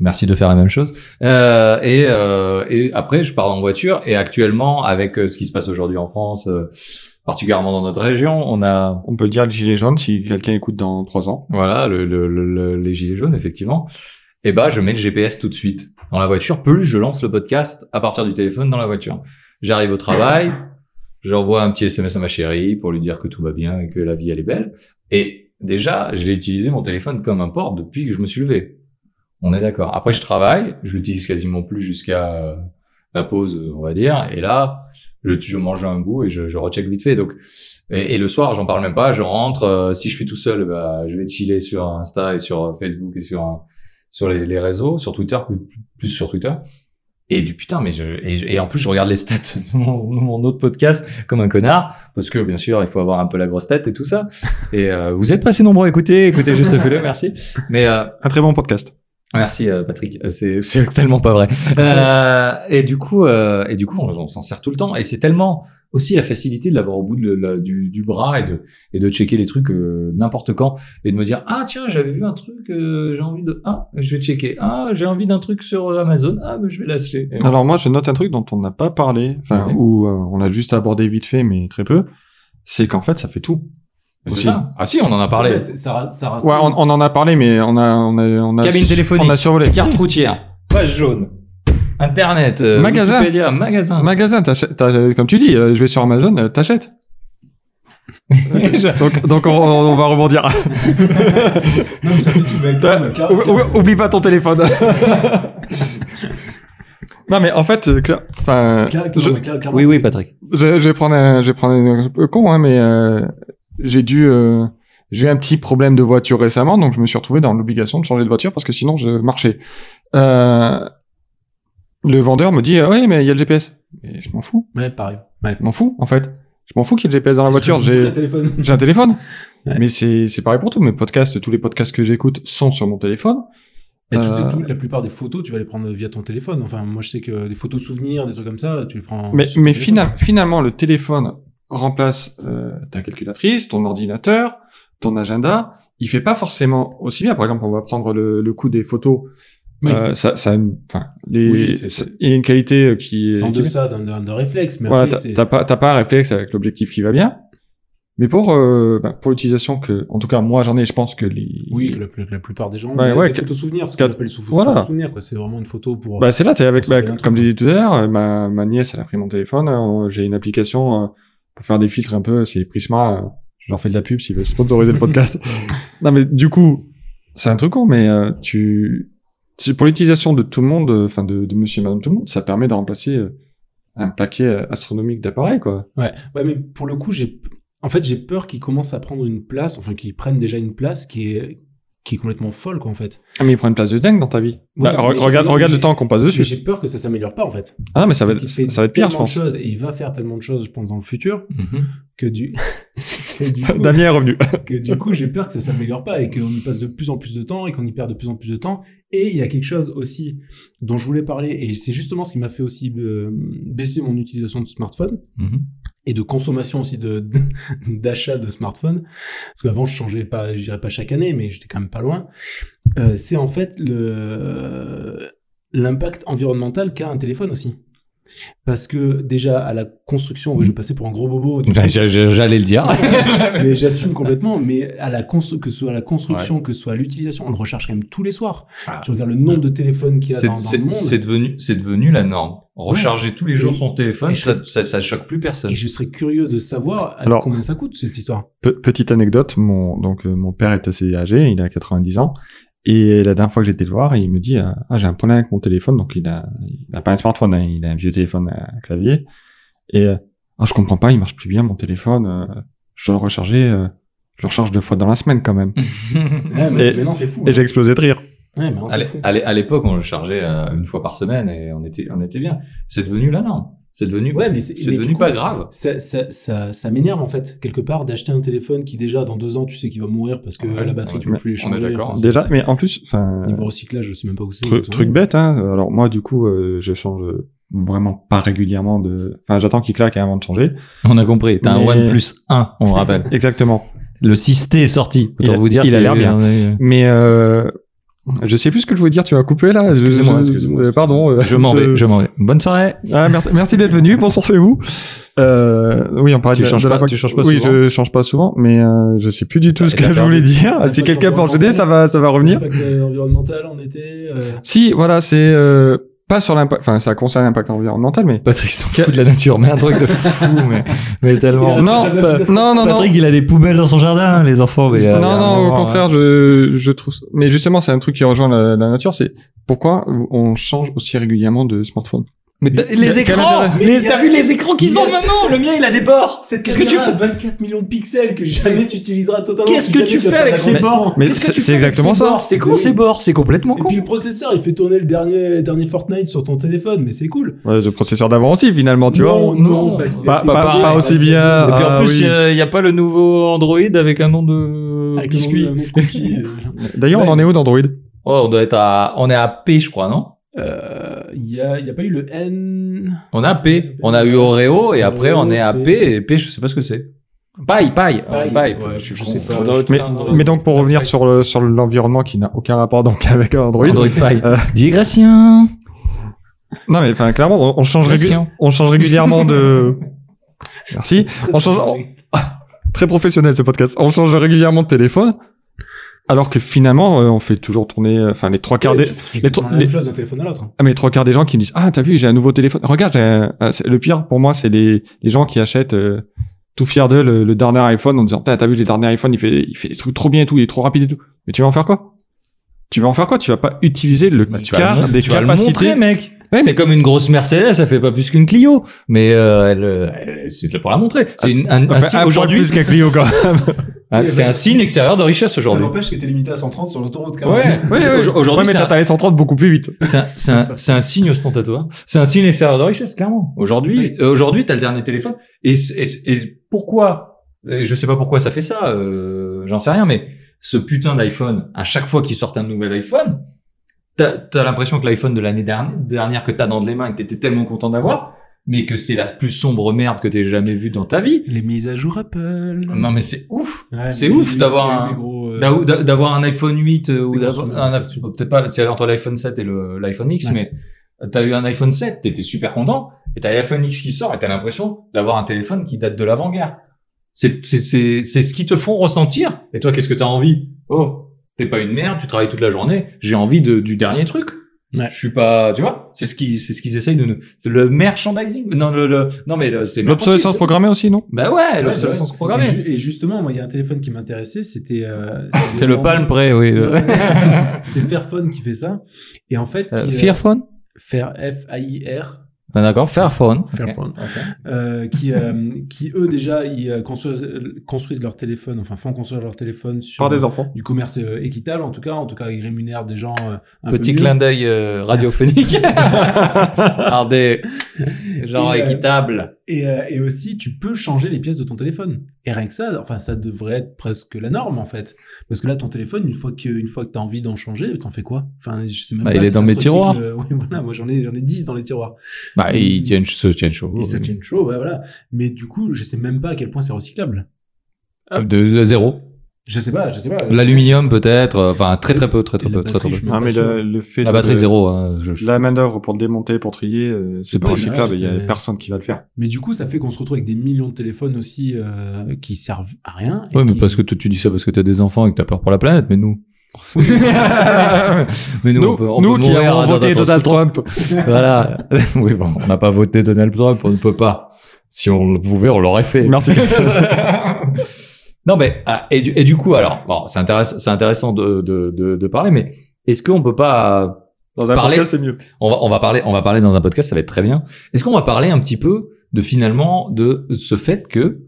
Speaker 1: Merci de faire la même chose. Euh, et, euh, et après, je pars en voiture. Et actuellement, avec euh, ce qui se passe aujourd'hui en France, euh, particulièrement dans notre région, on a
Speaker 2: On peut dire le gilet jaune si quelqu'un écoute dans 3 ans.
Speaker 1: voilà, le, le- le- le- les gilets jaunes, effectivement. Et bah, je mets le GPS tout de suite dans la voiture. Plus je lance le podcast à partir du téléphone dans la voiture. J'arrive au travail, j'envoie un petit SMS à ma chérie pour lui dire que tout va bien et que la vie elle est belle. Et déjà, j'ai utilisé mon téléphone comme un port depuis que je me suis levé. On est d'accord. Après, je travaille, je l'utilise quasiment plus jusqu'à euh, la pause, euh, on va dire. Et là, je, je mange un bout et je, je recheck vite fait. Donc, et, et le soir, j'en parle même pas. Je rentre. euh, si je suis tout seul, bah, je vais chiller sur Insta et sur euh, Facebook et sur euh, sur les, les réseaux, sur Twitter, plus, plus sur Twitter. Et du putain, mais je, et, et en plus, je regarde les stats de mon, de mon autre podcast comme un connard, parce que bien sûr, il faut avoir un peu la grosse tête et tout ça. Et euh, vous êtes pas assez nombreux à écouter, écoutez juste fais-le, merci. Mais euh,
Speaker 2: Un très bon podcast.
Speaker 1: Merci euh, Patrick, Euh, c'est c'est tellement pas vrai. Euh, et du coup, euh, et du coup, on, on s'en sert tout le temps. Et c'est tellement aussi la facilité de l'avoir au bout de la- du, du bras et de et de checker les trucs euh, n'importe quand et de me dire ah tiens j'avais vu un truc euh, j'ai envie de ah je vais checker ah j'ai envie d'un truc sur Amazon ah mais je vais l'acheter. Et-
Speaker 2: Alors moi, je note un truc dont on n'a pas parlé, enfin
Speaker 1: Vas-y.
Speaker 2: où euh, on l'a juste abordé vite fait, mais très peu. C'est qu'en fait, ça fait tout.
Speaker 1: C'est
Speaker 2: aussi.
Speaker 1: ça. Ah si on en a parlé.
Speaker 3: Ça, ça, ça
Speaker 2: Ouais, on, on en a parlé, mais on a, on a, on a,
Speaker 1: Cabine téléphonique.
Speaker 2: on a survolé.
Speaker 1: Carte routière, page jaune, internet, euh,
Speaker 2: Magasin.
Speaker 1: Wikipédia, magasin.
Speaker 2: Magasin, t'achètes- t'as- comme tu dis, euh, je vais sur Amazon, euh, t'achètes. Donc, donc on, on va rebondir.
Speaker 3: Non, mais ça fait tout mec.
Speaker 2: T'as-
Speaker 3: mais car-
Speaker 2: ou-
Speaker 3: car-
Speaker 2: ou- Oublie pas ton téléphone. non mais en fait, euh, cla- enfin,
Speaker 3: car-
Speaker 2: je-
Speaker 3: non, mais car- clairement,
Speaker 1: oui
Speaker 3: ça
Speaker 1: oui
Speaker 3: fait-
Speaker 1: Patrick.
Speaker 2: je, je vais prendre un, je vais prendre un exemple con, hein, mais euh, j'ai dû, euh, j'ai eu un petit problème de voiture récemment, donc je me suis retrouvé dans l'obligation de changer de voiture parce que sinon je marchais. Euh, le vendeur me dit, ah oui, mais il y a le GPS. Mais je m'en fous,
Speaker 3: Ouais, pareil. Ouais.
Speaker 2: je m'en fous en fait. Je m'en fous qu'il y ait le GPS dans la voiture.
Speaker 3: Je
Speaker 2: J'ai,
Speaker 3: le téléphone.
Speaker 2: j'ai un téléphone.
Speaker 3: Ouais.
Speaker 2: Mais c'est, c'est pareil pour tout. Mes podcasts, tous les podcasts que j'écoute sont sur mon téléphone.
Speaker 3: Et tout-
Speaker 2: Euh,
Speaker 3: tout- la plupart des photos, tu vas les prendre via ton téléphone. Enfin, moi, je sais que des photos souvenirs, des trucs comme ça, tu les prends.
Speaker 2: Mais,
Speaker 3: sur
Speaker 2: mais
Speaker 3: ton téléphone.
Speaker 2: final- finalement, le téléphone remplace euh, ta calculatrice, ton ordinateur, ton agenda, il fait pas forcément aussi bien. Par exemple, on va prendre le, le coup des photos.
Speaker 3: Oui.
Speaker 2: Euh, ça, ça, enfin, les,
Speaker 3: Oui, c'est-
Speaker 2: ça- il y a une qualité euh, qui est.
Speaker 3: sans
Speaker 2: qui
Speaker 3: de
Speaker 2: est-
Speaker 3: ça, d'un- d'un d'un réflexe. Mais
Speaker 2: Voilà,
Speaker 3: après,
Speaker 2: t'as-
Speaker 3: c'est-
Speaker 2: t'as pas, t'as pas un réflexe avec l'objectif qui va bien. Mais pour, euh, bah, pour l'utilisation que, en tout cas, moi j'en ai, je pense que les.
Speaker 3: Oui, que la, que la plupart des gens.
Speaker 2: Bah,
Speaker 3: ont
Speaker 2: ouais,
Speaker 3: des
Speaker 2: que-
Speaker 3: photos souvenirs, ce
Speaker 2: que-
Speaker 3: qu'on appelle sous
Speaker 2: voilà.
Speaker 3: photo souvenir, quoi. C'est vraiment une photo pour.
Speaker 2: Bah c'est là, t'es avec,
Speaker 3: Ça
Speaker 2: bah,
Speaker 3: fait un truc.
Speaker 2: comme j'ai dit tout à l'heure, euh, ma, ma nièce, elle a pris mon téléphone, euh, j'ai une application euh, pour faire des filtres un peu, c'est Prisma, euh, je leur fais de la pub s'ils veulent sponsoriser le podcast. non mais du coup, c'est un truc con, mais euh, tu, tu- pour l'utilisation de tout le monde, euh, enfin de, de monsieur et madame tout le monde, ça permet de remplacer euh, un paquet euh, astronomique d'appareils, quoi.
Speaker 3: Ouais. ouais, mais pour le coup, j'ai. En fait, j'ai peur qu'ils commencent à prendre une place, enfin qu'ils prennent déjà une place qui est qui est complètement folle, quoi, en fait.
Speaker 2: Ah, mais il prend une place de dingue dans ta vie.
Speaker 3: Oui,
Speaker 2: Bah, re-
Speaker 3: mais j'ai-
Speaker 2: regarde
Speaker 3: mais
Speaker 2: regarde
Speaker 3: j'ai-
Speaker 2: le temps qu'on passe
Speaker 3: Mais
Speaker 2: dessus.
Speaker 3: J'ai peur que ça s'améliore pas, en fait.
Speaker 2: Ah non, mais ça va,
Speaker 3: Parce qu'il fait
Speaker 2: être- ça va être pire, je
Speaker 3: tellement de
Speaker 2: pense.
Speaker 3: choses, et il va faire tellement de choses, je pense, dans le futur,
Speaker 1: Mhm.
Speaker 3: que du. que du coup,
Speaker 2: Damien est revenu.
Speaker 3: que du coup, j'ai peur que ça s'améliore pas et qu'on y passe de plus en plus de temps et qu'on y perd de plus en plus de temps. Et il y a quelque chose aussi dont je voulais parler et c'est justement ce qui m'a fait aussi euh, baisser mon utilisation de smartphone et de consommation aussi de d'achat de smartphone. Parce qu'avant, je changeais pas, je dirais pas chaque année, mais j'étais quand même pas loin. Euh, c'est en fait le l'impact environnemental qu'a un téléphone aussi. Parce que déjà à la construction, ouais, je passais pour un gros bobo. donc-
Speaker 1: J'allais le dire.
Speaker 3: mais j'assume complètement. Mais à la constru- que ce soit à la construction, que ce soit à l'utilisation, on le recharge quand même tous les soirs.
Speaker 1: Ah.
Speaker 3: Tu regardes le nombre de téléphones qu'il y a
Speaker 1: C'est
Speaker 3: dans, dans le
Speaker 1: c'est- c'est
Speaker 3: monde.
Speaker 1: devenu, c'est devenu la norme. Recharger tous les jours
Speaker 3: Et-
Speaker 1: son téléphone,
Speaker 3: et
Speaker 1: ça, ça, ça choque plus personne.
Speaker 3: Et je serais curieux de savoir à
Speaker 2: Alors-
Speaker 3: combien ça coûte cette histoire.
Speaker 2: Pe- petite anecdote, mon, donc, euh, mon père est assez âgé, il a 90 ans. Et la dernière fois que j'étais le voir, il me dit euh, Ah, j'ai un problème avec mon téléphone. Donc, il a, il a pas un smartphone, hein, il a un vieux téléphone à clavier. Et euh, Ah, je comprends pas, il marche plus bien mon téléphone. euh, je dois le recharger. euh, je le recharge deux fois dans la semaine quand même.
Speaker 1: Mm.
Speaker 3: Ouais, mais
Speaker 2: Et-
Speaker 3: maintenant c'est fou.
Speaker 2: Et
Speaker 3: hein.
Speaker 2: j'ai explosé de rire.
Speaker 3: Ouais, maintenant,
Speaker 1: À
Speaker 3: c'est
Speaker 1: l'é-
Speaker 3: fou.
Speaker 1: à l'é- à l'époque, on le chargeait euh, une fois par semaine et on était, on était bien. C'est devenu la norme. C'est devenu,
Speaker 3: Ouais, mais c'est
Speaker 1: c'est
Speaker 3: mais du
Speaker 1: devenu
Speaker 3: coup,
Speaker 1: pas grave.
Speaker 3: Ça, ça, ça, ça m'énerve en fait quelque part d'acheter un téléphone qui déjà dans deux ans tu sais qu'il va mourir parce que
Speaker 1: Ouais,
Speaker 3: la batterie
Speaker 1: ouais,
Speaker 3: tu peux
Speaker 2: mais
Speaker 3: plus les
Speaker 1: on est
Speaker 3: changer.
Speaker 1: d'accord.
Speaker 3: c'est-
Speaker 2: Déjà, mais en plus, enfin.
Speaker 3: niveau recyclage je sais même pas où c'est.
Speaker 2: Truc,
Speaker 3: tout ça.
Speaker 2: truc bête, hein. Alors moi, du coup, euh, je change euh, vraiment pas régulièrement de. Enfin, j'attends qu'il claque avant de changer.
Speaker 1: On a compris.
Speaker 2: t'as un Mais- OnePlus
Speaker 1: 1, on rappelle.
Speaker 2: Exactement.
Speaker 1: Le 6T est sorti.
Speaker 2: Il a- il a l'air bien. Mais euh, je sais plus ce que je voulais dire. Tu m'as coupé là. Ah, Je-
Speaker 1: Excusez-moi,
Speaker 2: je-
Speaker 1: excusez-moi.
Speaker 2: euh, pardon. euh,
Speaker 1: Je m'en vais, je m'en vais. Bonne soirée.
Speaker 2: Ah, merci, merci d'être venu. Bonsoir, c'est vous. Euh, oui, on parlait
Speaker 1: Tu
Speaker 2: de,
Speaker 1: changes
Speaker 2: de la
Speaker 1: pas-
Speaker 2: vague-
Speaker 1: tu changes pas
Speaker 2: Oui,
Speaker 1: souvent.
Speaker 2: je change pas souvent, mais euh, je sais plus du tout
Speaker 1: Bah,
Speaker 2: ce
Speaker 1: et
Speaker 2: que
Speaker 1: t'as
Speaker 2: je voulais
Speaker 1: perdu-
Speaker 2: dire. Si
Speaker 3: pas
Speaker 2: quelqu'un peut
Speaker 3: changé
Speaker 2: aider,
Speaker 3: longtemps.
Speaker 2: ça va, ça va revenir.
Speaker 3: L'impact euh, environnemental en été. euh,
Speaker 2: Si, voilà, c'est euh, pas sur l'impact. Enfin, ça concerne l'impact environnemental, mais
Speaker 1: Patrick s'en fout de la nature, mais un truc de fou, mais, mais tellement.
Speaker 3: Il
Speaker 2: non,
Speaker 3: J'avais
Speaker 2: pas-
Speaker 3: fait ça.
Speaker 2: non, non, non.
Speaker 1: Patrick, il a des poubelles dans son jardin, hein, les enfants. Mais euh, hein.
Speaker 2: non, non, au contraire, je, je trouve. Mais justement, c'est un truc qui rejoint la, la nature. C'est pourquoi on change aussi régulièrement de smartphone.
Speaker 1: Mais
Speaker 2: t'as- les Quel écrans, intérêt
Speaker 3: les- Mais il y a- t'as vu les
Speaker 1: écrans
Speaker 3: qu'ils ont il y a- maintenant
Speaker 1: Le mien, il a des bords
Speaker 3: Cette
Speaker 1: Qu'est-ce que
Speaker 3: caméra
Speaker 1: tu
Speaker 3: à 24 millions de pixels que jamais tu utiliseras totalement.
Speaker 1: Qu'est-ce
Speaker 3: si
Speaker 1: que
Speaker 3: jamais
Speaker 1: tu
Speaker 3: vas
Speaker 1: fais
Speaker 3: faire
Speaker 1: avec
Speaker 3: ta
Speaker 1: ces
Speaker 3: conversion.
Speaker 1: bords
Speaker 2: Mais c'est c'est exactement ça.
Speaker 1: C'est con, ces bords, c'est complètement
Speaker 3: Et
Speaker 1: con.
Speaker 3: puis le processeur, il fait tourner le dernier, dernier Fortnite sur ton téléphone, mais c'est cool.
Speaker 2: Ouais, le processeur d'avant aussi, finalement, tu vois.
Speaker 3: non, non,
Speaker 1: non,
Speaker 3: parce qu'il
Speaker 2: Pas,
Speaker 3: a été
Speaker 2: pas-
Speaker 1: pas
Speaker 3: barré
Speaker 2: pas
Speaker 3: avec
Speaker 2: aussi
Speaker 3: la-
Speaker 2: bien.
Speaker 1: Et puis en
Speaker 2: ah
Speaker 1: plus,
Speaker 2: oui.
Speaker 1: il n'y a, pas le nouveau Android avec un nom de
Speaker 3: Avec le nom
Speaker 1: biscuit.
Speaker 3: de- nom de cookie, euh,
Speaker 2: D'ailleurs, on en est où d'Android
Speaker 1: Oh, on doit être à, on est à P, je crois, non
Speaker 3: euh, Il n'y a, il y a pas eu le N.
Speaker 1: On est à P. On a eu Oreo et après on est à
Speaker 3: Oreo,
Speaker 1: P. Et P, je sais pas ce que c'est. Paille, paille.
Speaker 3: Paille,
Speaker 1: Paille,
Speaker 3: ouais,
Speaker 1: je suis
Speaker 3: je
Speaker 1: con.
Speaker 3: sais pas.
Speaker 1: Android-
Speaker 2: mais,
Speaker 3: Android.
Speaker 2: mais donc, pour revenir sur le- sur l'environnement qui n'a aucun rapport donc avec Android.
Speaker 1: Android paille.
Speaker 2: Euh.
Speaker 1: Digression.
Speaker 2: Non, mais enfin, clairement, on, on change régu-
Speaker 1: Digression.
Speaker 2: on change régulièrement de. Merci. On change- on- Très professionnel ce podcast. On change régulièrement de téléphone, alors que finalement, euh, on fait toujours tourner. euh, Enfin, les trois quarts des.
Speaker 3: Tu fais
Speaker 2: les
Speaker 3: exactement
Speaker 2: tro-
Speaker 3: la même
Speaker 2: les-
Speaker 3: chose d'un téléphone à l'autre. hein.
Speaker 2: Ah mais trois quarts des gens qui me disent ah t'as vu j'ai un nouveau téléphone regarde j'ai un- un- c'est- le pire pour moi c'est les, les gens qui achètent euh, tout fier d'eux le, le dernier iPhone en disant Putain, t'as vu j'ai le dernier iPhone il fait il fait des trucs trop bien et tout il est trop rapide et tout mais tu vas en faire quoi tu vas en faire quoi tu vas pas utiliser le
Speaker 1: Bah, tu vas le
Speaker 2: quart
Speaker 1: mon-
Speaker 2: des
Speaker 1: tu vas le
Speaker 2: capacités
Speaker 1: montrer, mec.
Speaker 2: Ouais,
Speaker 1: c'est
Speaker 2: mais-
Speaker 1: comme une grosse Mercedes, ça fait pas plus qu'une Clio, mais euh, elle, euh, elle- c'est pour la montrer. Bah, C'est une- un, un
Speaker 2: Ah, Enfin,
Speaker 1: signe
Speaker 2: un poil
Speaker 1: aujourd'hui,
Speaker 2: plus qu'un Clio quand même
Speaker 1: un- c'est un signe extérieur de richesse aujourd'hui.
Speaker 3: Ça n'empêche que t'es limité à 130 sur l'autoroute quand
Speaker 1: Ouais,
Speaker 3: même.
Speaker 1: ouais, ouais.
Speaker 2: ouais
Speaker 1: aujourd'hui
Speaker 2: mais
Speaker 1: c'est
Speaker 2: t'as
Speaker 1: un-
Speaker 2: t'as les 130 beaucoup plus vite
Speaker 1: c'est un, c'est un- c'est un signe ostentatoire. C'est un signe extérieur de richesse, clairement. Aujourd'hui, euh, aujourd'hui, t'as le dernier téléphone. Et, et, et pourquoi et Je sais pas pourquoi ça fait ça. euh, J'en sais rien, mais ce putain d'iPhone, à chaque fois qu'il sort un nouvel iPhone, t'as as, l'impression que l'iPhone de l'année dernière, dernière que t'as dans les mains et que t'étais tellement content d'avoir, mais que c'est la plus sombre merde que t'aies jamais vue dans ta vie. Ah,
Speaker 3: Les mises à jour Apple.
Speaker 1: Non mais c'est ouf. C'est ouf d'avoir un-
Speaker 3: euh,
Speaker 1: D'a- ou d'a- D'avoir un iPhone 8 euh, ou
Speaker 3: Des
Speaker 1: d'avoir
Speaker 3: consommables,
Speaker 1: un iPhone-
Speaker 3: là-dessus.
Speaker 1: peut-être pas, c'est entre l'iPhone 7 et le- l'iPhone X,
Speaker 3: Ouais.
Speaker 1: mais t'as eu un iPhone 7, t'étais super content, et t'as l'iPhone X qui sort, et t'as l'impression d'avoir un téléphone qui date de l'avant-guerre. C'est, c'est, c'est, c'est ce qui te font ressentir. Et toi, qu'est-ce que t'as envie? Oh, t'es pas une merde, tu travailles toute la journée, j'ai envie de- du dernier truc.
Speaker 3: Ouais.
Speaker 1: Je suis pas, tu vois, c'est ce qui, c'est ce qu'ils essayent de nous, c'est le merchandising. Non, le, le- non, mais le- c'est
Speaker 2: L'obsolescence
Speaker 1: merchandising.
Speaker 2: programmée aussi, non
Speaker 1: Bah ouais,
Speaker 3: Ouais,
Speaker 1: l'obsolescence
Speaker 3: Et,
Speaker 1: programmée.
Speaker 3: ju- et justement, moi, il y a un téléphone qui m'intéressait, c'était. euh,
Speaker 1: C'est le Palm Pre, oui. le-
Speaker 3: C'est Fairphone qui fait ça. Et en fait,
Speaker 1: Euh,
Speaker 3: qui, euh,
Speaker 1: Fearphone?
Speaker 3: Fair- F-A-I-R.
Speaker 1: Ah, D'accord, Fairphone.
Speaker 3: Fairphone. Euh, qui, euh, qui eux déjà ils euh, construisent, euh, construisent leur téléphone, enfin font construire leur téléphone sur
Speaker 2: Par des enfants.
Speaker 3: du commerce euh, équitable en tout cas, en tout cas ils rémunèrent des gens euh, un
Speaker 1: Petit
Speaker 3: peu mieux.
Speaker 1: clin d'œil euh, radiophonique. Alors des genre
Speaker 3: Et, euh,
Speaker 1: équitable.
Speaker 3: Et, euh, et aussi tu peux changer les pièces de ton téléphone. Et rien que ça, enfin ça devrait être presque la norme en fait, parce que là ton téléphone une fois que une fois que t'as envie d'en changer, t'en fais quoi Enfin je sais même
Speaker 1: Bah,
Speaker 3: pas
Speaker 1: il est
Speaker 3: si
Speaker 1: dans
Speaker 3: ça se
Speaker 1: mes
Speaker 3: recycle.
Speaker 1: tiroirs.
Speaker 3: Euh, oui, voilà, moi j'en ai j'en ai 10 dans les tiroirs.
Speaker 1: Bah
Speaker 3: ils tiennent-
Speaker 1: se tiennent chaud.
Speaker 3: Ils se tiennent chaud, ouais, voilà. Mais du coup je sais même pas à quel point c'est recyclable.
Speaker 1: Euh, De, de zéro.
Speaker 3: Je sais pas, je sais pas.
Speaker 1: L'aluminium peut-être. euh, Enfin très très peu, très très
Speaker 3: Et la
Speaker 1: peu, très très
Speaker 3: batterie,
Speaker 1: peu.
Speaker 3: je me-
Speaker 2: Non, mais le, le fait
Speaker 1: La
Speaker 2: de-
Speaker 1: batterie zéro. hein, je- je-
Speaker 2: La main-d'œuvre pour le démonter, pour trier, euh, c'est
Speaker 1: C'est
Speaker 2: pas
Speaker 1: pas
Speaker 2: recyclable, il
Speaker 3: grave,
Speaker 2: y a
Speaker 3: c'est-
Speaker 2: personne qui va le faire.
Speaker 3: Mais du coup, ça fait qu'on se retrouve avec des millions de téléphones aussi euh, qui servent à rien. et
Speaker 1: Ouais, mais
Speaker 3: qui-
Speaker 1: parce que toi, tu dis ça parce que t'as des enfants et que t'as peur pour la planète, mais nous. mais nous, on peut, on peut mourir à notre attention.
Speaker 2: Trump.
Speaker 1: Voilà. oui, bon, on n'a pas voté Donald Trump, on ne peut pas. Si on le pouvait, on l'aurait fait.
Speaker 2: Merci.
Speaker 1: non, mais ah, et, du, et du coup, alors, bon, c'est intéressant, c'est intéressant de, de, de, de parler, mais est-ce qu'on peut pas,
Speaker 2: Dans un
Speaker 1: Parler.
Speaker 2: podcast, c'est mieux.
Speaker 1: on va, on va parler, on va parler dans un podcast, ça va être très bien. Est-ce qu'on va parler un petit peu de finalement de ce fait que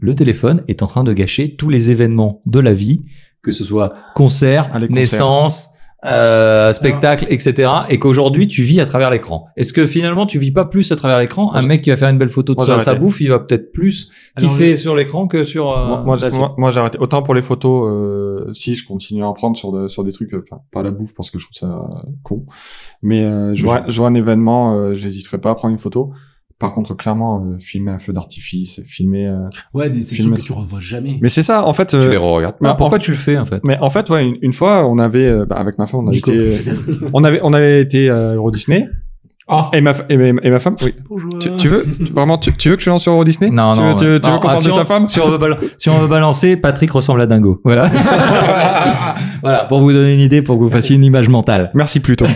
Speaker 1: le téléphone est en train de gâcher tous les événements de la vie, que ce soit concert,
Speaker 2: Ah, les concerts.
Speaker 1: naissance, euh, spectacle, etc. Et qu'aujourd'hui tu vis à travers l'écran. Est-ce que finalement tu vis pas plus à travers l'écran Un
Speaker 2: Moi,
Speaker 1: mec qui va faire une belle photo de
Speaker 2: Moi,
Speaker 1: sa,
Speaker 2: j'ai
Speaker 1: sa
Speaker 2: arrêté.
Speaker 1: bouffe, il va peut-être plus
Speaker 3: Alors,
Speaker 1: kiffer sur l'écran que sur. euh,
Speaker 2: moi, moi, j'ai-
Speaker 1: la-
Speaker 2: moi- moi, j'ai arrêté. Autant pour les photos, euh, si je continue à en prendre sur, de- sur des trucs, euh, enfin pas la bouffe parce que je trouve ça euh, con, mais euh, je, vois, je vois un événement, euh, j'hésiterai pas à prendre une photo. Par contre, clairement, euh, filmer un feu d'artifice, filmer. euh,
Speaker 3: Ouais, des, c'est des
Speaker 2: Filmer.
Speaker 3: trucs que tu revois jamais.
Speaker 2: Mais c'est ça, en fait. euh,
Speaker 1: tu les regardes.
Speaker 2: bah,
Speaker 1: pourquoi
Speaker 2: en-
Speaker 1: tu le fais en fait
Speaker 2: Mais en fait, ouais, une, une fois, on avait euh, bah, avec ma femme, on avait,
Speaker 3: Du coup,
Speaker 2: été, euh, on avait, on avait été à Euro Disney. et ma, f- et ma, et ma femme, oui.
Speaker 3: Bonjour.
Speaker 2: Tu, tu veux tu- vraiment, tu, tu veux que je lance sur Euro Disney
Speaker 1: Non,
Speaker 2: tu
Speaker 1: non.
Speaker 2: veux, tu, veux- tu
Speaker 1: non.
Speaker 2: veux qu'on
Speaker 1: Ah,
Speaker 2: parle
Speaker 1: si
Speaker 2: de
Speaker 1: on-
Speaker 2: ta femme
Speaker 1: si on, veut balan- si on veut balancer, Patrick ressemble à Dingo. Voilà. voilà, pour vous donner une idée, pour que vous fassiez une image mentale.
Speaker 2: Merci plutôt.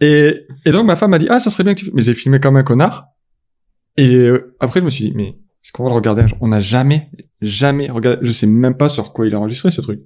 Speaker 2: et, et donc ma femme m'a dit ah ça serait bien que tu mais j'ai filmé comme un connard. Et euh, après je me suis dit mais est-ce qu'on va le regarder un jour On n'a jamais jamais regardé. Je sais même pas sur quoi il a enregistré ce truc.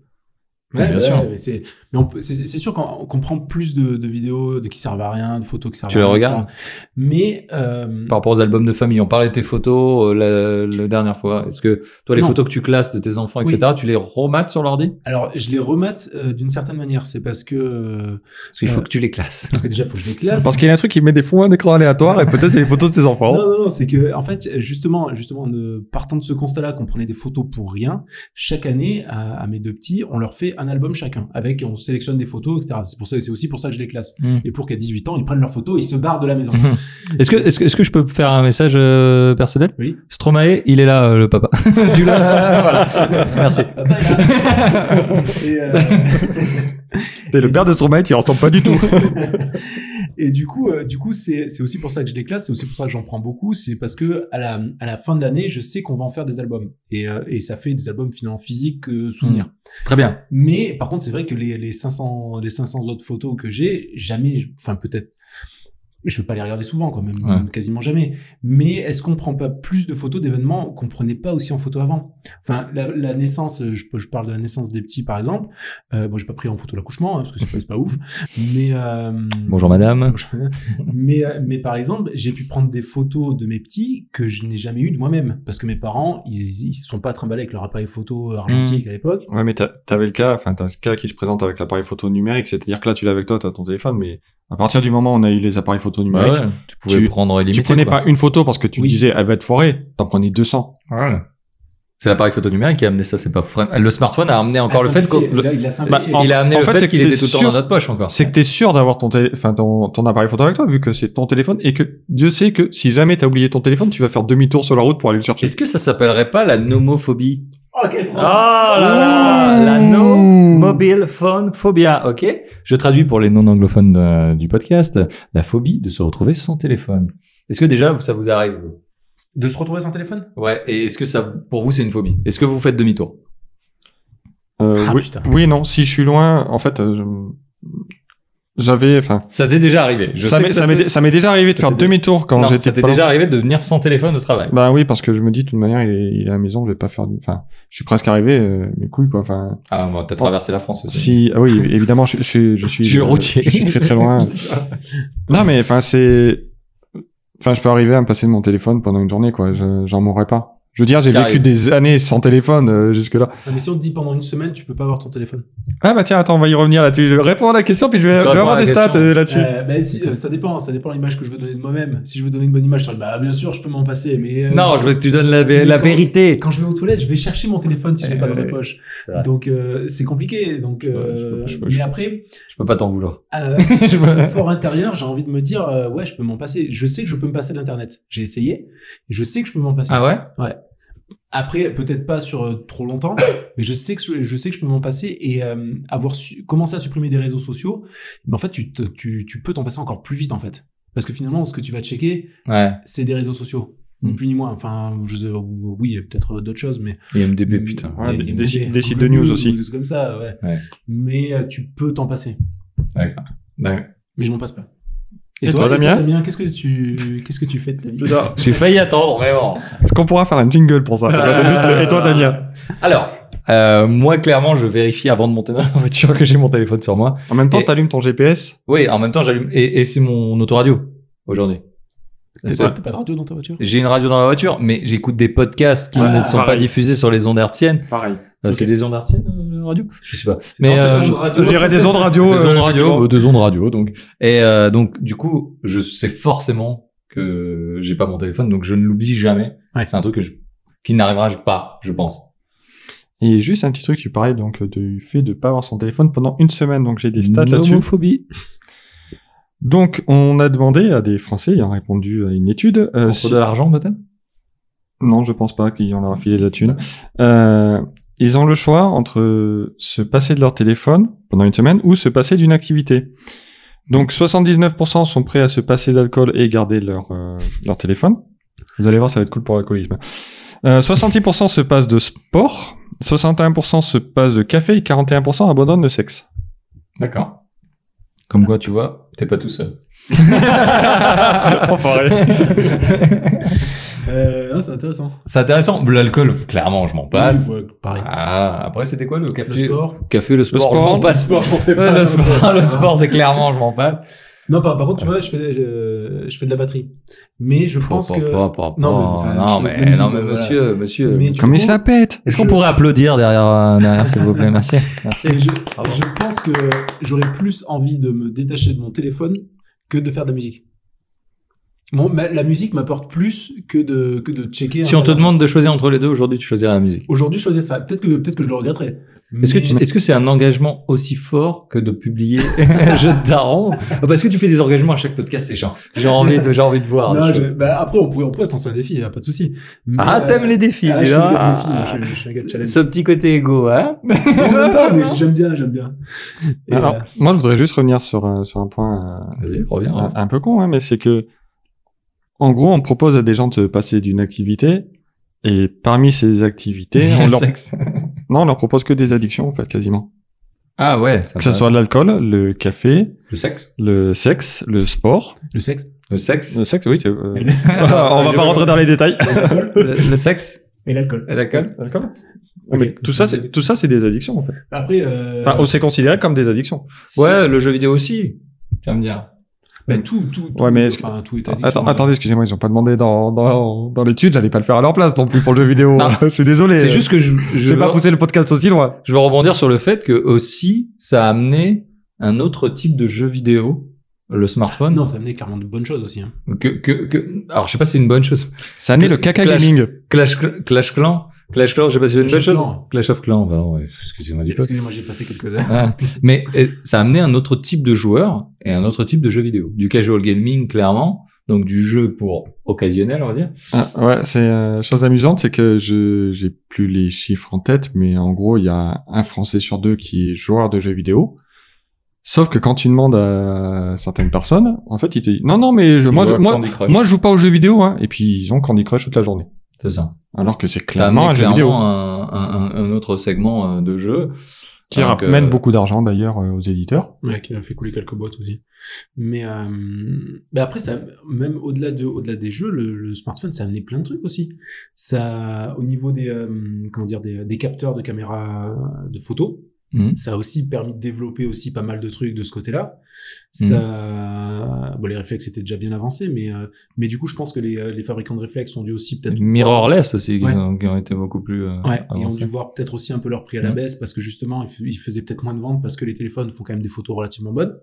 Speaker 3: Ouais,
Speaker 1: bien
Speaker 3: ouais,
Speaker 1: sûr.
Speaker 3: mais c'est, mais on peut- c'est, c'est sûr qu'on, qu'on prend plus de, de vidéos de qui servent à rien, de photos qui servent
Speaker 1: Tu
Speaker 3: à
Speaker 1: les
Speaker 3: rien.
Speaker 1: regardes
Speaker 3: etc. Mais. euh,
Speaker 1: Par rapport aux albums de famille, on parlait de tes photos euh, la, la dernière fois. Est-ce que toi, les
Speaker 3: Non.
Speaker 1: photos que tu classes de tes enfants,
Speaker 3: Oui.
Speaker 1: etc., tu les remates sur l'ordi
Speaker 3: alors, je les remate euh, d'une certaine manière. C'est parce que. euh,
Speaker 1: Parce qu'il faut
Speaker 3: Euh.
Speaker 1: que tu les classes.
Speaker 3: parce que déjà, faut que je les classe.
Speaker 2: Parce qu'il y a un truc qui met des fonds d'écran aléatoires et peut-être c'est les photos de ses enfants.
Speaker 3: Non, non, non, c'est que, en fait, justement, justement, ne- partant de ce constat-là qu'on prenait des photos pour rien, chaque année, à, à mes deux petits, on leur fait un album chacun, avec, on sélectionne des photos, etc. C'est pour ça, c'est aussi pour ça que je les classe.
Speaker 1: Mm.
Speaker 3: Et pour qu'à 18 ans, ils prennent leurs photos et ils se barrent de la maison.
Speaker 1: Est-ce que, est-ce que, est-ce que je peux faire un message euh, personnel
Speaker 3: Oui.
Speaker 1: Stromae, il est là, euh, le papa. tu l'as Voilà. Merci.
Speaker 3: Papa est là. et, euh,
Speaker 2: Et le père de Stromae, tu entends pas du tout.
Speaker 3: Et du coup, euh, du coup, c'est c'est aussi pour ça que je les classe, c'est aussi pour ça que j'en prends beaucoup, c'est parce que à la à la fin de l'année, je sais qu'on va en faire des albums et euh, et ça fait des albums finalement physiques que souvenirs.
Speaker 1: Très bien.
Speaker 3: Mais par contre, c'est vrai que les, les 500 les 500 autres photos que j'ai, jamais, je- enfin peut-être, je vais pas les regarder souvent quand même,
Speaker 1: Ouais.
Speaker 3: quasiment jamais. Mais est-ce qu'on prend pas plus de photos d'événements qu'on prenait pas aussi en photo avant Enfin, la, la naissance, je, je parle de la naissance des petits par exemple. Euh, bon, j'ai pas pris en photo l'accouchement hein, parce que c'est pas, c'est pas ouf. Mais euh,
Speaker 1: Bonjour madame.
Speaker 3: Bonjour. mais, euh, mais par exemple, j'ai pu prendre des photos de mes petits que je n'ai jamais eues de moi-même. Parce que mes parents, ils ils se sont pas trimballés avec leur appareil photo euh, argentique à l'époque.
Speaker 2: Ouais, mais t'as- t'avais le cas, enfin, t'as ce cas qui se présente avec l'appareil photo numérique, c'est-à-dire que là, tu l'as avec toi, t'as ton téléphone, mais à partir du moment où on a eu les appareils photo
Speaker 1: Ouais,
Speaker 2: numériques,
Speaker 1: Bah ouais. Tu pouvais
Speaker 2: Tu-
Speaker 1: prendre et
Speaker 2: tu
Speaker 1: limiter,
Speaker 2: prenais
Speaker 1: quoi.
Speaker 2: pas une photo parce que tu
Speaker 3: Oui.
Speaker 2: te disais, elle va être foirée, t'en prenais 200.
Speaker 1: Voilà. C'est l'appareil photo numérique qui a amené ça, c'est pas vrai. Le smartphone a amené encore
Speaker 3: Ah,
Speaker 1: le fait
Speaker 3: simplifié.
Speaker 1: que
Speaker 3: Il a- il a simplifié.
Speaker 2: Bah, en-
Speaker 1: il a amené le
Speaker 2: fait,
Speaker 1: fait,
Speaker 2: c'est
Speaker 1: qu'il
Speaker 2: que
Speaker 1: était
Speaker 2: t'es
Speaker 1: tout le temps
Speaker 2: sûr-
Speaker 1: dans notre poche encore.
Speaker 2: C'est que t'es sûr d'avoir ton, télé- enfin, ton, ton appareil photo avec toi, vu que c'est ton téléphone, et que Dieu sait que si jamais t'as oublié ton téléphone, tu vas faire demi-tour sur la route pour aller le chercher.
Speaker 1: Est-ce que ça s'appellerait pas la nomophobie
Speaker 3: Ok,
Speaker 1: Ah là là, la no mobile phone phobia, ok Je traduis pour les non-anglophones de- du podcast, la phobie de se retrouver sans téléphone. Est-ce que déjà ça vous arrive vous
Speaker 3: De se retrouver sans téléphone
Speaker 1: Ouais, et est-ce que ça, pour vous, c'est une phobie Est-ce que vous faites demi-tour
Speaker 2: Euh,
Speaker 3: Ah,
Speaker 2: oui,
Speaker 3: putain.
Speaker 2: oui, non. Si je suis loin, en fait, euh, je- j'avais, enfin,
Speaker 1: Ça t'est déjà arrivé Je
Speaker 2: ça
Speaker 1: sais
Speaker 2: m'est
Speaker 1: que
Speaker 2: ça
Speaker 1: t'est-
Speaker 2: m'est- ça m'est déjà arrivé de
Speaker 1: ça
Speaker 2: faire
Speaker 1: t'est dé-
Speaker 2: demi-tour quand
Speaker 1: Non,
Speaker 2: j'étais
Speaker 1: ça t'est
Speaker 2: pas loin.
Speaker 1: déjà arrivé de venir sans téléphone au travail.
Speaker 2: Bah oui, parce que je me dis, de toute manière, il est, il est à la maison, je vais pas faire. du- Enfin, je suis presque arrivé, euh, mes couilles, quoi. Enfin,
Speaker 1: Ah, moi, t'as traversé la France aussi.
Speaker 2: si, ah oui, évidemment, je, je, suis- je suis. euh,
Speaker 1: Je suis routier.
Speaker 2: Je suis très très loin. non, mais enfin, c'est. Enfin, je peux arriver à me passer de mon téléphone pendant une journée, quoi. Je- J'en mourrai pas. Je veux dire, j'ai
Speaker 1: T'y
Speaker 2: vécu
Speaker 1: arrives.
Speaker 2: des années sans téléphone euh, jusque-là.
Speaker 3: Non, Mais si on te dit pendant une semaine, tu peux pas avoir ton téléphone.
Speaker 2: Ah bah tiens, attends, on va y revenir là-dessus. Je vais répondre à la question, puis je vais,
Speaker 1: Tu
Speaker 2: je vais
Speaker 1: réponds à
Speaker 2: avoir
Speaker 1: la
Speaker 2: des
Speaker 1: question.
Speaker 2: stats euh, là-dessus.
Speaker 3: Euh, bah, si, euh, ça dépend, ça dépend de l'image que je veux donner de moi-même. Si je veux donner une bonne image, je te dis, bah bien sûr, je peux m'en passer, mais. euh,
Speaker 1: Non, je veux que tu donnes la, vé-
Speaker 3: Mais
Speaker 1: la
Speaker 3: quand-
Speaker 1: vérité.
Speaker 3: Quand je vais aux toilettes, je vais chercher mon téléphone si je l'ai pas dans mes
Speaker 1: Euh,
Speaker 3: poches.
Speaker 1: C'est vrai.
Speaker 3: Donc euh, c'est compliqué.
Speaker 2: peux-
Speaker 3: Donc,
Speaker 2: je
Speaker 3: euh,
Speaker 2: peux- je peux-
Speaker 3: mais
Speaker 2: je peux-
Speaker 3: après,
Speaker 1: Je peux pas t'en vouloir.
Speaker 3: euh,
Speaker 1: Je
Speaker 3: au
Speaker 1: me-
Speaker 3: fort intérieur, j'ai envie de me dire, euh, ouais, je peux m'en passer. Je sais que je peux me passer d'Internet. J'ai essayé. Je sais que je peux m'en passer.
Speaker 1: Ah ouais
Speaker 3: Après, peut-être pas sur euh, trop longtemps, mais je sais que je sais que je peux m'en passer et euh, avoir su- commencé à supprimer des réseaux sociaux. Mais en fait, tu, te- tu, tu peux t'en passer encore plus vite en fait, parce que finalement, ce que tu vas checker,
Speaker 1: Ouais.
Speaker 3: c'est des réseaux sociaux, ni
Speaker 2: Hmm.
Speaker 1: Mm.
Speaker 3: plus ni moins. Enfin, je sais, ou- oui, peut-être d'autres choses, mais
Speaker 1: IMDB, putain.
Speaker 2: Eh ben, Ouais, des-
Speaker 3: mais- mais-
Speaker 2: des sites- des
Speaker 3: Google
Speaker 2: sites de news aussi.
Speaker 3: ou des trucs comme ça, ouais.
Speaker 1: Ouais.
Speaker 3: Mais euh, tu peux t'en passer. Mais je m'en passe pas.
Speaker 2: Et toi, Damien
Speaker 3: qu'est-ce que tu qu'est-ce que tu fais de ta vie
Speaker 1: J'ai failli attendre, vraiment.
Speaker 2: Est-ce qu'on pourra faire un jingle pour ça On va donner juste le- Et toi, Damien
Speaker 1: Alors, euh, moi, clairement, je vérifie avant de monter dans la voiture que j'ai mon téléphone sur moi.
Speaker 2: En même temps,
Speaker 1: Et-
Speaker 2: t'allumes ton GPS
Speaker 1: Oui, en même temps, j'allume. Et, et c'est mon autoradio aujourd'hui.
Speaker 3: T'as
Speaker 1: C'est-
Speaker 3: t'as pas de radio dans ta voiture
Speaker 1: J'ai une radio dans la voiture, mais j'écoute des podcasts qui
Speaker 3: Ah,
Speaker 1: ne sont pas
Speaker 2: pareil.
Speaker 1: diffusés sur les ondes hertziennes.
Speaker 2: Pareil.
Speaker 1: Euh,
Speaker 3: Ok.
Speaker 1: C'est des ondes hertziennes, euh, la radio Je sais pas.
Speaker 3: C'est
Speaker 1: Mais
Speaker 3: dans
Speaker 1: euh,
Speaker 3: cette onde radio.
Speaker 2: Gérer des ondes radio.
Speaker 1: des
Speaker 2: euh,
Speaker 1: ondes radio,
Speaker 2: effectivement.
Speaker 1: euh, des ondes radio, donc. Et euh, donc, du coup, je sais forcément que j'ai pas mon téléphone, donc je ne l'oublie jamais.
Speaker 3: Ouais.
Speaker 1: C'est un truc que je- qui n'arrivera pas, je pense.
Speaker 2: Et juste un petit truc, tu parlais donc du fait de pas avoir son téléphone pendant une semaine, donc j'ai des stats là-dessus.
Speaker 1: Homophobie.
Speaker 2: Donc on a demandé à des Français, ils ont répondu à une étude. euh,
Speaker 1: Contre
Speaker 2: si-
Speaker 1: de l'argent, peut-être
Speaker 2: Non, je pense pas qu'ils en leur a filé de la thune. Euh, ils ont le choix entre se passer de leur téléphone pendant une semaine ou se passer d'une activité. Donc 79% sont prêts à se passer d'alcool et garder leur, euh, leur téléphone. Vous allez voir, ça va être cool pour l'alcoolisme. Euh, 66% se passent de sport, 61% se passent de café et 41% abandonnent le sexe.
Speaker 1: D'accord. Comme quoi, tu vois, t'es pas tout seul.
Speaker 2: Enfoiré.
Speaker 3: Euh, non, c'est intéressant.
Speaker 1: C'est intéressant. L'alcool, clairement, je m'en passe.
Speaker 3: Oui, ouais, pareil.
Speaker 1: Ah, après, c'était quoi le café
Speaker 3: Le sport.
Speaker 1: Café, le sport,
Speaker 2: sport,
Speaker 1: je m'en passe.
Speaker 3: Le sport, on fait
Speaker 1: Ouais,
Speaker 3: pas.
Speaker 1: le sport, le sport, c'est clairement, je m'en passe.
Speaker 3: Non, par, par contre, tu vois, je fais, euh, je fais de la batterie. Mais je pense
Speaker 1: Pa,
Speaker 3: que.
Speaker 1: pa, pa, pa,
Speaker 3: Non, mais,
Speaker 1: pa.
Speaker 3: enfin,
Speaker 1: non,
Speaker 3: je-
Speaker 1: mais,
Speaker 3: la musique,
Speaker 1: non, mais
Speaker 3: voilà.
Speaker 1: monsieur, monsieur.
Speaker 3: Mais tu
Speaker 2: Comme il
Speaker 3: vois,
Speaker 2: se la pète
Speaker 1: Est-ce qu'on
Speaker 3: je-
Speaker 1: pourrait applaudir derrière, euh, derrière s'il vous plaît Merci. Merci.
Speaker 3: mais je, je pense que j'aurais plus envie de me détacher de mon téléphone que de faire de la musique. Bon, ma- la musique m'apporte plus que de, que de checker.
Speaker 1: Si on
Speaker 3: un
Speaker 1: te
Speaker 3: trailer.
Speaker 1: demande de choisir entre les deux, aujourd'hui, tu choisirais la musique.
Speaker 3: Aujourd'hui, je choisis ça. Peut-être que, peut que je le regretterai.
Speaker 1: Est-ce que,
Speaker 3: Mais-
Speaker 1: tu- est-ce que c'est un engagement aussi fort que de publier un jeu de daron Parce que tu fais des engagements à chaque podcast, c'est genre, j'ai envie de, j'ai envie de voir.
Speaker 3: Non,
Speaker 1: des
Speaker 3: je-
Speaker 1: choses.
Speaker 3: bah, après, on pourrait, on pourrait se lancer un défi, y a pas de souci. Mais,
Speaker 1: Ah,
Speaker 3: euh,
Speaker 1: t'aimes les défis,
Speaker 3: ah, je
Speaker 1: dis
Speaker 3: suis
Speaker 1: donc.
Speaker 3: un gars de défi, moi, je, je suis un gars de challenge.
Speaker 1: Ce petit côté égo, hein
Speaker 3: Non, même pas, mais j'aime bien, j'aime bien. Et,
Speaker 2: Alors,
Speaker 3: euh,
Speaker 2: Moi, je voudrais juste revenir sur, un- sur un point
Speaker 3: Ah,
Speaker 2: euh,
Speaker 1: Vas-y, reviens.
Speaker 2: un, un peu con, hein, mais c'est que, en gros, on propose à des gens de se passer d'une activité, et parmi ces activités, on leur...
Speaker 1: Sexe.
Speaker 2: non, on leur propose que des addictions, en fait, quasiment. Bah,
Speaker 1: Ah ouais,
Speaker 2: Que ce soit l'alcool, le café,
Speaker 1: le sexe.
Speaker 2: le sexe, le sport.
Speaker 3: le sexe.
Speaker 1: Le sexe.
Speaker 2: Le sexe, oui. c'est- euh, on va pas rentrer dans les détails.
Speaker 1: le, le sexe
Speaker 3: euh, Et l'alcool.
Speaker 1: et l'alcool.
Speaker 2: L'alcool Mais tout ça, c'est tout ça, c'est des addictions, en fait.
Speaker 3: Après, euh,
Speaker 2: Enfin, on s'est considéré comme des addictions.
Speaker 3: c'est-
Speaker 1: Ouais, le jeu vidéo aussi. Tu vas me dire.
Speaker 3: bah, tout, tout, tout,
Speaker 2: Ouais, mais est-ce que-
Speaker 3: enfin, tout est addiction.
Speaker 2: Attends, attendez, excusez-moi, ils ont pas demandé dans, dans, dans l'étude, j'allais pas le faire à leur place non plus pour le jeu vidéo.
Speaker 1: Non.
Speaker 2: je suis désolé.
Speaker 1: C'est juste que je, je,
Speaker 2: euh, J'ai
Speaker 1: veux,
Speaker 2: pas poussé le podcast aussi loin.
Speaker 1: je veux rebondir sur le fait que aussi, ça a amené un autre type de jeu vidéo, le smartphone.
Speaker 3: Non, ça venait clairement de bonnes choses aussi. hein.
Speaker 1: Que, que, que, alors, je sais pas si c'est une bonne chose.
Speaker 2: Ça naît le
Speaker 1: Clash-
Speaker 2: caca gaming.
Speaker 1: Clash, Cl- Clash Clan. Clash Clan, je sais pas si c'est une
Speaker 3: Clash
Speaker 1: bonne
Speaker 3: of
Speaker 1: chose.
Speaker 3: Clans.
Speaker 1: Clash of Clan, pardon, ouais, excusez-moi du peu.
Speaker 3: Excusez-moi, j'ai passé quelques heures.
Speaker 1: Ah, mais euh, ça a amené un autre type de joueur et un autre type de jeu vidéo. Du casual gaming, clairement, donc du jeu pour occasionnel, on va dire.
Speaker 2: Ah, ouais, c'est euh, chose amusante, c'est que je j'ai plus les chiffres en tête, mais en gros, il y a un Français sur deux qui est joueur de jeux vidéo. Sauf que quand tu demandes à certaines personnes, en fait, ils te disent non, non, mais je, moi,
Speaker 1: Jouer
Speaker 2: je,
Speaker 1: à
Speaker 2: moi,
Speaker 1: Candy Crush.
Speaker 2: moi, je joue pas aux jeux vidéo, hein. Et puis ils ont Candy Crush toute la journée.
Speaker 1: c'est ça.
Speaker 2: Alors que c'est
Speaker 1: Ça
Speaker 2: clairement
Speaker 1: amène
Speaker 2: un jeu
Speaker 1: clairement
Speaker 2: vidéo
Speaker 1: un, un- un autre segment euh, de jeu. euh,
Speaker 2: qui
Speaker 1: Alors que-
Speaker 2: ramène beaucoup d'argent d'ailleurs euh, aux éditeurs.
Speaker 3: Ouais, qui a fait couler quelques boîtes aussi. Mais, euh, mais après, ça, même au-delà de, au-delà des jeux, le, le smartphone, ça a amené plein de trucs aussi. Ça, au niveau des, euh, comment dire, des, des capteurs de caméras de photos,
Speaker 1: Mhm.
Speaker 3: ça a aussi permis de développer aussi pas mal de trucs de ce côté-là.
Speaker 1: Mhm.
Speaker 3: Ça, bon, les réflexes étaient déjà bien avancés, mais, euh, mais du coup, je pense que les, euh, les fabricants de réflexes ont dû aussi peut-être
Speaker 1: Mirrorless aussi, qui
Speaker 3: Ouais.
Speaker 1: ont- qui ont été beaucoup plus. euh,
Speaker 3: Ouais, ils ont
Speaker 1: avancés.
Speaker 3: dû voir peut-être aussi un peu leur prix à la
Speaker 1: Mhm.
Speaker 3: baisse parce que justement, ils f- ils faisaient peut-être moins de ventes parce que les téléphones font quand même des photos relativement bonnes.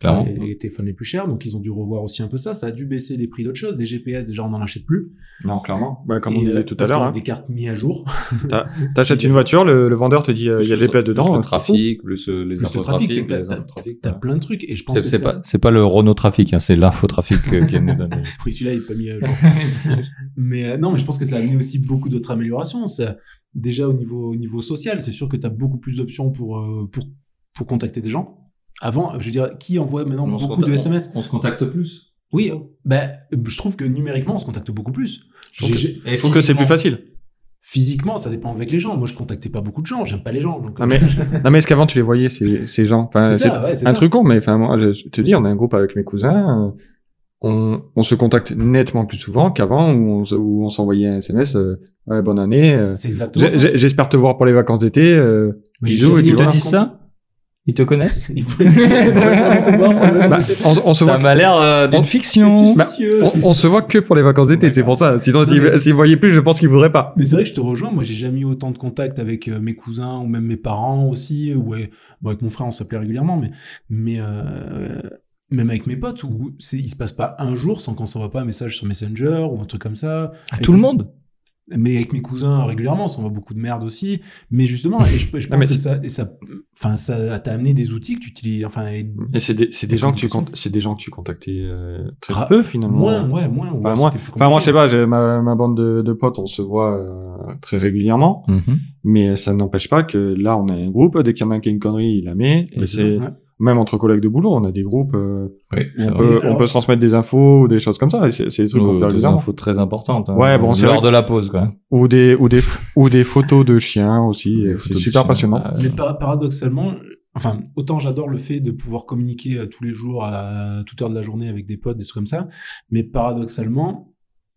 Speaker 1: Clairement.
Speaker 3: Les, les téléphones les plus chers, donc ils ont dû revoir aussi un peu ça. Ça a dû baisser les prix d'autres choses. Des GPS, déjà, on n'en achète plus.
Speaker 2: Non, clairement. Bah, comme on
Speaker 3: Et, euh,
Speaker 2: disait tout à
Speaker 3: parce
Speaker 2: l'heure,
Speaker 3: qu'on a
Speaker 2: hein.
Speaker 3: Des cartes mises à jour.
Speaker 2: t'achètes une voiture, le, le vendeur te dit euh, il y a
Speaker 1: Plus
Speaker 2: des
Speaker 1: le-
Speaker 2: places dedans.
Speaker 1: plus
Speaker 2: euh,
Speaker 1: le
Speaker 2: c'est fou.
Speaker 1: trafic, plus euh, les
Speaker 3: Plus le
Speaker 1: infotrafics,
Speaker 3: trafic, t'as-
Speaker 1: les
Speaker 3: t'as-
Speaker 1: infotrafics,
Speaker 3: T'as
Speaker 1: ouais.
Speaker 3: plein de trucs et je pense
Speaker 1: C'est
Speaker 3: que
Speaker 1: c'est
Speaker 3: ça-
Speaker 1: pas, c'est pas le Renault trafic, hein, c'est l'infotrafic euh, qui est venu donner.
Speaker 3: Oui, celui-là, il est pas mis à jour. mais euh, non, mais je pense que ça a amené aussi beaucoup d'autres améliorations. Ça, déjà au niveau, au niveau social, c'est sûr que tu as beaucoup plus d'options pour, euh, pour, pour contacter des gens. Avant, je veux dire, qui envoie maintenant
Speaker 1: On se
Speaker 3: beaucoup de
Speaker 1: contacte- hein.
Speaker 3: SMS
Speaker 1: On se contacte plus.
Speaker 3: Oui, ben, je trouve que numériquement, on se contacte beaucoup plus.
Speaker 2: trouve
Speaker 3: J'ai- j'ai-
Speaker 1: Et
Speaker 2: Je trouve que c'est plus facile.
Speaker 3: Physiquement, ça dépend avec les gens. Moi, je contactais pas beaucoup de gens. J'aime pas les gens. Donc,
Speaker 2: Non Ah, mais, non mais est-ce qu'avant tu les voyais ces, ces gens Enfin,
Speaker 3: c'est
Speaker 2: c'est-
Speaker 3: ça, ouais, c'est
Speaker 2: un
Speaker 3: ça.
Speaker 2: truc con, mais enfin, moi, je je te dis, on a un groupe avec mes cousins, euh, on, on se contacte nettement plus souvent qu'avant où on, se- où on s'envoyait un SMS, euh, ouais, bonne année, euh,
Speaker 3: C'est exactement
Speaker 2: j'ai-
Speaker 3: ça.
Speaker 2: j'ai- j'espère te voir pour les vacances d'été, euh,
Speaker 3: Mais j'ai
Speaker 2: bisous,
Speaker 3: jamais
Speaker 2: et puis
Speaker 1: Ils
Speaker 3: eu
Speaker 1: te
Speaker 2: voilà.
Speaker 1: disent ça Ils te connaissent
Speaker 3: Il faut- il faut vraiment te voir pour le-
Speaker 2: Bah, on, on se
Speaker 1: Ça
Speaker 2: voit,
Speaker 1: m'a l'air euh, d'une
Speaker 2: On-
Speaker 1: fiction.
Speaker 2: Bah,
Speaker 3: Monsieur.
Speaker 2: on, on se voit que pour les vacances d'été, c'est pour ça. Sinon,
Speaker 3: Non,
Speaker 2: s'ils
Speaker 3: mais-
Speaker 2: s'ils voyaient plus, je pense qu'ils voudraient pas.
Speaker 3: Mais c'est vrai que je te rejoins. Moi, j'ai jamais eu autant de contacts avec euh, mes cousins ou même mes parents aussi. Ou euh, bon, avec mon frère, on s'appelait régulièrement, mais mais euh, même avec mes potes, où c'est, il se passe pas un jour sans qu'on s'envoie pas un message sur Messenger ou un truc comme ça.
Speaker 1: À tout le monde
Speaker 3: mais avec mes cousins régulièrement, on s'envoie beaucoup de merde aussi. Mais justement, et je, je
Speaker 2: Non,
Speaker 3: pense
Speaker 2: Ah, mais
Speaker 3: que
Speaker 2: c'est-
Speaker 3: ça, et ça, enfin, ça t'a amené des outils que tu utilises, enfin, et
Speaker 2: Et c'est des, c'est
Speaker 3: des gens que tu con-
Speaker 2: c'est des gens que tu contactais euh, très
Speaker 3: Ra-
Speaker 2: peu finalement.
Speaker 3: Ah, moins, ouais, moins.
Speaker 2: Enfin, moi, enfin, moi, je sais pas, j'ai ma, ma bande de, de potes, on se voit euh, très régulièrement.
Speaker 1: Mhm.
Speaker 2: Mais ça n'empêche pas que là, on a un groupe, dès qu'il y en a un qui a une connerie, il la met. Et c'est- Même entre collègues de boulot, on a des groupes euh,
Speaker 1: Oui,
Speaker 2: où
Speaker 1: c'est
Speaker 2: on
Speaker 1: vrai.
Speaker 2: peut,
Speaker 3: Et alors-
Speaker 2: on peut se transmettre des infos ou des choses comme ça. et C'est c'est des trucs qu'on
Speaker 1: Nous,
Speaker 2: fait
Speaker 1: Des
Speaker 2: régulièrement.
Speaker 1: infos très importantes. hein.
Speaker 2: Ouais, bon, c'est
Speaker 1: L'heure
Speaker 2: vrai.
Speaker 1: de la pause, quoi.
Speaker 2: Ou des, ou, des, ou des photos de chiens aussi.
Speaker 1: Des
Speaker 2: et C'est
Speaker 1: photos de
Speaker 2: super
Speaker 1: chiens.
Speaker 2: passionnant.
Speaker 1: Ah,
Speaker 3: Mais par- paradoxalement, enfin, autant j'adore le fait de pouvoir communiquer euh, tous les jours à toute heure de la journée avec des potes, des trucs comme ça, mais paradoxalement,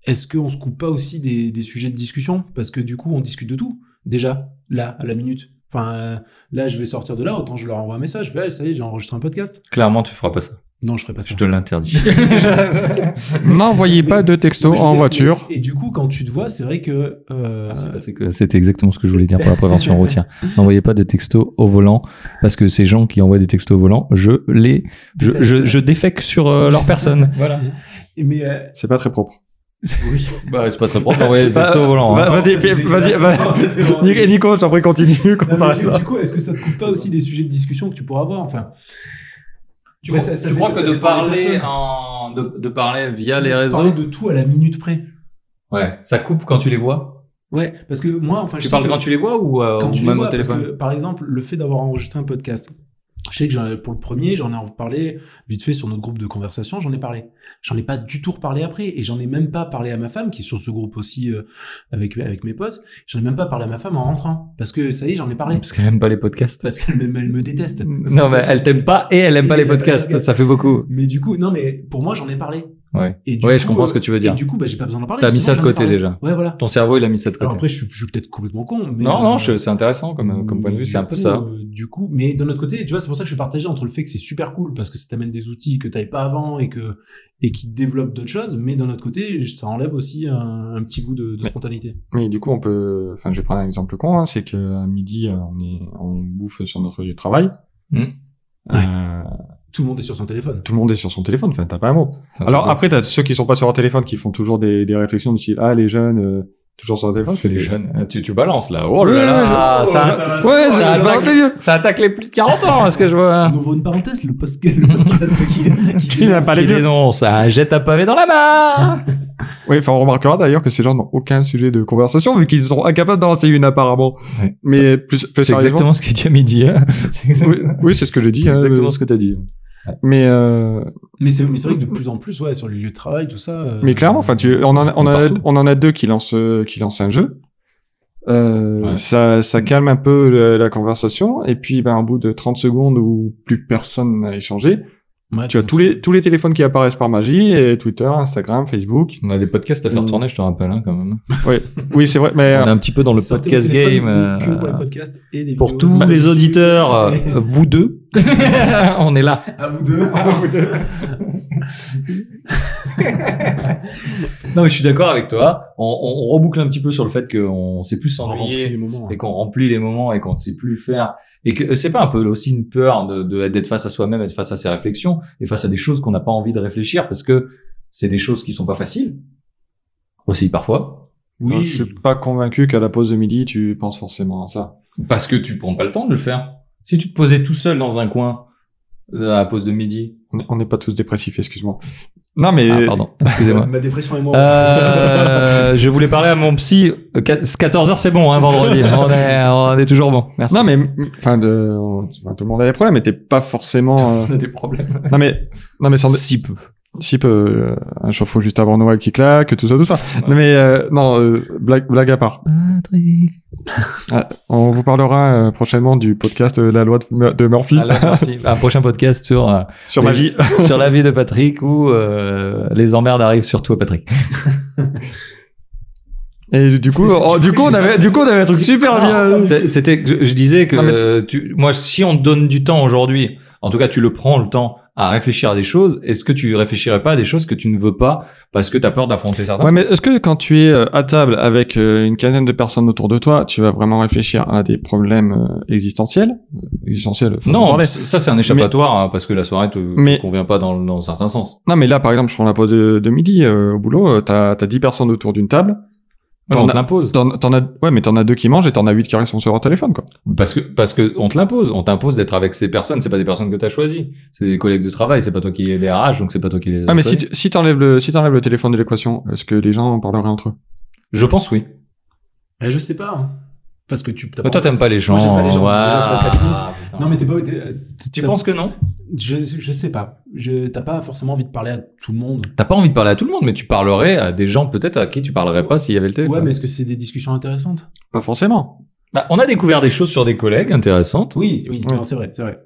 Speaker 3: est-ce qu'on se coupe pas aussi des, des sujets de discussion Parce que du coup, on discute de tout, déjà, là, à la minute. Enfin, euh, là, je vais sortir de là, autant je leur envoie un message, je vais, Ah, ça y est, j'ai enregistré un podcast.
Speaker 1: Clairement, tu feras pas ça.
Speaker 3: Non, je ferai pas ça.
Speaker 1: Je te l'interdis. Euh, Ah,
Speaker 2: N'envoyez pas de
Speaker 3: Mais
Speaker 2: textos
Speaker 3: je veux
Speaker 2: en
Speaker 3: dire,
Speaker 2: voiture.
Speaker 3: Et, et du coup, quand tu te vois, c'est vrai que.
Speaker 2: Ah,
Speaker 3: euh,
Speaker 1: Merci, Patrick. Euh, C'était exactement ce que je voulais dire pour la prévention routière. N'envoyez pas de textos au volant parce que ces gens qui envoient des textos au volant, je les, je,
Speaker 3: déteste.
Speaker 1: je, je défèque sur euh, leur personne. Voilà.
Speaker 3: Mais. euh,
Speaker 2: C'est pas très propre.
Speaker 3: oui.
Speaker 1: Bah, c'est pas très propre d'envoyer des
Speaker 2: Bah,
Speaker 1: textos au volant.
Speaker 2: bah,
Speaker 1: hein.
Speaker 2: vas-y, fais- vas-y,
Speaker 3: C'est vraiment
Speaker 2: vas-y. Nico, je t'en prie, continue. qu'on
Speaker 3: Non, mais
Speaker 2: s'arrête
Speaker 3: tu-
Speaker 2: là.
Speaker 3: du coup, est-ce que ça te coupe pas aussi des sujets de discussion que tu pourras avoir Enfin,
Speaker 1: Tu,
Speaker 3: Ouais,
Speaker 1: crois,
Speaker 3: ça- ça
Speaker 1: tu
Speaker 3: dépend-
Speaker 1: crois
Speaker 3: ça
Speaker 1: que de
Speaker 3: dépend des
Speaker 1: parler,
Speaker 3: personnes.
Speaker 1: en, de, de parler via les réseaux,
Speaker 3: parler de tout à la minute près.
Speaker 1: ouais, ça coupe quand tu les vois
Speaker 3: Ouais, parce que moi, enfin, je
Speaker 1: Tu
Speaker 3: sais
Speaker 1: parles
Speaker 3: que-
Speaker 1: quand tu les vois ou, euh,
Speaker 3: quand
Speaker 1: ou
Speaker 3: tu les
Speaker 1: même au
Speaker 3: vois, parce
Speaker 1: téléphone
Speaker 3: que, par exemple, le fait d'avoir enregistré un podcast. Je sais que j'en ai- pour le premier, j'en ai parlé vite fait sur notre groupe de conversation, j'en ai parlé. J'en ai pas du tout reparlé après, et j'en ai même pas parlé à ma femme, qui est sur ce groupe aussi euh, avec, avec mes potes, j'en ai même pas parlé à ma femme en rentrant, parce que ça y est, j'en ai parlé,
Speaker 1: Parce qu'elle aime pas les podcasts.
Speaker 3: parce qu'elle me, elle me déteste.
Speaker 1: Non, mais elle t'aime pas et elle aime pas les podcasts. Ça fait beaucoup.
Speaker 3: Mais du coup, non, mais pour moi, j'en ai parlé.
Speaker 1: Ouais.
Speaker 3: Et du
Speaker 1: Ouais,
Speaker 3: coup,
Speaker 1: je comprends ce que
Speaker 3: euh,
Speaker 1: tu veux
Speaker 3: Et
Speaker 1: dire.
Speaker 3: du coup, bah, j'ai pas besoin d'en parler.
Speaker 1: T'as mis
Speaker 3: sinon
Speaker 1: ça de
Speaker 3: j'en ai
Speaker 1: côté
Speaker 3: parlé.
Speaker 1: déjà.
Speaker 3: Ouais, voilà.
Speaker 1: Ton cerveau, il a mis ça de
Speaker 3: Alors
Speaker 1: côté.
Speaker 3: après, je suis, je suis peut-être complètement con. Mais
Speaker 1: non, non,
Speaker 3: euh,
Speaker 1: je- c'est intéressant comme, comme point de
Speaker 3: mais
Speaker 1: vue.
Speaker 3: du
Speaker 1: C'est un peu
Speaker 3: coup,
Speaker 1: ça.
Speaker 3: euh, du coup, mais d'un autre côté, tu vois, c'est pour ça que je suis partagé entre le fait que c'est super cool parce que ça t'amène des outils que t'avais pas avant et que et qui développent d'autres choses, mais d'un autre côté, ça enlève aussi un, un petit bout de, de
Speaker 2: Mais-
Speaker 3: spontanéité.
Speaker 2: Mais du coup, on peut. Enfin, je vais prendre un exemple con. hein, c'est que à midi, euh, on est, on bouffe sur notre lieu de travail.
Speaker 1: Mm.
Speaker 2: Euh,
Speaker 3: Tout le monde est sur son téléphone.
Speaker 2: Tout le monde est sur son téléphone. Enfin, t'as pas un mot. Alors après, t'as ceux qui sont pas sur leur téléphone qui font toujours des, des réflexions du style ah les jeunes, euh, Toujours sur le téléphone. Je fais
Speaker 1: Tu,
Speaker 2: des
Speaker 1: jeune, hein, tu, tu balances là. Oh là
Speaker 2: Ouais,
Speaker 1: là,
Speaker 2: ouais,
Speaker 1: ça,
Speaker 2: ouais,
Speaker 3: ça va
Speaker 2: Ouais,
Speaker 3: trop,
Speaker 2: ça
Speaker 1: ça
Speaker 2: a
Speaker 1: attaque,
Speaker 2: planté, vieux.
Speaker 1: ça attaque les plus de 40 ans, à ce que je vois.
Speaker 3: On ouvre une parenthèse, le podcast, le podcast qui, qui
Speaker 2: Il n'a pas
Speaker 1: Pas les
Speaker 2: vieux.
Speaker 1: dénonces, ça jette un pavé dans la mare.
Speaker 2: Oui, enfin, on remarquera d'ailleurs que ces gens n'ont aucun sujet de conversation vu qu'ils sont incapables d'en lancer une apparemment.
Speaker 1: Ouais.
Speaker 2: Mais plus, plus
Speaker 1: C'est
Speaker 2: sérieusement-
Speaker 1: exactement ce que dit à midi. hein. C'est
Speaker 2: Oui,
Speaker 1: exactement-
Speaker 2: oui, c'est ce que j'ai dit.
Speaker 1: c'est
Speaker 2: hein,
Speaker 1: exactement
Speaker 2: euh,
Speaker 1: ce que t'as dit.
Speaker 2: Mais euh,
Speaker 3: Mais c'est mais c'est vrai que de plus en plus, ouais, sur les lieux de travail, tout ça. euh,
Speaker 2: mais clairement, enfin, tu, on en, a- on, en a,
Speaker 1: Partout.
Speaker 2: on en a deux qui lancent euh, qui lancent un jeu. Euh,
Speaker 1: Ouais.
Speaker 2: ça, ça calme un peu le- la conversation et puis ben au bout de 30 secondes où plus personne n'a échangé,
Speaker 3: ouais,
Speaker 2: tu as tous les tous les téléphones qui apparaissent par magie et Twitter, Instagram, Facebook.
Speaker 1: On a des podcasts à faire
Speaker 2: Mm.
Speaker 1: tourner, je te rappelle, hein, quand même.
Speaker 2: Oui, c'est vrai, mais euh,
Speaker 1: On est un petit peu dans le
Speaker 3: Sortez
Speaker 1: podcast
Speaker 3: vos téléphones,
Speaker 1: game.
Speaker 3: mais
Speaker 1: euh,
Speaker 3: que pour les podcasts et les
Speaker 1: Pour
Speaker 3: vidéos.
Speaker 1: tous
Speaker 3: Bah,
Speaker 1: les
Speaker 3: si-
Speaker 1: auditeurs, euh, vous deux, on est là.
Speaker 3: À vous deux.
Speaker 1: Non, mais je suis d'accord avec toi. On, on- on reboucle un petit peu sur le fait qu'on s'est plus
Speaker 3: On remplit
Speaker 1: ennuyé
Speaker 3: les moments.
Speaker 1: et qu'on remplit les moments et qu'on ne sait plus le faire. Et que c'est pas un peu aussi une peur de de- d'être face à soi-même, être face à ses réflexions et face à des choses qu'on n'a pas envie de réfléchir parce que c'est des choses qui sont pas faciles aussi parfois
Speaker 2: Non,
Speaker 3: Oui,
Speaker 2: je suis pas convaincu qu'à la pause de midi, tu penses forcément à ça.
Speaker 1: parce que tu prends pas le temps de le faire. Si tu te posais tout seul dans un coin euh, à la pause de midi,
Speaker 2: On est- On n'est pas tous dépressifs, excuse-moi. Non, mais
Speaker 1: ah pardon, excusez-moi.
Speaker 3: ma dépression est moi.
Speaker 1: Euh, je voulais parler à mon psy. Euh, quat- 14 h c'est bon, hein, vendredi. On est, on est toujours bon. Merci.
Speaker 2: non, mais enfin, de... on- enfin, tout le monde a des problèmes, mais t'es pas forcément. euh,
Speaker 1: on a des problèmes.
Speaker 2: non mais non mais sans
Speaker 1: Si peu.
Speaker 2: si peu euh, un chauffe-eau juste avant Noël qui claque, tout ça, tout ça. Non mais euh, non, euh, blague, blague à part.
Speaker 1: Patrick.
Speaker 2: On vous parlera euh, prochainement du podcast euh, La loi de, Mur- de Murphy
Speaker 1: Un prochain podcast sur euh,
Speaker 2: sur ma vie.
Speaker 1: sur la vie de Patrick où euh, les emmerdes arrivent surtout à Patrick.
Speaker 2: Et du coup, oh, du coup on avait du coup on avait un truc super bien.
Speaker 1: C'est- C'était, je, je disais que
Speaker 2: Non, mais
Speaker 1: euh, tu, moi, si on te donne du temps aujourd'hui, en tout cas, tu le prends le temps à réfléchir à des choses. Est-ce que tu réfléchirais pas à des choses que tu ne veux pas parce que t'as peur d'affronter certains
Speaker 2: Ouais, mais est-ce que quand tu es euh, à table avec euh, une quinzaine de personnes autour de toi, tu vas vraiment réfléchir à des problèmes euh, existentiels Euh, Existentiels, faut en
Speaker 1: Non,
Speaker 2: parler.
Speaker 1: ça c'est un échappatoire hein, parce que la soirée te, te
Speaker 2: Mais-
Speaker 1: convient pas dans, dans un certain sens.
Speaker 2: Non, mais là, par exemple, je prends la pause de, de midi euh, au boulot, euh, t'as t'as 10 personnes autour d'une table.
Speaker 1: Ouais,
Speaker 2: T'en
Speaker 1: on te
Speaker 2: as-
Speaker 1: l'impose.
Speaker 2: T'en t'en as, ouais, mais t'en as deux qui mangent et t'en as huit qui restent sur leur téléphone, quoi.
Speaker 1: Parce que, parce que on te l'impose. On t'impose d'être avec ces personnes. C'est pas des personnes que t'as choisies. C'est des collègues de travail. C'est pas toi qui les arrache, donc c'est pas toi qui les. as
Speaker 2: Ah, mais si
Speaker 1: choisis.
Speaker 2: tu- si t'enlèves le, si t'enlèves le téléphone de l'équation, est-ce que les gens en parleraient entre eux
Speaker 1: Je pense oui.
Speaker 3: Bah, je sais pas. hein. Parce que tu. t'as
Speaker 1: Mais Bah, toi t'aimes pas les gens.
Speaker 3: Moi, j'aime pas les gens.
Speaker 1: Ouah.
Speaker 3: Déjà, ça, ça limite.
Speaker 1: Ah, putain.
Speaker 3: Non, mais t'es pas. t'es-
Speaker 1: tu
Speaker 3: t'as-
Speaker 1: penses que non
Speaker 3: Je, je sais pas. Je- T'as pas forcément envie de parler à tout le monde.
Speaker 1: T'as pas envie de parler à tout le monde, mais tu parlerais à des gens peut-être à qui tu parlerais pas s'il y avait le téléphone.
Speaker 3: Ouais, mais est-ce que c'est des discussions intéressantes
Speaker 2: Pas forcément.
Speaker 1: Bah, on a découvert des choses sur des collègues intéressantes.
Speaker 3: Oui, oui,
Speaker 2: Ouais.
Speaker 3: non, c'est vrai, c'est vrai.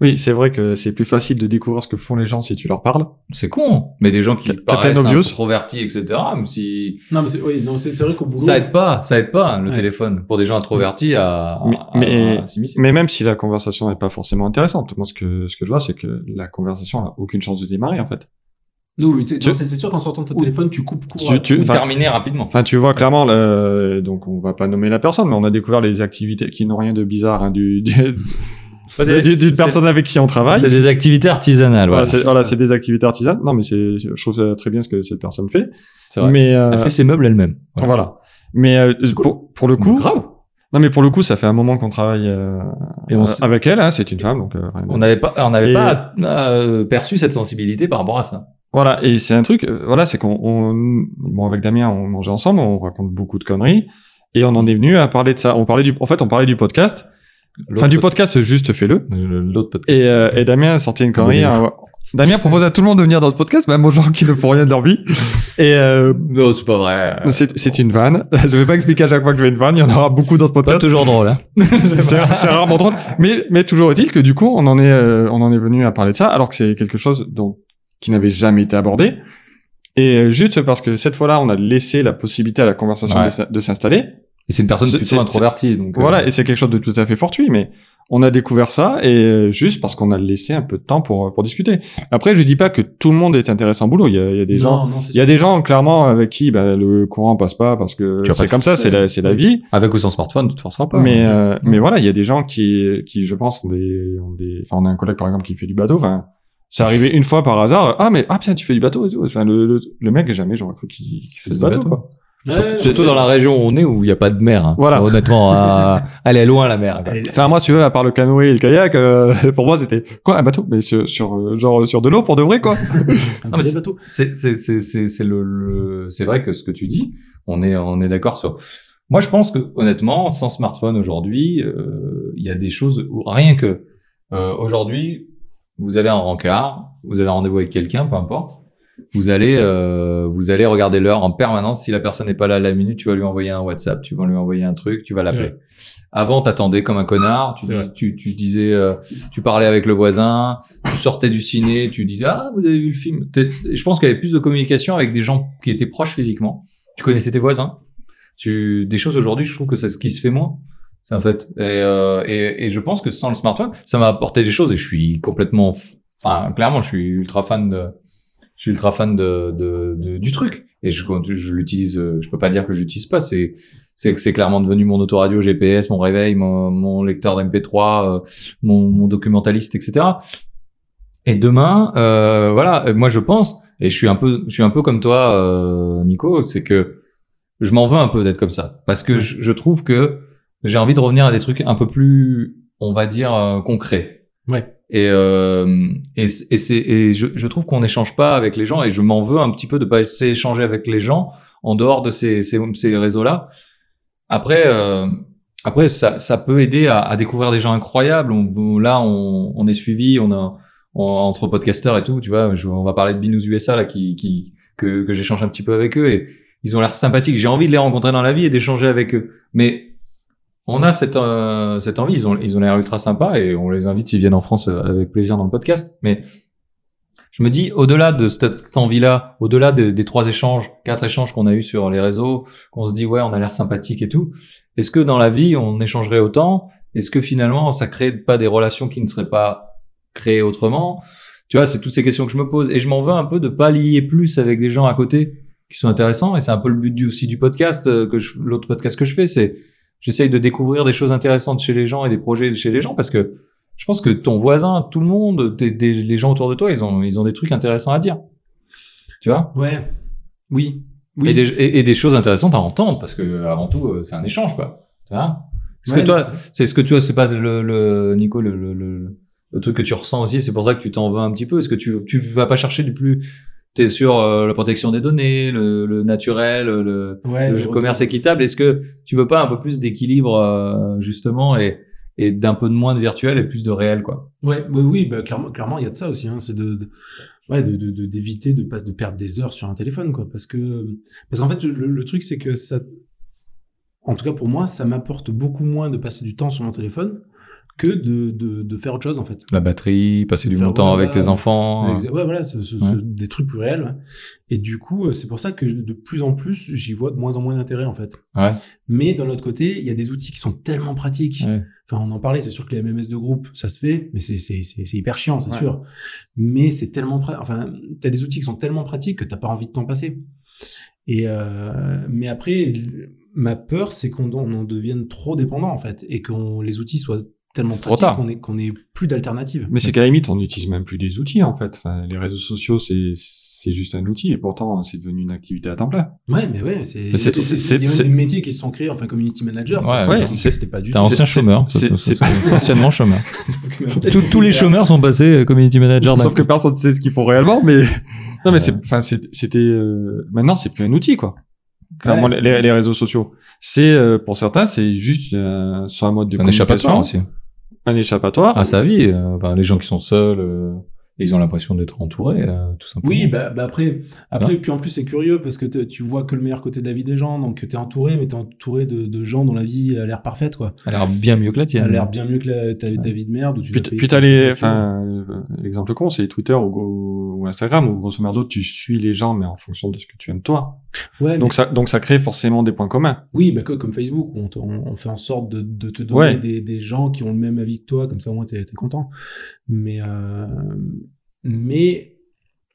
Speaker 2: Oui, c'est vrai que c'est plus facile de découvrir ce que font les gens si tu leur parles.
Speaker 1: C'est con. Mais des gens qui
Speaker 2: Captain
Speaker 1: paraissent
Speaker 2: Obvious.
Speaker 1: introvertis, etc. Même si
Speaker 3: Non, mais c'est oui, non, c'est- c'est vrai qu'au boulot.
Speaker 1: Ça aide pas, ça aide pas hein, le
Speaker 3: Ouais.
Speaker 1: téléphone pour des gens introvertis à,
Speaker 2: Mais-
Speaker 1: à-
Speaker 2: mais-
Speaker 1: à s'immiscer.
Speaker 2: Mais même si la conversation n'est pas forcément intéressante, moi, ce que, ce que je vois, c'est que la conversation n'a aucune chance de démarrer, en fait.
Speaker 3: Non, oui, c'est
Speaker 2: Tu-
Speaker 3: non, c'est- c'est sûr qu'en sortant de ton
Speaker 2: Ou-
Speaker 3: téléphone, tu coupes court. à-
Speaker 2: Tu- tu-
Speaker 1: Ou
Speaker 2: enfin,
Speaker 1: terminer rapidement.
Speaker 2: Enfin, tu vois clairement, le... donc on va pas nommer la personne, mais on a découvert les activités qui n'ont rien de bizarre hein, du, du, du- du- d'une personne avec qui on travaille.
Speaker 1: C'est des activités artisanales.
Speaker 2: Voilà,
Speaker 1: Voilà.
Speaker 2: c'est voilà, c'est des activités artisanes. Non, mais c'est, c'est- je trouve ça très bien ce que cette personne fait.
Speaker 1: C'est vrai.
Speaker 2: Mais euh,
Speaker 1: Elle fait ses meubles elle-même.
Speaker 2: voilà. Mais euh,
Speaker 1: cool.
Speaker 2: pour, pour le
Speaker 1: Mais
Speaker 2: coup,
Speaker 1: grave.
Speaker 2: non, mais pour le coup, ça fait un moment qu'on travaille euh,
Speaker 1: Et on
Speaker 2: euh,
Speaker 1: s-
Speaker 2: avec elle. hein, c'est une femme, donc euh, rien de-
Speaker 1: On n'avait pas, on n'avait
Speaker 2: Et-
Speaker 1: pas euh, perçu cette sensibilité par rapport à ça.
Speaker 2: Voilà, et c'est un truc, euh, voilà, c'est qu'on, on- bon, avec Damien, on mangeait ensemble, on raconte beaucoup de conneries, et on en est venu à parler de ça. On parlait du, en fait, on parlait du podcast, enfin du
Speaker 1: pod-
Speaker 2: podcast, juste fais-le.
Speaker 1: euh, L'autre podcast.
Speaker 2: Et, euh, et Damien sortait une connerie.
Speaker 1: Abonnez-vous.
Speaker 2: hein, ouais. Damien propose à tout le monde de venir dans ce podcast, même aux gens qui ne font rien de leur vie. Et euh,
Speaker 1: Non, c'est pas vrai.
Speaker 2: c'est, c'est une vanne. Je vais pas expliquer à chaque fois que je fais une vanne. Il y en aura beaucoup dans ce
Speaker 1: Pas
Speaker 2: podcast.
Speaker 1: toujours drôle. Hein.
Speaker 2: c'est, c'est rarement drôle. Mais, mais toujours est-il que du coup, on en est, euh, on en est venu à parler de ça, alors que c'est quelque chose dont, qui n'avait jamais été abordé. Et euh, juste parce que cette fois-là, on a laissé la possibilité à la conversation
Speaker 1: Ouais.
Speaker 2: de, s'in- de s'installer.
Speaker 1: Et c'est une personne
Speaker 2: C'est-
Speaker 1: plutôt
Speaker 2: c'est-
Speaker 1: introvertie. Donc, euh,
Speaker 2: Voilà, et c'est quelque chose de tout à fait fortuit, mais on a découvert ça et euh, juste parce qu'on a laissé un peu de temps pour euh, pour discuter. Après, je dis pas que tout le monde est intéressant au boulot. Il y a, il y a des gens,
Speaker 3: Non, non, c'est
Speaker 2: il y a des gens clairement avec qui bah, le courant passe pas parce que
Speaker 1: Tu vas pas
Speaker 2: c'est
Speaker 1: te
Speaker 2: comme ça,
Speaker 1: forcer.
Speaker 2: c'est la c'est la vie.
Speaker 1: Avec ou sans smartphone, tu te forceras pas.
Speaker 2: Mais
Speaker 1: hein.
Speaker 2: euh, mais voilà, il y a des gens qui qui je pense ont des ont des. Enfin, on a un collègue par exemple qui fait du bateau. Enfin, c'est arrivé une fois par hasard. Ah mais ah tiens, tu fais du bateau et tout. Enfin, le le, le mec jamais j'aurais cru qu'il qu'il faisait du
Speaker 1: Du bateau.
Speaker 2: bateau. Quoi.
Speaker 3: Ouais,
Speaker 1: Surtout
Speaker 2: euh, c'est-
Speaker 1: dans la région où on est, où il n'y a pas de mer. hein.
Speaker 2: Voilà.
Speaker 1: Honnêtement, à- elle est loin la mer. quoi.
Speaker 3: Elle est-
Speaker 2: Enfin, moi, tu veux, à part le canoë et le kayak, euh, pour moi, c'était quoi un bateau, mais sur, sur euh, genre sur de l'eau pour de vrai, quoi.
Speaker 3: un
Speaker 1: Non, mais
Speaker 3: vrai bateau.
Speaker 1: C'est c'est c'est c'est c'est le, le- c'est vrai que ce que tu dis, on est on est d'accord sur. Moi, je pense que honnêtement, sans smartphone aujourd'hui, euh, il y a des choses où rien que euh, aujourd'hui, vous avez un rencard, vous avez un rendez-vous avec quelqu'un, peu importe. Vous allez euh, vous allez regarder l'heure en permanence. Si la personne n'est pas là à la minute, tu vas lui envoyer un WhatsApp, tu vas lui envoyer un truc, tu vas l'appeler. Avant, t'attendais comme un connard. Tu,
Speaker 3: C'est vrai.
Speaker 1: tu, tu disais, euh, tu parlais avec le voisin, tu sortais du ciné, tu disais ah vous avez vu le film. T'es- Je pense qu'il y avait plus de communication avec des gens qui étaient proches physiquement. Tu connaissais tes voisins. Tu des choses aujourd'hui, je trouve que c'est ce qui se fait moins. C'est un fait. Et, euh, et, et je pense que sans le smartphone, ça m'a apporté des choses et je suis complètement, f- enfin clairement, je suis ultra fan de, je suis ultra fan de, de, de- du truc. Et je, je l'utilise. euh, Je peux pas dire que je l'utilise pas. C'est c'est c'est clairement devenu mon autoradio GPS, mon réveil, mon, mon lecteur d'MP3, euh, mon, mon documentaliste, etc. Et demain, euh, voilà, euh, moi je pense, et je suis un peu, je suis un peu comme toi, euh, Nico, c'est que je m'en veux un peu d'être comme ça, parce que je, je trouve que j'ai envie de revenir à des trucs un peu plus, on va dire, euh, concrets.
Speaker 3: Ouais.
Speaker 1: Et euh, et, c- et c'est et je, je trouve qu'on n'échange pas avec les gens, et je m'en veux un petit peu de pas essayer d'échanger avec les gens en dehors de ces ces, ces réseaux-là. Après. Euh, après, ça, ça peut aider à, à découvrir des gens incroyables. On- on- là, on, on est suivi, on a, on- entre podcasteurs et tout, tu vois, je- on va parler de Binous USA là, qui, qui que, que j'échange un petit peu avec eux et ils ont l'air sympathiques. J'ai envie de les rencontrer dans la vie et d'échanger avec eux. Mais on a cette euh, cette envie. Ils ont ils ont l'air ultra sympas et on les invite s'ils viennent en France euh, avec plaisir dans le podcast. Mais je me dis, au-delà de cette envie-là, au-delà de- des trois échanges, quatre échanges qu'on a eu sur les réseaux, qu'on se dit ouais, on a l'air sympathique et tout. Est-ce que dans la vie on échangerait autant Est-ce que finalement ça crée pas des relations qui ne seraient pas créées autrement tu vois, c'est toutes ces questions que je me pose. Et je m'en veux un peu de pas lier plus avec des gens à côté qui sont intéressants. Et c'est un peu le but du, aussi du podcast, euh, que je- l'autre podcast que je fais, c'est j'essaye de découvrir des choses intéressantes chez les gens et des projets chez les gens parce que je pense que ton voisin, tout le monde, des- des- les gens autour de toi, ils ont, ils ont des trucs intéressants à dire. Tu vois
Speaker 3: Ouais. Oui. Oui.
Speaker 1: et, des, et- et des choses intéressantes à entendre parce que avant tout, euh, c'est un échange, quoi. Tu vois Est-ce
Speaker 3: Ouais,
Speaker 1: que toi,
Speaker 3: mais c'est-
Speaker 1: c'est ce que tu vois, c'est pas le, le Nico, le, le, le, le truc que tu ressens aussi, c'est pour ça que tu t'en veux un petit peu. Est-ce que tu, tu vas pas chercher du plus, t'es sur euh, la protection des données, le, le naturel, le,
Speaker 3: Ouais,
Speaker 1: le
Speaker 3: du
Speaker 1: commerce équitable. Est-ce que tu veux pas un peu plus d'équilibre, euh, justement, et, et d'un peu de moins de virtuel et plus de réel, quoi?
Speaker 3: Ouais, oui, oui, bah, clairement, clairement, il y a de ça aussi. Hein, c'est de, de- ouais, de, de- de- d'éviter de pas de perdre des heures sur un téléphone, quoi. Parce que, parce qu'en fait, le, le truc c'est que ça, en tout cas pour moi, ça m'apporte beaucoup moins de passer du temps sur mon téléphone que de, de, de faire autre chose, en fait.
Speaker 1: La batterie, passer
Speaker 3: du
Speaker 1: du
Speaker 3: Faire
Speaker 1: bon
Speaker 3: bon temps
Speaker 1: temps
Speaker 3: voilà,
Speaker 1: avec
Speaker 3: avec tes
Speaker 1: tes
Speaker 3: ouais.
Speaker 1: enfants.
Speaker 3: Exa- Ouais, voilà, ce- ce- ce-
Speaker 1: Ouais.
Speaker 3: des trucs plus réels. ouais. Et du coup, euh, c'est pour ça que de plus en plus, j'y vois de moins en moins d'intérêt, en fait.
Speaker 1: Ouais.
Speaker 3: Mais d'un autre côté, il y a des outils qui sont tellement pratiques.
Speaker 1: Ouais.
Speaker 3: Enfin, on en parlait, c'est sûr que les MMS de groupe, ça se fait, mais c'est c'est- c'est- c'est hyper chiant, c'est
Speaker 2: Ouais.
Speaker 3: sûr. Mais c'est tellement... pra- Enfin, t'as des outils qui sont tellement pratiques que t'as pas envie de t'en passer. Et euh, mais après, l- ma peur, c'est qu'on en- on en devienne trop dépendant, en fait, et que les outils soient tellement
Speaker 1: C'est trop
Speaker 3: pratiques
Speaker 1: tard.
Speaker 3: qu'on ait, qu'on ait plus d'alternative.
Speaker 2: Mais c'est qu'à la limite, on n'utilise même plus des outils, en fait. Enfin, les réseaux sociaux, c'est c'est juste un outil, et pourtant, c'est devenu une activité à temps plein.
Speaker 3: Ouais, mais ouais, c'est.
Speaker 2: Mais c'est-
Speaker 3: c'est-
Speaker 2: c'est-
Speaker 3: c'est- Il y a
Speaker 2: c'est-
Speaker 3: même des métiers qui se sont créés, enfin, community manager,
Speaker 1: Ouais,
Speaker 3: c'était
Speaker 2: ouais,
Speaker 3: qui
Speaker 2: c'est-
Speaker 3: n'existait pas du
Speaker 1: T'es un
Speaker 3: tout.
Speaker 1: ancien chômeur.
Speaker 2: c'est-
Speaker 1: ça-
Speaker 2: c'est-
Speaker 1: ça- anciennement chômeur. Tous-
Speaker 3: Tous
Speaker 1: tous les chômeurs sont passés euh, community manager. d'un
Speaker 2: Sauf que personne ne sait ce qu'ils font réellement, mais non, mais c'est, enfin, c'est- c'était. euh, Maintenant, c'est plus un outil, quoi. Clairement,
Speaker 3: Ouais, c'est-
Speaker 2: les, les réseaux sociaux, c'est euh, pour certains, c'est juste euh, sur un mode
Speaker 1: Un
Speaker 2: de communication,
Speaker 1: échappatoire aussi.
Speaker 3: hein.
Speaker 2: un échappatoire.
Speaker 1: à sa vie. euh, ben, les gens qui sont seuls, euh, ils ont l'impression d'être entourés, euh, tout simplement.
Speaker 3: Oui, bah, bah après, après puis en plus, c'est curieux parce que t'es- tu vois que le meilleur côté de la vie des gens, donc t'es entouré, mais t'es entouré de, de gens dont la vie a l'air parfaite, quoi.
Speaker 1: Elle a l'air bien mieux que la
Speaker 3: Elle
Speaker 1: tienne.
Speaker 3: a l'air bien mieux que la, ta, ta vie de merde. Où tu
Speaker 2: Puis
Speaker 3: dois
Speaker 2: t-
Speaker 3: payer
Speaker 2: puis t'as
Speaker 3: ton
Speaker 2: les,
Speaker 3: facture.
Speaker 2: enfin, euh, l'exemple con, c'est Twitter ou, ou- ou Instagram, où grosso modo, tu suis les gens, mais en fonction de ce que tu aimes toi.
Speaker 3: Ouais, mais-
Speaker 2: Donc ça, donc ça crée forcément des points communs.
Speaker 3: Oui, bah, que- comme Facebook, on, te- on- on fait en sorte de, de te donner
Speaker 2: Ouais.
Speaker 3: des, des gens qui ont le même avis que toi, comme ça au moins t'es t'es content. Mais euh, mais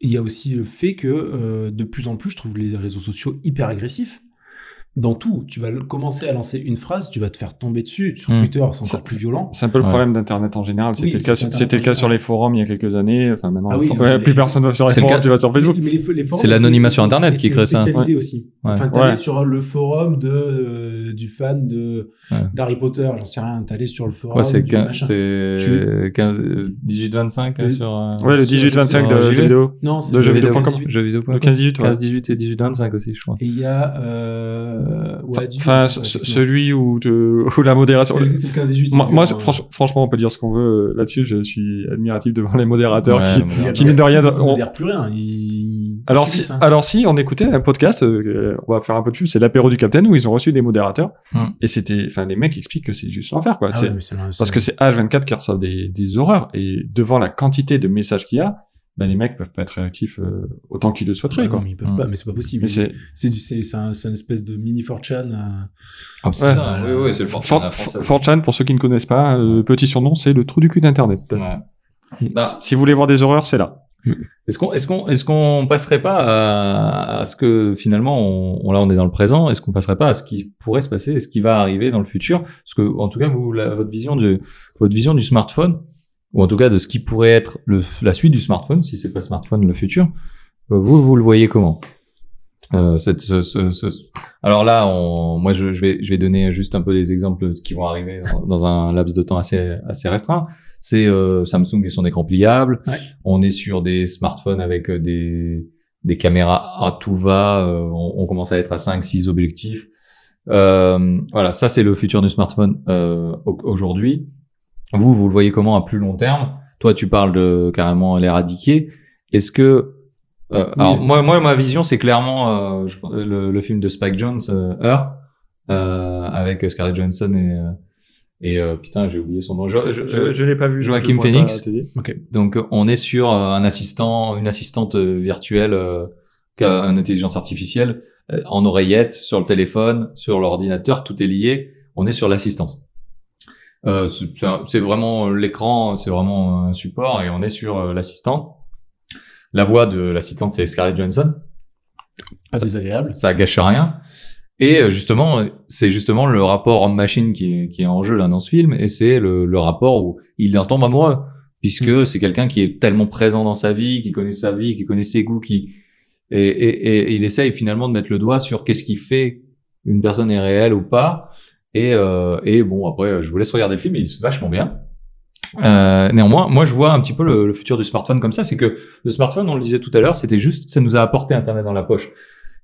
Speaker 3: il y a aussi le fait que euh, de plus en plus, je trouve les réseaux sociaux hyper agressifs. dans tout. Tu vas le- commencer à lancer une phrase, tu vas te faire tomber dessus. Sur
Speaker 1: Mm.
Speaker 3: Twitter, c'est
Speaker 2: Ça-
Speaker 3: encore plus violent.
Speaker 2: C'est un peu le
Speaker 1: Ouais.
Speaker 2: problème d'Internet en général. C'était
Speaker 3: Oui,
Speaker 2: le cas,
Speaker 3: c'est
Speaker 2: sur- c'était le cas sur les forums il y a quelques années. Enfin, maintenant,
Speaker 3: Ah
Speaker 2: les
Speaker 3: oui,
Speaker 2: forums-
Speaker 3: mais
Speaker 2: ouais,
Speaker 3: les-
Speaker 2: plus personne va sur les
Speaker 1: C'est le
Speaker 2: forums,
Speaker 1: cas-
Speaker 2: tu vas sur Facebook.
Speaker 3: Mais- mais les fo- les forums,
Speaker 1: C'est l'anonymat sur
Speaker 3: étaient-
Speaker 1: Internet qui
Speaker 3: étaient
Speaker 1: crée ça.
Speaker 3: spécialisés aussi.
Speaker 1: Ouais.
Speaker 3: Enfin, t'allais
Speaker 2: Ouais.
Speaker 3: sur le forum de, euh, du fan de,
Speaker 1: Ouais.
Speaker 3: d'Harry Potter, j'en sais rien. T'allais sur le forum.
Speaker 1: Quoi, c'est
Speaker 3: du
Speaker 1: quin-
Speaker 3: machin.
Speaker 1: c'est
Speaker 3: Tu-
Speaker 1: 15, euh, 18-25 là,
Speaker 3: Oui.
Speaker 1: sur. euh,
Speaker 2: Ouais, le
Speaker 3: sur-
Speaker 2: 18-25
Speaker 1: sur,
Speaker 2: de
Speaker 1: euh,
Speaker 2: jeux
Speaker 1: JV.
Speaker 2: vidéo.
Speaker 3: Non, c'est
Speaker 2: de
Speaker 3: le-
Speaker 2: jeuxvideo.com.
Speaker 1: Jeuxvideo.com.
Speaker 2: Le 15-18, ouais.
Speaker 1: 15-18 et 18-25 aussi, je crois.
Speaker 3: Et il y a. Euh, ouais, du-
Speaker 2: Enfin,
Speaker 3: ouais,
Speaker 2: ce-
Speaker 3: effectivement.
Speaker 2: celui où, te- où la modération.
Speaker 3: C'est le, c'est le 15-18.
Speaker 2: Moi,
Speaker 3: donc,
Speaker 2: moi,
Speaker 3: euh,
Speaker 2: je- franch- franchement, on peut dire ce qu'on veut euh, là-dessus. Je suis admiratif devant les modérateurs
Speaker 1: Ouais,
Speaker 2: qui,
Speaker 1: non, mais
Speaker 3: il y a-
Speaker 1: là-
Speaker 2: qui, mine de rien,
Speaker 3: ils
Speaker 2: on-
Speaker 3: ne dire plus rien. Ils...
Speaker 2: Alors
Speaker 3: ils
Speaker 2: si, ah,
Speaker 3: subissent, hein.
Speaker 2: alors si on écoutait un podcast, euh, on va faire un peu de pub, c'est l'apéro du Capitaine où ils ont reçu des modérateurs
Speaker 1: Hmm.
Speaker 2: et c'était, enfin les mecs expliquent que c'est juste l'enfer quoi.
Speaker 3: Ah
Speaker 2: C'est-
Speaker 3: ouais, mais c'est-
Speaker 2: parce
Speaker 3: c'est-
Speaker 2: que c'est H24 qui reçoit des, des horreurs et devant la quantité de messages qu'il y a, ben, les mecs peuvent pas être réactifs euh, autant qu'ils le
Speaker 3: Ah
Speaker 2: souhaiteraient
Speaker 3: non,
Speaker 2: quoi.
Speaker 3: mais ils peuvent
Speaker 1: Mm.
Speaker 3: pas, mais c'est pas possible.
Speaker 2: Mais c'est
Speaker 3: C'est du, c'est, c'est un, c'est une espèce de mini 4chan. euh,
Speaker 1: Ah, c'est
Speaker 2: Ouais.
Speaker 1: ça, oui, oui, c'est le
Speaker 2: For-
Speaker 1: fortune français.
Speaker 2: For- 4chan pour ceux qui ne connaissent pas, euh, petit surnom c'est le trou du cul d'internet.
Speaker 1: Ouais. Bah,
Speaker 2: Si- Si vous voulez voir des horreurs, c'est là.
Speaker 1: Est-ce qu'on est-ce qu'on est-ce qu'on passerait pas à, à ce que finalement on, on- là on est dans le présent est-ce qu'on passerait pas à ce qui pourrait se passer et ce qui va arriver dans le futur parce que en tout cas vous la- votre vision de votre vision du smartphone ou en tout cas de ce qui pourrait être le, la suite du smartphone si c'est pas smartphone le futur euh, vous vous le voyez comment Euh, cette- ce- ce- ce- alors là on, moi je, je vais je vais donner juste un peu des exemples qui vont arriver dans, dans un laps de temps assez assez restreint c'est euh, Samsung et son écran pliable on est sur des smartphones avec euh, des, des caméras à tout va. euh, on, on commence à être à 5-6 objectifs. Euh, voilà, ça c'est le futur du smartphone euh, au- aujourd'hui. Vous, vous le voyez comment à plus long terme Toi, tu parles de carrément l'éradiquer. Est-ce que... euh, Alors, moi, moi, ma vision, c'est clairement euh, je- le, le film de Spike Jones, euh, Her, euh, avec Scarlett Johansson et... euh, Et euh, putain, j'ai oublié son nom. Je- je- euh,
Speaker 2: l'ai pas vu.
Speaker 1: je Joachim pourrais pas Phoenix.
Speaker 2: Phoenix.
Speaker 1: donc euh, on est sur euh, un assistant, une assistante euh, virtuelle euh, qui a une intelligence artificielle euh, en oreillette, sur le téléphone, sur l'ordinateur, tout est lié. On est sur l'assistance. Euh, c'est- c'est un- c'est vraiment euh, l'écran, c'est vraiment un support et on est sur euh, l'assistant. La voix de l'assistante, c'est Scarlett Johansson
Speaker 3: pas
Speaker 1: Ça-
Speaker 3: désagréable.
Speaker 1: ça gâche rien. Et euh, justement, euh, c'est justement le rapport homme-machine qui est, qui est en jeu là dans ce film, et c'est le, le rapport où il en tombe amoureux, puisque c'est quelqu'un qui est tellement présent dans sa vie, qui connaît sa vie, qui connaît ses goûts, qui et, et- et il essaye finalement de mettre le doigt sur qu'est-ce qui fait une personne est réelle ou pas. Et, euh, et bon, après, euh, je vous laisse regarder le film, il est vachement bien. Euh, néanmoins, moi, je vois un petit peu le, le futur du smartphone comme ça, c'est que le smartphone, on le disait tout à l'heure, c'était juste, ça nous a apporté Internet dans la poche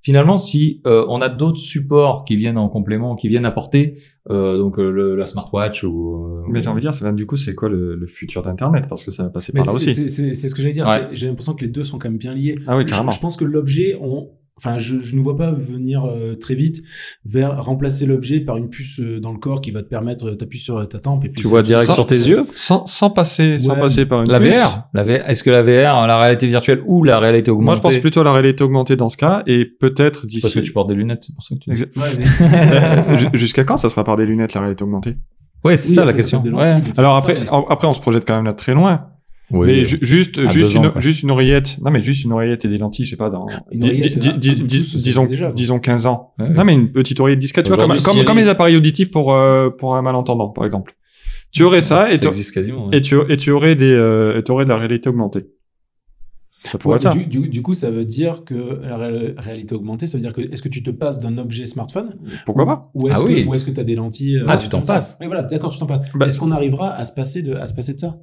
Speaker 1: finalement, si euh, on a d'autres supports qui viennent en complément, qui viennent apporter, euh, donc euh, le- la smartwatch ou. euh,
Speaker 2: Mais j'ai envie de dire, c'est même du coup, c'est quoi le, le futur d'Internet Parce que ça va passer
Speaker 3: Mais
Speaker 2: par là
Speaker 3: c'est,
Speaker 2: aussi.
Speaker 3: c'est, c'est, c'est ce que j'allais dire.
Speaker 2: Ouais.
Speaker 3: c'est- J'ai l'impression que les deux sont quand même bien liés.
Speaker 2: Ah oui,
Speaker 3: Je-
Speaker 2: carrément.
Speaker 3: Je, pense que l'objet, on... enfin, je, je ne vois pas venir euh, très vite vers remplacer l'objet par une puce euh, dans le corps qui va te permettre, euh, t'appuies sur ta tempe et puis
Speaker 1: Tu
Speaker 3: ça-
Speaker 1: vois direct
Speaker 2: Sans-
Speaker 1: sur tes yeux.
Speaker 2: Sans, sans passer, sans
Speaker 3: Ouais.
Speaker 2: passer par une
Speaker 1: La
Speaker 2: puce.
Speaker 1: VR, la VR est-ce que la VR, la réalité virtuelle ou la réalité augmentée
Speaker 2: Moi, je pense plutôt à la réalité augmentée dans ce cas, et peut-être
Speaker 1: parce que tu
Speaker 2: d'ici.
Speaker 1: portes des lunettes. c'est Pour ça que tu...
Speaker 2: Exa-
Speaker 3: Ouais, mais-
Speaker 2: Euh, ju- Jusqu'à quand ça sera par des lunettes la réalité augmentée
Speaker 1: Ouais, c'est
Speaker 3: Oui,
Speaker 1: ça la
Speaker 3: après, ça
Speaker 1: question.
Speaker 3: peut être des
Speaker 1: Ouais.
Speaker 3: lentilles, des trucs
Speaker 2: Alors
Speaker 3: comme ça,
Speaker 2: après,
Speaker 3: mais-
Speaker 2: en- après, on se projette quand même là très loin. mais ju- juste,
Speaker 1: À
Speaker 2: juste
Speaker 1: deux ans,
Speaker 2: une,
Speaker 1: quoi.
Speaker 2: juste une oreillette. Non, mais juste une oreillette et des lentilles, je sais pas. Dans
Speaker 3: Une
Speaker 2: di-
Speaker 3: oreillette, euh,
Speaker 2: di-
Speaker 3: un
Speaker 2: di-
Speaker 3: Bluetooth,
Speaker 2: di-
Speaker 3: ça
Speaker 2: disons,
Speaker 3: existe déjà.
Speaker 2: disons 15 ans.
Speaker 1: Ouais.
Speaker 2: Non, mais une petite oreillette discrète, tu vois, comme,
Speaker 1: Aujourd'hui,
Speaker 2: comme,
Speaker 1: Siri-
Speaker 2: comme les appareils auditifs pour, euh, pour un malentendant, par exemple. Tu aurais ça et
Speaker 1: ça
Speaker 2: tu,
Speaker 1: existe quasiment. ouais.
Speaker 2: et tu, et tu aurais des, euh, et tu aurais de la réalité augmentée. Ça pourrait
Speaker 3: Ouais,
Speaker 2: être ça.
Speaker 3: du, du- du coup, ça veut dire que la ré- réalité augmentée, ça veut dire que est-ce que tu te passes d'un objet smartphone
Speaker 2: Pourquoi pas?
Speaker 3: ou est-ce
Speaker 1: Ah
Speaker 3: que
Speaker 1: oui.
Speaker 3: ou est-ce que tu as des lentilles euh,
Speaker 1: Ah, tu t'en
Speaker 3: comme ça
Speaker 1: passes.
Speaker 3: Oui, voilà, d'accord, tu t'en passes.
Speaker 2: Bah,
Speaker 3: est-ce qu'on arrivera à se passer de à se passer de ça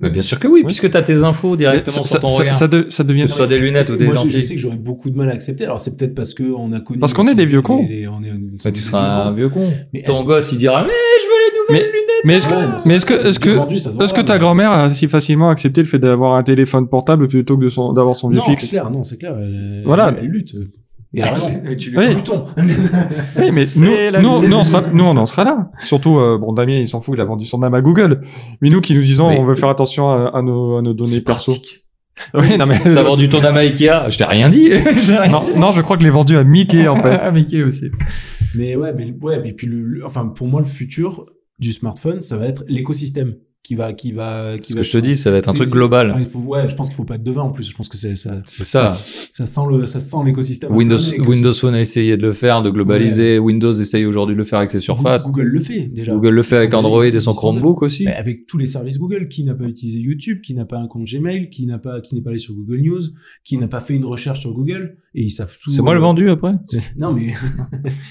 Speaker 1: Mais Bah, bien sûr que oui,
Speaker 2: Oui.
Speaker 1: puisque tu as tes infos directement
Speaker 2: ça,
Speaker 1: sur ton
Speaker 2: ça-
Speaker 1: regard.
Speaker 2: ça de- ça devient
Speaker 1: que ce soit des lunettes ou des
Speaker 3: Moi, je- je,
Speaker 1: lentilles.
Speaker 3: sais que j'aurais beaucoup de mal à accepter. Alors, c'est peut-être parce que on a connu
Speaker 2: Parce qu'on est
Speaker 3: aussi
Speaker 2: des vieux
Speaker 3: les-
Speaker 2: cons.
Speaker 3: les- on est une
Speaker 1: Bah,
Speaker 3: sorte
Speaker 1: tu
Speaker 3: de vieux
Speaker 1: seras un
Speaker 3: con.
Speaker 1: vieux con.
Speaker 3: Mais est-ce
Speaker 1: Ton gosse, il dira Mais je veux les nouvelles lunettes.
Speaker 2: Mais est-ce que,
Speaker 3: Ouais,
Speaker 2: mais est-ce que, est-ce que,
Speaker 3: Aujourd'hui, ça se voit
Speaker 2: est-ce que
Speaker 3: pas,
Speaker 2: ta
Speaker 3: mais-
Speaker 2: grand-mère a si facilement accepté le fait d'avoir un téléphone portable plutôt que de son, d'avoir son vieux
Speaker 3: Non, c'est
Speaker 2: fixe
Speaker 3: clair, non, c'est clair. Elle,
Speaker 2: Voilà.
Speaker 3: Elle, elle lutte. Et elle a raison.
Speaker 1: Et tu lui
Speaker 2: Oui.
Speaker 3: Luttons.
Speaker 2: Oui, mais
Speaker 1: C'est
Speaker 2: nous,
Speaker 1: la
Speaker 2: nous,
Speaker 1: vie.
Speaker 2: nous, on sera, nous, on en sera là. Surtout, euh, bon, Damien, il s'en fout, il a vendu son âme à Google. Mais nous qui nous disons,
Speaker 1: Oui.
Speaker 2: on veut faire attention à, à nos, à nos données
Speaker 1: C'est
Speaker 2: perso.
Speaker 1: pratique.
Speaker 2: Oui, non, mais.
Speaker 1: T'as vendu ton âme à Ikea Je t'ai rien dit. J'ai rien
Speaker 2: non,
Speaker 1: dit.
Speaker 2: non, je crois que je l'ai vendu à Mickey, en fait.
Speaker 1: Ah, Mickey aussi.
Speaker 3: Mais ouais, mais ouais, mais puis le, le- enfin pour moi le futur du smartphone, ça va être l'écosystème qui va, qui va, qui
Speaker 1: Ce
Speaker 3: va
Speaker 1: que je te dis, ça va être un
Speaker 3: c'est-
Speaker 1: truc
Speaker 3: c'est-
Speaker 1: global.
Speaker 3: Enfin, il faut, ouais, je pense qu'il faut pas être devin en plus. Je pense que c'est ça,
Speaker 1: C'est ça.
Speaker 3: ça sent le, ça sent l'écosystème.
Speaker 1: Windows,
Speaker 3: Et que
Speaker 1: Windows Phone a essayé de le faire, de globaliser. Windows essaye aujourd'hui de le faire avec ses surfaces.
Speaker 3: Google le fait déjà.
Speaker 1: Google le fait
Speaker 3: Ils
Speaker 1: avec
Speaker 3: sont
Speaker 1: Android
Speaker 3: des-
Speaker 1: et son
Speaker 3: ils sont des-
Speaker 1: Chromebook aussi.
Speaker 3: Mais avec tous les services Google, qui n'a pas utilisé YouTube, qui n'a pas un compte Gmail, qui n'a pas, qui n'est pas allé sur Google News, qui n'a pas fait une recherche sur Google, et ils savent tout.
Speaker 1: C'est moi le
Speaker 3: euh,
Speaker 1: vendu après.
Speaker 3: c'est- Non mais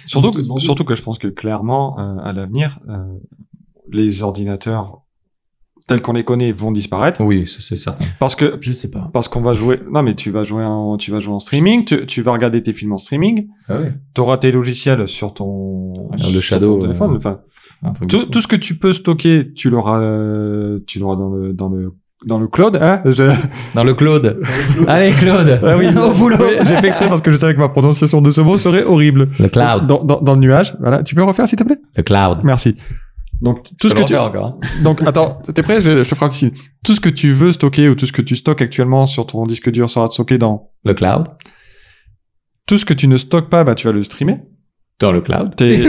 Speaker 2: Surtout que,
Speaker 3: Tous vendus.
Speaker 2: surtout que je pense que clairement, euh, à l'avenir, euh, les ordinateurs tels qu'on les connaît vont disparaître.
Speaker 1: Oui, ça, c'est certain.
Speaker 2: Parce que
Speaker 3: je sais pas.
Speaker 2: parce qu'on va jouer. Non, mais tu vas jouer en, tu vas jouer en streaming. Tu, tu vas regarder tes films en streaming.
Speaker 1: Ah oui.
Speaker 2: T'auras tes logiciels sur ton
Speaker 1: Ah, le
Speaker 2: sur
Speaker 1: Shadow,
Speaker 2: ton téléphone.
Speaker 1: euh,
Speaker 2: Enfin,
Speaker 1: Un truc.
Speaker 2: tout, tout ce que tu peux stocker, tu l'auras, euh, tu l'auras dans le dans le dans le cloud. Hein Je-
Speaker 1: Dans le Claude. Allez Claude.
Speaker 2: Ah oui.
Speaker 1: Au boulot.
Speaker 2: Oui, J'ai fait exprès parce que je savais que ma prononciation de ce mot serait horrible.
Speaker 1: Le cloud.
Speaker 2: Dans, dans, dans le nuage. Voilà. Tu peux refaire, s'il te plaît
Speaker 1: Le cloud.
Speaker 2: Merci. Donc, tout ce que tu...
Speaker 1: encore.
Speaker 2: Donc, attends, t'es prêt je, je te ferai un petit signe. Tout ce que tu veux stocker ou tout ce que tu stockes actuellement sur ton disque dur sera stocké dans...
Speaker 1: Le cloud.
Speaker 2: Tout ce que tu ne stockes pas, bah, tu vas le streamer.
Speaker 1: Dans le cloud.
Speaker 2: Tes,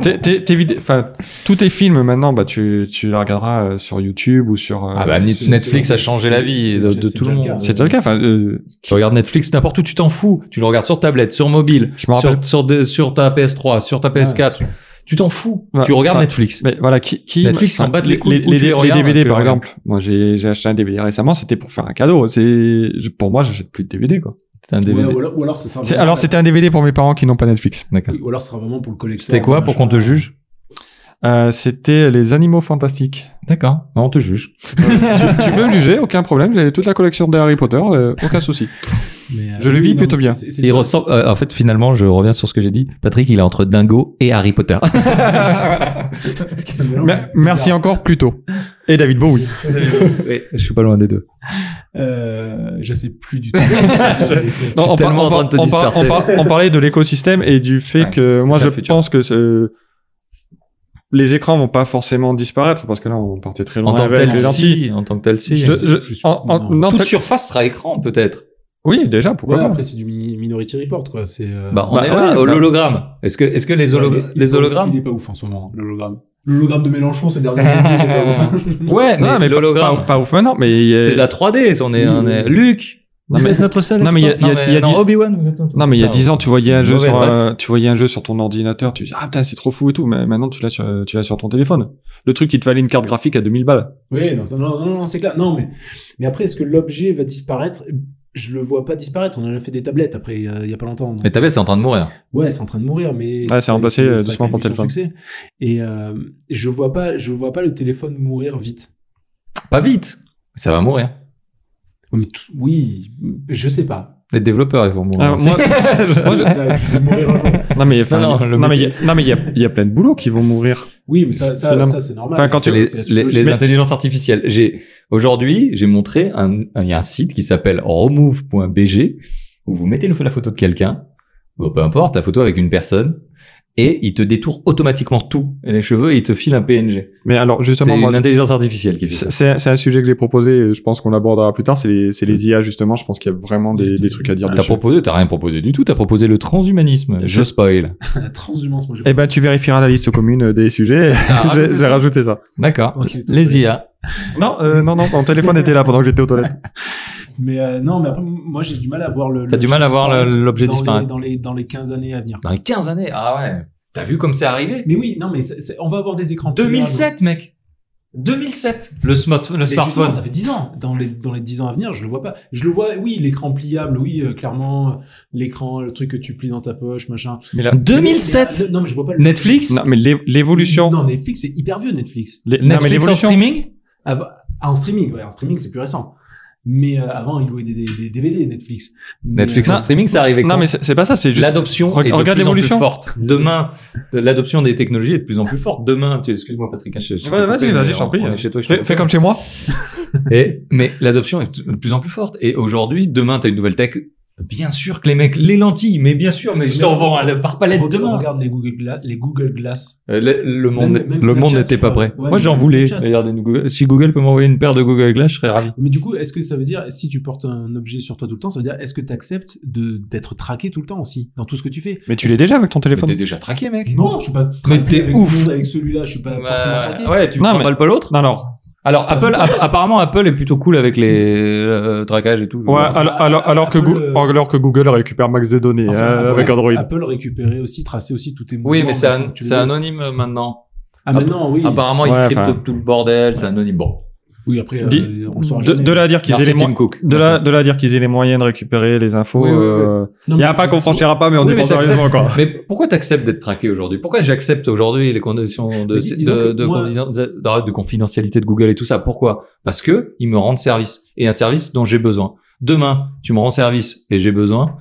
Speaker 2: tes, tes, tes vidéos... Enfin, tous tes films, maintenant, bah, tu, tu les regarderas euh, sur YouTube ou sur... euh,
Speaker 1: Ah bah
Speaker 3: c'est-
Speaker 1: Net- Netflix
Speaker 3: c'est-
Speaker 1: a changé la
Speaker 3: c'est-
Speaker 1: vie de,
Speaker 3: c'est-
Speaker 1: de
Speaker 3: c'est
Speaker 1: tout le
Speaker 3: déjà le
Speaker 1: monde.
Speaker 3: cas.
Speaker 2: C'est déjà le cas. Enfin, euh,
Speaker 1: Tu regardes Netflix n'importe où, tu t'en fous. Tu le regardes sur tablette, sur mobile,
Speaker 2: Je me rappelle.
Speaker 1: sur, sur, des- sur ta PS3, sur ta PS4.
Speaker 3: Ah,
Speaker 1: tu t'en fous.
Speaker 2: Ouais,
Speaker 1: tu regardes
Speaker 2: enfin,
Speaker 1: Netflix.
Speaker 2: Mais voilà, qui, qui
Speaker 1: Netflix s'en bat de les couilles,
Speaker 2: Les,
Speaker 1: où
Speaker 2: les-
Speaker 1: tu les
Speaker 2: les
Speaker 1: regardes, tu
Speaker 2: DVD
Speaker 1: les
Speaker 2: par
Speaker 1: regardes.
Speaker 2: exemple. Moi, j'ai j'ai acheté un DVD récemment. C'était pour faire un cadeau. C'est je- pour moi, j'achète plus de DVD quoi.
Speaker 1: C'est un
Speaker 3: ouais,
Speaker 1: DVD.
Speaker 3: ou alors, ou alors ça sera
Speaker 2: C'est-
Speaker 3: vraiment-
Speaker 2: Alors
Speaker 1: euh,
Speaker 2: c'était un DVD pour mes parents qui n'ont pas Netflix.
Speaker 1: D'accord.
Speaker 3: oui, ou alors ça sera vraiment pour le collecteur.
Speaker 1: C'était quoi pour
Speaker 3: machin.
Speaker 1: qu'on te juge
Speaker 2: Euh, c'était les Animaux Fantastiques.
Speaker 1: D'accord. On te juge.
Speaker 2: tu peux me juger, aucun problème. J'avais toute la collection de Harry Potter, euh, aucun souci.
Speaker 3: Mais, euh,
Speaker 2: Je le vis
Speaker 3: non,
Speaker 2: plutôt
Speaker 3: mais
Speaker 2: bien.
Speaker 3: c'est- c'est-
Speaker 1: Il
Speaker 3: c'est-
Speaker 1: ressemble. euh, en fait, finalement, je reviens sur ce que j'ai dit. Patrick, il est entre Dingo et Harry Potter.
Speaker 3: parce qu'il y a un mélange
Speaker 2: Mer- merci
Speaker 3: bizarre.
Speaker 2: encore Pluto et David Bowie.
Speaker 1: Oui, je suis pas loin des deux.
Speaker 3: Euh, je sais plus du tout. Je-
Speaker 1: suis tellement en train de te
Speaker 2: on par-
Speaker 1: disperser.
Speaker 2: on par- on parlait de l'écosystème et du fait
Speaker 1: Ouais,
Speaker 2: que moi
Speaker 1: ça
Speaker 2: je
Speaker 1: le futur.
Speaker 2: pense que ce- les écrans vont pas forcément disparaître parce que là on partait très loin
Speaker 1: En tant que
Speaker 2: avec
Speaker 1: tel,
Speaker 2: les lentilles.
Speaker 1: si. En tant que tel, si.
Speaker 2: Je-
Speaker 3: sais
Speaker 2: je-
Speaker 3: plus, je-
Speaker 2: en- en-
Speaker 3: non.
Speaker 2: non,
Speaker 1: Toute
Speaker 2: t'as-
Speaker 1: surface sera écran, peut-être.
Speaker 2: Oui, déjà, pourquoi
Speaker 3: ouais,
Speaker 2: pas
Speaker 3: après c'est du mini- Minority Report quoi. C'est. euh,
Speaker 1: Bah, on
Speaker 2: Bah,
Speaker 1: est
Speaker 2: ouais,
Speaker 1: là,
Speaker 2: bah-
Speaker 1: au hologramme. Est-ce que, est-ce que les, holo-
Speaker 3: il est- il est
Speaker 1: les
Speaker 3: pas ouf,
Speaker 1: hologrammes
Speaker 3: Il est pas ouf en ce moment. hein, L'hologramme. L'hologramme de Mélenchon ces dernières années. il est pas ouf.
Speaker 1: Ouais,
Speaker 2: Non,
Speaker 1: mais
Speaker 2: mais, pas-
Speaker 1: l'hologramme.
Speaker 2: Pas, pas ouf maintenant, mais. euh,
Speaker 1: C'est de la 3D, on est, on est... Luc
Speaker 2: Non,
Speaker 1: vous
Speaker 2: mais-
Speaker 1: êtes notre seul.
Speaker 2: non, mais il y a-
Speaker 1: espoir.
Speaker 2: il y a- il y a
Speaker 1: non, euh,
Speaker 2: dix-
Speaker 1: Obi-Wan, vous êtes notre-
Speaker 2: Non, mais il y a
Speaker 1: Putain,
Speaker 2: 10 ans, tu voyais un jeu
Speaker 1: Mauvaise
Speaker 2: sur,
Speaker 1: ref.
Speaker 2: euh, tu voyais un jeu sur ton ordinateur, tu disais, ah putain, c'est trop fou et tout, mais maintenant tu l'as sur, tu l'as sur ton téléphone. Le truc, il te fallait une carte graphique à 2000 balles.
Speaker 3: Oui, non, ça- non, non, non, c'est clair. Non, mais, mais après, est-ce que l'objet va disparaître Je le vois pas disparaître. On en a fait des tablettes après, il y a- il y a pas longtemps. donc-
Speaker 1: Mais ta bête, c'est en train de mourir.
Speaker 3: Ouais, c'est en train de mourir, mais
Speaker 2: c'est remplacé, euh,
Speaker 3: ça a
Speaker 2: doucement
Speaker 3: quand même
Speaker 2: par
Speaker 3: eu son succès. Et euh, je vois pas, je vois pas le téléphone mourir vite.
Speaker 1: Pas vite. Ça va mourir.
Speaker 3: Oui, Oh, mais tout- oui, je sais pas.
Speaker 1: Les développeurs, ils vont mourir.
Speaker 2: Ah,
Speaker 1: aussi.
Speaker 2: moi- moi, je-
Speaker 3: Ça- ça va mourir un jour.
Speaker 2: non, mais, enfin,
Speaker 1: Non, non, le
Speaker 2: non, mais il y a- non, mais il y a, il y a plein de boulots qui vont mourir.
Speaker 3: Oui, mais ça, ça,
Speaker 2: Finalement.
Speaker 3: ça, c'est normal.
Speaker 2: Enfin, quand
Speaker 1: C'est
Speaker 2: tu-
Speaker 1: les,
Speaker 3: c'est la
Speaker 1: les-
Speaker 3: psychologie.
Speaker 1: les
Speaker 2: Mais-
Speaker 1: intelligences artificielles. J'ai aujourd'hui, j'ai montré un, un- il y a un site qui s'appelle remove.bg où vous mettez le- la photo de quelqu'un, ou peu importe, la photo avec une personne, et il te détourne automatiquement tout, et les cheveux, et il te file un PNG.
Speaker 2: Mais alors,
Speaker 1: C'est
Speaker 2: justement,
Speaker 1: une
Speaker 2: moi,
Speaker 1: intelligence artificielle qui fait ça.
Speaker 2: c'est c'est- c'est un sujet que j'ai proposé, et je pense qu'on l'abordera plus tard, c'est les, c'est les IA, justement, je pense qu'il y a vraiment des, des trucs à dire
Speaker 1: T'as
Speaker 2: dessus.
Speaker 1: proposé, t'as rien proposé du tout, t'as proposé le transhumanisme. Je
Speaker 2: Je-
Speaker 1: spoil.
Speaker 3: La transhumance, moi, je
Speaker 2: Eh ben, tu verifieras la liste commune des sujets,
Speaker 1: Ah,
Speaker 2: j'ai j'ai rajouté ça.
Speaker 1: D'accord.
Speaker 3: Ok,
Speaker 1: Les IA.
Speaker 2: Non, euh, non, non, mon téléphone était là pendant que j'étais aux toilettes.
Speaker 3: Mais euh, non, mais après, moi, j'ai du mal à voir le.
Speaker 1: T'as du mal à voir le- l'objet
Speaker 3: dans les-
Speaker 1: disparaître.
Speaker 3: Dans les, dans les 15 années à venir.
Speaker 1: Dans les 15 années, ah ouais. T'as vu comme c'est arrivé
Speaker 3: Mais oui, non, mais c'est- c'est- on va avoir des écrans. plus larges.
Speaker 1: 2007, mec. 2007, le, smart, le
Speaker 3: Mais justement,
Speaker 1: smartphone.
Speaker 3: Ça fait 10 ans. Dans les, dans les 10 ans à venir, je le vois pas. Je le vois, oui, l'écran pliable, oui, euh, clairement, euh, l'écran, le truc que tu plies dans ta poche, machin.
Speaker 2: Mais là,
Speaker 1: 2007
Speaker 3: Mais, euh, Non, mais je vois pas le.
Speaker 1: Netflix
Speaker 2: non, mais l'é- l'évolution.
Speaker 3: Non, Netflix, c'est hyper vieux, Netflix.
Speaker 2: les- non, mais
Speaker 1: Netflix en
Speaker 2: l'évolution-
Speaker 1: streaming
Speaker 3: Avant- ah, en streaming, ouais, en streaming, c'est plus récent. Mais euh, avant, il louait des, des, des DVD, Netflix. Mais,
Speaker 1: Netflix
Speaker 3: euh,
Speaker 1: en streaming, ça arrivait
Speaker 2: Non,
Speaker 1: quand
Speaker 2: mais c'est c'est pas ça, c'est juste.
Speaker 1: L'adoption
Speaker 2: Re-
Speaker 1: est de
Speaker 2: regarde
Speaker 1: plus en plus
Speaker 2: l'évolution.
Speaker 1: forte. Demain, de- l'adoption des technologies est de plus en plus forte. Demain, tu- excuse-moi Patrick, hein, je- je t'ai
Speaker 2: Ouais, vas-y,
Speaker 1: coupé,
Speaker 2: vas-y,
Speaker 1: mais
Speaker 2: je t'en
Speaker 1: on-
Speaker 2: prie.
Speaker 1: on est chez toi, je
Speaker 2: Fais,
Speaker 1: t'en
Speaker 2: fais
Speaker 1: prie.
Speaker 2: comme chez moi.
Speaker 1: Et, mais l'adoption est de plus en plus forte. Et aujourd'hui, demain, t'as une nouvelle tech. Bien sûr que les mecs, les lentilles, mais bien sûr, mais je t'en vends un- par palette
Speaker 3: regarde-
Speaker 1: demain.
Speaker 3: Regarde les Google, Gla- les Google Glass.
Speaker 1: Euh, Le, le monde,
Speaker 3: Même- même
Speaker 1: le monde
Speaker 3: Snapchat,
Speaker 1: n'était pas
Speaker 3: je
Speaker 1: prêt.
Speaker 3: crois. Ouais,
Speaker 1: Moi, j'en
Speaker 3: même
Speaker 1: voulais.
Speaker 3: Snapchat.
Speaker 1: Regardez, nous, Google- si Google peut m'envoyer une paire de Google Glass, je serais ravi.
Speaker 3: Mais du coup, est-ce que ça veut dire, si tu portes un objet sur toi tout le temps, ça veut dire, est-ce que tu acceptes d'être traqué tout le temps aussi, dans tout ce que tu fais
Speaker 2: Mais tu l'es déjà avec ton téléphone.
Speaker 1: t'es déjà traqué, mec.
Speaker 3: Non, je suis pas
Speaker 1: Mais
Speaker 3: traqué
Speaker 1: t'es
Speaker 3: avec
Speaker 1: ouf.
Speaker 3: tout, avec celui-là, je suis pas Bah, forcément traqué.
Speaker 1: ouais, tu
Speaker 2: Non,
Speaker 1: ne
Speaker 2: mais-
Speaker 1: pas l'autre.
Speaker 2: Non, alors,
Speaker 1: Alors Apple, app- apparemment Apple est plutôt cool avec les euh, traquages et tout.
Speaker 2: Ouais,
Speaker 1: Enfin,
Speaker 2: alors, alors, alors, que
Speaker 3: Apple,
Speaker 2: Goo-
Speaker 3: euh,
Speaker 2: alors que Google récupère max de données
Speaker 3: Enfin,
Speaker 2: hein,
Speaker 3: Apple-
Speaker 2: avec Android.
Speaker 3: Apple récupérait aussi, traçait aussi tous tes mouvements.
Speaker 1: Oui, mais c'est
Speaker 3: comme
Speaker 1: an-
Speaker 3: bah, ça, tu
Speaker 1: c'est
Speaker 3: le-
Speaker 1: anonyme euh, maintenant.
Speaker 3: Ah, maintenant, oui.
Speaker 1: Apparemment, ils
Speaker 2: Ouais,
Speaker 1: scriptent
Speaker 2: enfin.
Speaker 1: tout le bordel, c'est anonyme. Bon,
Speaker 3: Oui, après, euh,
Speaker 2: Dis-
Speaker 3: on le saura
Speaker 2: De,
Speaker 3: jamais.
Speaker 2: de là à dire qu'ils aient
Speaker 1: merci
Speaker 2: les
Speaker 1: Tim
Speaker 2: moyens.
Speaker 1: Cook.
Speaker 2: De là, de là à dire qu'ils aient les moyens de récupérer les infos.
Speaker 1: Oui, oui, oui.
Speaker 2: euh,
Speaker 3: Non,
Speaker 2: Il n'y
Speaker 3: mais-
Speaker 2: a pas qu'on franchira pas, mais on
Speaker 1: Oui,
Speaker 2: est
Speaker 1: mais
Speaker 2: pas
Speaker 1: ça-
Speaker 2: sérieusement, quoi.
Speaker 1: Mais pourquoi t'acceptes d'être traqué aujourd'hui Pourquoi j'accepte aujourd'hui les conditions de,
Speaker 3: Mais dis- disons
Speaker 1: de,
Speaker 3: que
Speaker 1: de
Speaker 3: moi-
Speaker 1: confiden- de- de confidentialité de Google et tout ça Pourquoi Parce que ils me rendent service et un service dont j'ai besoin. Demain, tu me rends service et j'ai besoin,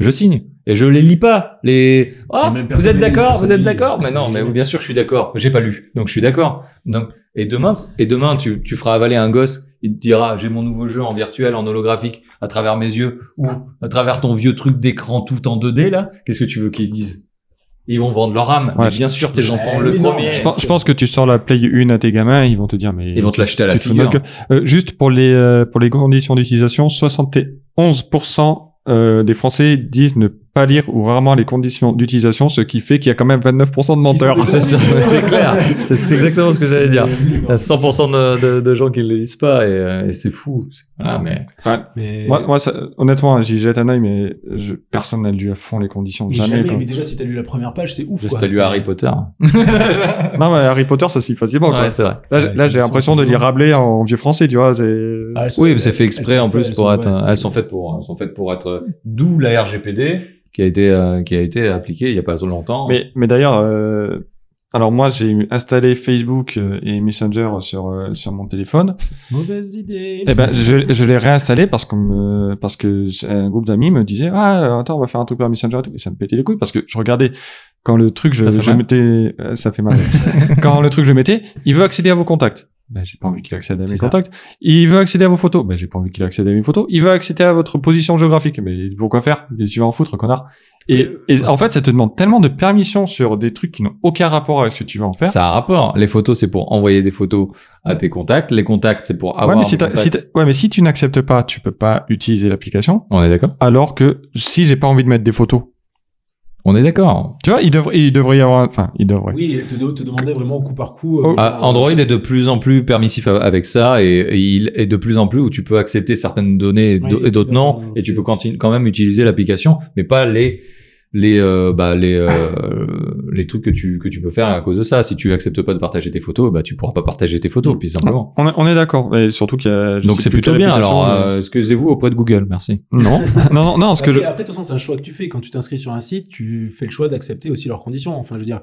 Speaker 1: je signe et je les lis pas. Les Ah,
Speaker 3: Et même
Speaker 1: vous
Speaker 3: personne
Speaker 1: êtes
Speaker 3: lit,
Speaker 1: d'accord
Speaker 3: personne
Speaker 1: Vous êtes
Speaker 3: lit,
Speaker 1: d'accord Mais
Speaker 3: personne
Speaker 1: non,
Speaker 3: lit
Speaker 1: mais
Speaker 3: jamais.
Speaker 1: bien sûr que je suis d'accord. J'ai pas lu, donc je suis d'accord. Donc et demain et demain tu, tu feras avaler un gosse, il te dira j'ai mon nouveau jeu en virtuel, en holographique à travers mes yeux ou à travers ton vieux truc d'écran tout en 2D là. Qu'est-ce que tu veux qu'ils disent Ils vont vendre leur âme.
Speaker 2: Ouais,
Speaker 1: mais bien sûr, tes
Speaker 3: je-
Speaker 1: enfants
Speaker 3: eh
Speaker 1: le
Speaker 3: oui, non,
Speaker 1: premier.
Speaker 3: je
Speaker 2: Je pense, je pense que tu sors la Play 1 à tes gamins, ils vont te dire, mais.
Speaker 1: Ils vont te l'acheter à la
Speaker 2: tu te fous de
Speaker 1: figure.
Speaker 2: notre gueule. Euh, juste pour les, euh, pour les conditions d'utilisation, 71% euh, des Français disent ne pas lire ou rarement les conditions d'utilisation, ce qui fait qu'il y a quand même 29% de menteurs.
Speaker 3: sont
Speaker 1: C'est ça, ouais, c'est clair. C'est c'est exactement ce que j'allais dire. Il y a
Speaker 3: Mais-
Speaker 1: 100% de, de- de gens qui ne le lisent pas et, euh, et c'est fou. C'est- Voilà, mais
Speaker 3: Mais
Speaker 2: Moi, moi, ça- honnêtement, hein, j'y jette un œil, mais je- personne n'a lu à fond les conditions.
Speaker 3: mais
Speaker 2: Jamais.
Speaker 3: jamais,
Speaker 2: quoi.
Speaker 3: mais déjà, si t'as lu la première page, c'est ouf.
Speaker 1: juste
Speaker 3: quoi.
Speaker 1: à lui
Speaker 3: C'est-
Speaker 1: Harry Potter.
Speaker 2: Non, mais Harry Potter, ça s'y facilement. quoi.
Speaker 1: Ouais, c'est vrai.
Speaker 2: Là, j'ai- là, j'ai l'impression de lire Rabelais en vieux français, tu vois. C'est.
Speaker 3: Ah, elles sont-
Speaker 1: Oui, mais c'est fait
Speaker 3: elles-
Speaker 1: exprès
Speaker 3: elles
Speaker 1: en
Speaker 3: sont
Speaker 1: plus
Speaker 3: faites,
Speaker 1: pour
Speaker 3: elles
Speaker 1: être. euh,
Speaker 3: sont-
Speaker 1: Elles sont faites pour. Elles sont faites pour être. euh, D'où la RGPD qui a été euh, qui a été appliquée il y a pas trop longtemps.
Speaker 2: Mais, mais d'ailleurs, euh, alors moi j'ai installé Facebook euh, et Messenger sur, euh, sur mon téléphone.
Speaker 3: Mauvaise idée.
Speaker 1: Eh
Speaker 2: Et ben je, je l'ai réinstallé parce qu'on me- parce que j'ai- un groupe d'amis me disait ah euh, attends on va faire un truc par Messenger et tout. Et ça me pétait les couilles parce que je regardais quand le truc je,
Speaker 1: Ça fait
Speaker 2: je
Speaker 1: mal.
Speaker 2: mettais euh, ça fait mal. quand le truc je mettais, il veut accéder à vos contacts. Ben, j'ai pas envie qu'il accède à mes
Speaker 3: C'est ça.
Speaker 2: contacts. Il veut accéder à vos photos. Ben, j'ai pas envie qu'il accède à mes photos. Il veut accéder à votre position géographique. Mais pourquoi faire? Mais tu vas en foutre, connard. Et, et en fait, ça te demande tellement de permissions sur des trucs qui n'ont aucun rapport avec ce que tu vas en faire.
Speaker 1: Ça a un rapport. Les photos, c'est pour envoyer des photos à tes contacts. Les contacts, c'est pour avoir.
Speaker 2: ouais, mais si,
Speaker 1: des
Speaker 2: t'as-
Speaker 1: contacts.
Speaker 2: si t'as- ouais, mais si tu n'acceptes pas, tu peux pas utiliser l'application.
Speaker 1: On est d'accord.
Speaker 2: Alors que si j'ai pas envie de mettre des photos,
Speaker 1: On est d'accord.
Speaker 2: tu vois, il devrait, il devrait y avoir, un- enfin, il devrait.
Speaker 3: Oui, elle te, de- te demandait vraiment au coup par coup. euh,
Speaker 2: Oh.
Speaker 1: Ah, Android est de plus en plus permissif a- avec ça et, et il est de plus en plus où tu peux accepter certaines données et d'au-
Speaker 3: Oui,
Speaker 1: et d'autres non
Speaker 3: d'accord.
Speaker 1: et tu peux continu- quand même utiliser l'application mais pas les les euh, bah, les euh, les trucs que tu que tu peux faire à cause de ça si tu acceptes pas de partager tes photos bah tu pourras pas partager tes photos puis simplement
Speaker 2: On est, on est d'accord. Et surtout qu'il y a, Mm. je
Speaker 1: donc
Speaker 2: sais
Speaker 1: c'est
Speaker 2: plus
Speaker 1: plutôt
Speaker 2: quelle
Speaker 1: bien alors
Speaker 2: application,
Speaker 1: euh, excusez-vous auprès de Google merci
Speaker 2: mais- Non, non, non, non, ce que
Speaker 3: Après,
Speaker 2: je,
Speaker 3: après, de toute façon, c'est un choix que tu fais. Quand tu t'inscris sur un site, tu fais le choix d'accepter aussi leurs conditions. Enfin, je veux dire.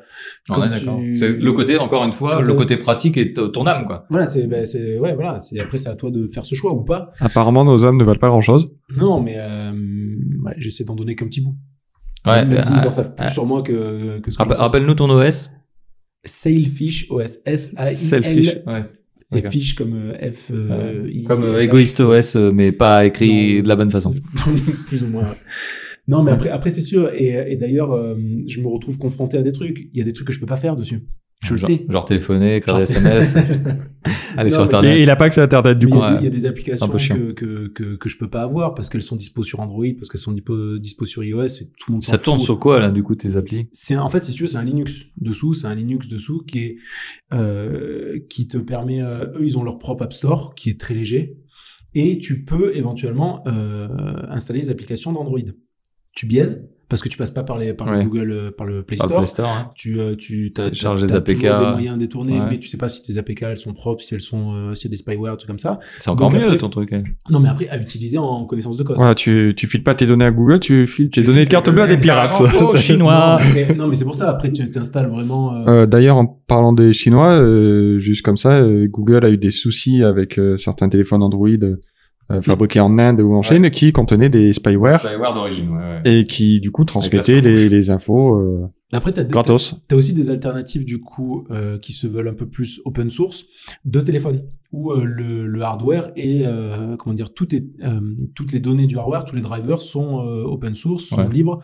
Speaker 1: on
Speaker 3: Quand
Speaker 1: est
Speaker 3: tu-
Speaker 1: d'accord c'est le côté encore une fois
Speaker 3: Quand
Speaker 1: le
Speaker 3: t'as-
Speaker 1: côté pratique et t- ton âme quoi
Speaker 3: Voilà, c'est. ben, c'est ouais, voilà. c'est- Après, c'est à toi de faire ce choix ou pas.
Speaker 2: apparemment nos hommes ne valent pas grand chose.
Speaker 3: Non, mais euh, ouais, j'essaie d'en donner qu'un petit bout.
Speaker 1: ouais
Speaker 3: Même s'ils
Speaker 1: euh, Ah,
Speaker 3: en savent plus sur moi que, que ce que
Speaker 1: rappe-
Speaker 3: je sais.
Speaker 1: rappelle-nous ton OS
Speaker 3: Sailfish, OS,
Speaker 1: selfish
Speaker 3: S-A-I-L.
Speaker 1: ouais.
Speaker 3: Et
Speaker 1: D'accord.
Speaker 3: fish comme euh, F. euh, I-
Speaker 1: Comme euh,
Speaker 3: S H.
Speaker 1: égoïste OS, euh, mais pas écrit
Speaker 3: Non.
Speaker 1: de la bonne façon.
Speaker 3: plus ou moins. ouais. Non, mais après, après c'est sûr. Et, et d'ailleurs, euh, je me retrouve confronté à des trucs. Il y a des trucs que je peux pas faire dessus. Je le
Speaker 1: genre,
Speaker 3: sais.
Speaker 1: Genre téléphoner, écrire des
Speaker 3: Genre-
Speaker 1: SMS, aller sur
Speaker 3: Non, mais-
Speaker 1: Internet.
Speaker 2: Et il a pas que c'est internet du
Speaker 3: Mais
Speaker 2: coup.
Speaker 3: il y a
Speaker 1: ouais,
Speaker 3: des- il y a des
Speaker 1: c'est
Speaker 3: applications
Speaker 1: un peu chiant.
Speaker 3: que, que, que, que je peux pas avoir parce qu'elles sont dispo sur Android, parce qu'elles sont dispo, dispo sur iOS, et tout le monde s'en
Speaker 1: Ça tourne
Speaker 3: fout.
Speaker 1: sur quoi, là, du coup, tes applis
Speaker 3: C'est un- en fait, si tu veux, c'est un Linux dessous, c'est un Linux dessous qui est euh, qui te permet. euh, eux, ils ont leur propre App Store qui est très léger et tu peux éventuellement euh, installer les applications d'Android. Tu biaises parce que tu passes pas par les par
Speaker 1: Ouais.
Speaker 3: le Google, euh, par le Play
Speaker 1: Par le
Speaker 3: Store.
Speaker 1: Play Store, hein.
Speaker 3: Tu euh, tu t'as-
Speaker 1: Télécharges
Speaker 3: t'as-
Speaker 1: les
Speaker 3: t'as
Speaker 1: APK.
Speaker 3: toujours des moyens détournés,
Speaker 1: Ouais.
Speaker 3: mais tu sais pas si tes APK elles sont propres, si elles sont euh, s'il y a des spyware, trucs comme ça.
Speaker 1: C'est encore
Speaker 3: Donc
Speaker 1: mieux,
Speaker 3: après-
Speaker 1: ton truc. hein.
Speaker 3: Non, mais après à utiliser en connaissance de cause.
Speaker 2: Voilà, tu, tu files pas tes données à Google, tu files tes
Speaker 3: Tu
Speaker 2: données
Speaker 3: files
Speaker 2: de carte
Speaker 3: tes
Speaker 2: bleue à des
Speaker 3: données
Speaker 2: pirates.
Speaker 1: carrément aux
Speaker 2: Ça-
Speaker 1: Chinois.
Speaker 3: Non, mais- non, mais c'est pour ça. Après, tu t'installes vraiment. euh,
Speaker 2: Euh, D'ailleurs, en parlant des Chinois, euh, juste comme ça, euh, Google a eu des soucis avec euh, certains téléphones Android euh, fabriqués en Inde ou en Chine qui contenaient des spyware
Speaker 1: Spyware d'origine, ouais, ouais.
Speaker 2: et qui du coup transmettaient
Speaker 1: Avec la
Speaker 2: les,
Speaker 1: surcouche.
Speaker 2: les infos euh,
Speaker 3: Après, t'as as
Speaker 2: gratos.
Speaker 3: T'as aussi des alternatives du coup euh, qui se veulent un peu plus open source de téléphone où euh, le, le hardware et euh, comment dire tout est, euh, toutes les données du hardware, tous les drivers sont euh, open source, sont
Speaker 1: Ouais.
Speaker 3: libres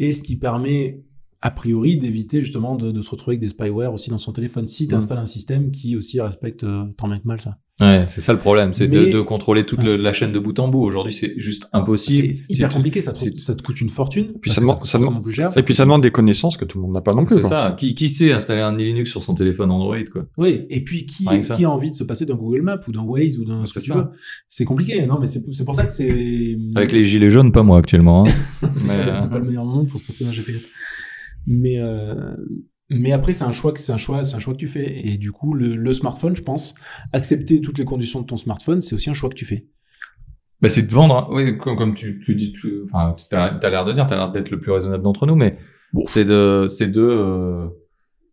Speaker 3: et ce qui permet a priori d'éviter justement de, de se retrouver avec des spyware aussi dans son téléphone si tu installes un système qui aussi respecte euh, tant bien que mal ça.
Speaker 1: Ouais, c'est ça le problème, c'est de,
Speaker 3: Mais-
Speaker 1: de contrôler toute le- la chaîne de bout en bout. Aujourd'hui, c'est juste impossible.
Speaker 3: C'est hyper
Speaker 1: C'est-
Speaker 3: compliqué, ça te,
Speaker 1: c'est-
Speaker 3: ça te coûte une fortune.
Speaker 2: Puis
Speaker 3: parce
Speaker 2: ça
Speaker 3: que
Speaker 2: demande-
Speaker 3: coûte
Speaker 2: ça demande-
Speaker 3: forcément plus cher.
Speaker 2: Et puis ça demande des connaissances que tout le monde n'a pas non plus.
Speaker 1: C'est
Speaker 2: quoi.
Speaker 1: ça. Qui, qui sait installer un Linux sur son téléphone Android, quoi
Speaker 3: Oui, et puis qui,
Speaker 1: Rien que ça.
Speaker 3: qui a envie de se passer d'un Google Maps ou d'un Waze ou d'un ce
Speaker 1: C'est
Speaker 3: que tu
Speaker 1: ça.
Speaker 3: veux C'est compliqué, non, mais c'est c'est pour ça que c'est.
Speaker 1: Avec les gilets jaunes, pas moi actuellement. hein.
Speaker 3: c'est
Speaker 1: mais,
Speaker 3: pas,
Speaker 1: euh,
Speaker 3: c'est pas le meilleur moment pour se passer d'un GPS. Mais, euh, mais après, c'est un, choix que- c'est un, choix, c'est un choix que tu fais. Et du coup, le, le smartphone, je pense, accepter toutes les conditions de ton smartphone, c'est aussi un choix que tu fais.
Speaker 1: Bah, c'est de vendre, hein. oui, comme, comme tu, tu dis, tu, enfin, tu as, l'air de dire, tu as l'air d'être le plus raisonnable d'entre nous, mais c'est de, c'est de, euh,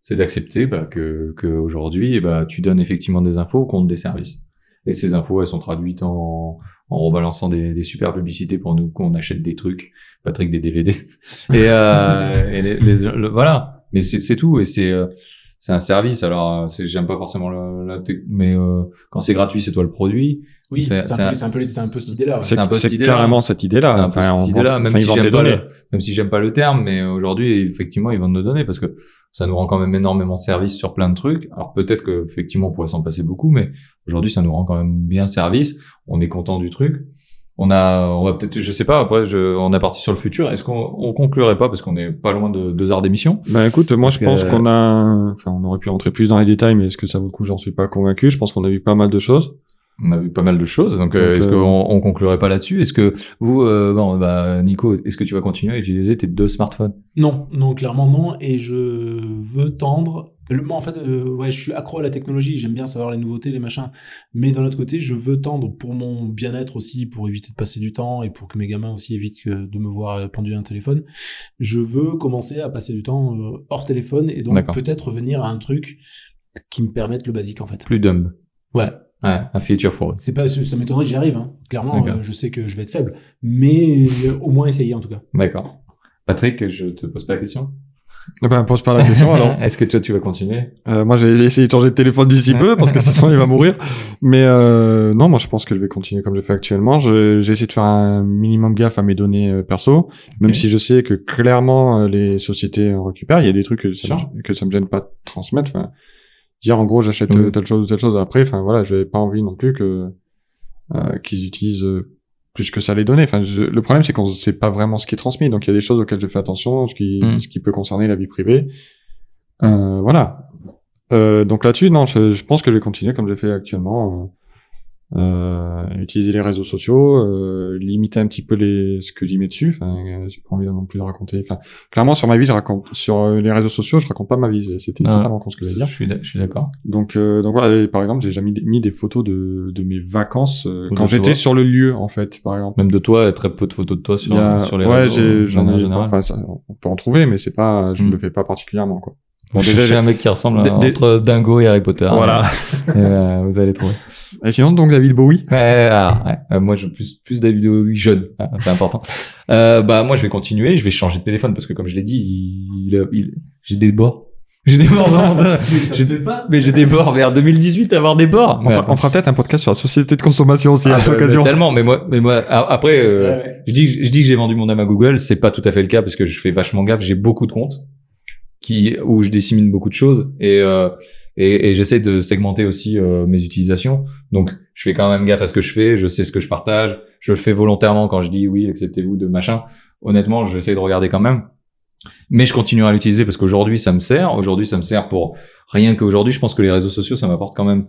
Speaker 1: c'est d'accepter bah, que, que aujourd'hui, eh bah, tu donnes effectivement des infos au compte des services. Et ces infos, elles sont traduites en, en rebalançant des, des super publicités pour nous qu'on achète des trucs, Patrick des DVD. Et, euh, et les, les- le- voilà. Mais c'est, c'est tout. Et c'est, euh, c'est un service. Alors, euh, c'est, j'aime pas forcément la, la tech- mais euh, quand c'est gratuit, c'est toi le produit.
Speaker 3: Oui, c'est
Speaker 1: C'est-
Speaker 3: un,
Speaker 1: c'est
Speaker 3: peu- c'est un peu c'est un peu cette idée-là. ouais.
Speaker 1: C'est un peu cette
Speaker 2: C'est
Speaker 1: idée-là.
Speaker 2: carrément cette idée-là.
Speaker 1: C'est un peu
Speaker 2: Enfin,
Speaker 1: cette
Speaker 2: on
Speaker 1: idée-là,
Speaker 2: vend-
Speaker 1: même
Speaker 2: enfin,
Speaker 1: si
Speaker 2: ils vendent
Speaker 1: j'aime
Speaker 2: des
Speaker 1: pas
Speaker 2: données.
Speaker 1: le- même si j'aime pas le terme, mais aujourd'hui, effectivement, ils vendent nos données parce que ça nous rend quand même énormément de service sur plein de trucs. Alors peut-être que effectivement, on pourrait s'en passer beaucoup, mais aujourd'hui, ça nous rend quand même bien service. On est content du truc. On a, on va peut-être, je sais pas. Après, je, on a parti sur le futur. Est-ce qu'on on conclurait pas parce qu'on est pas loin de deux heures d'émission
Speaker 2: Ben écoute, moi
Speaker 1: Parce
Speaker 2: je pense
Speaker 1: que-
Speaker 2: qu'on a, enfin on aurait pu rentrer plus dans les détails, mais est-ce que ça vaut le coup J'en suis pas convaincu. Je pense qu'on a vu pas mal de choses.
Speaker 1: On a vu pas mal de choses. Donc, euh,
Speaker 2: Donc,
Speaker 1: est-ce
Speaker 2: euh,
Speaker 1: qu'on on conclurait pas là-dessus Est-ce que vous, euh, bon, bah, Nico, est-ce que tu vas continuer à utiliser tes deux smartphones
Speaker 3: Non, non, clairement non. Et je veux tendre. Le, moi, en fait, euh, ouais, je suis accro à la technologie. J'aime bien savoir les nouveautés, les machins. Mais d'un autre côté, je veux tendre pour mon bien-être aussi, pour éviter de passer du temps et pour que mes gamins aussi évitent que- de me voir euh, pendu à un téléphone. Je veux commencer à passer du temps euh, hors téléphone et donc
Speaker 1: D'accord.
Speaker 3: peut-être revenir à un truc qui me permette le basique, en fait.
Speaker 1: Plus dumb.
Speaker 3: Ouais.
Speaker 1: Ouais, un feature for
Speaker 3: C'est pas, ça m'étonnerait que j'y arrive. hein. Clairement,
Speaker 1: D'accord.
Speaker 3: euh, je sais que je vais être faible. Mais euh, au moins essayer, en tout cas.
Speaker 1: D'accord. Patrick, je te pose pas la question.
Speaker 2: Eh Ben pose pas la question alors.
Speaker 1: Est-ce que toi tu vas continuer
Speaker 2: Euh, moi j'ai essayé de changer de téléphone d'ici peu parce que sinon il va mourir. Mais euh, non, moi je pense que je vais continuer comme je fais actuellement. Je- J'essaie de faire un minimum gaffe à mes données euh, perso, même
Speaker 1: Ok.
Speaker 2: si je sais que clairement euh, les sociétés en récupèrent. Il y a des trucs que ça,
Speaker 1: Sûr.
Speaker 2: me- que ça me gêne pas de transmettre. Enfin, dire en gros j'achète
Speaker 1: Oui.
Speaker 2: euh, telle chose ou telle chose après. Enfin voilà, j'avais pas envie non plus que euh, qu'ils utilisent euh, plus que ça les données. Enfin, je- le problème c'est qu'on sait pas vraiment ce qui est transmis. Donc il y a des choses auxquelles je fais attention, ce qui
Speaker 1: Mm.
Speaker 2: ce qui peut concerner la vie privée. Euh, voilà, euh, donc là-dessus, non, je, je pense que je vais continuer comme j'ai fait actuellement. euh, euh, utiliser les réseaux sociaux, euh, limiter un petit peu les ce que j'y mets dessus. Enfin, euh, j'ai pas envie non plus de raconter. Enfin, clairement sur ma vie, je raconte sur euh, les réseaux sociaux, je raconte pas ma vie. C'était
Speaker 1: Ah.
Speaker 2: totalement con ce que je veux dire.
Speaker 1: suis, d'ac- je suis d'accord.
Speaker 2: Donc, euh, donc voilà. et par exemple, j'ai jamais mis des- mis des photos de de mes vacances euh,
Speaker 1: Photos
Speaker 2: quand
Speaker 1: de toi.
Speaker 2: j'étais sur le lieu, en fait, par exemple.
Speaker 1: Même de toi, très peu de photos de toi sur,
Speaker 2: Il y a-
Speaker 1: sur les
Speaker 2: ouais,
Speaker 1: réseaux.
Speaker 2: j'ai-
Speaker 1: de
Speaker 2: j'en
Speaker 1: manière
Speaker 2: ai.
Speaker 1: générale.
Speaker 2: Enfin, ça, on peut en trouver, mais c'est pas, je
Speaker 1: Mm.
Speaker 2: le fais pas particulièrement, quoi.
Speaker 1: Bon, déjà, j'ai un mec qui ressemble à-
Speaker 2: Des- des-
Speaker 1: entre Dingo et Harry Potter. hein. Et, euh, vous allez trouver.
Speaker 2: Et sinon, donc David Bowie.
Speaker 1: Ouais, alors, ouais. Euh, moi, je veux plus, plus David Bowie jeune. Ah, c'est important. Euh, bah, moi, je vais continuer. Je vais changer de téléphone parce que, comme je l'ai dit, il, il- il- j'ai des bords. J'ai des bords en montagne.
Speaker 3: Mais ça se
Speaker 1: J'ai-
Speaker 3: fait pas.
Speaker 1: Mais j'ai des bords vers 2018, avoir des bords.
Speaker 2: On, fera, on fera peut-être un podcast sur la société de consommation aussi
Speaker 1: Ah,
Speaker 2: à
Speaker 1: bah,
Speaker 2: l'occasion.
Speaker 1: Tellement, mais moi, mais moi, a- après, euh,
Speaker 3: Ouais, ouais.
Speaker 1: Je dis, je dis que j'ai vendu mon âme à Google, c'est pas tout à fait le cas parce que je fais vachement gaffe. J'ai beaucoup de comptes qui où je dissémine beaucoup de choses et euh, et, et j'essaie de segmenter aussi euh, mes utilisations. Donc je fais quand même gaffe à ce que je fais. Je sais ce que je partage. Je le fais volontairement quand je dis oui, acceptez-vous de machin. Honnêtement, j'essaie de regarder quand même. Mais je continuerai à l'utiliser parce qu'aujourd'hui ça me sert. Aujourd'hui ça me sert pour rien qu'aujourd'hui. Je pense que les réseaux sociaux ça m'apporte quand même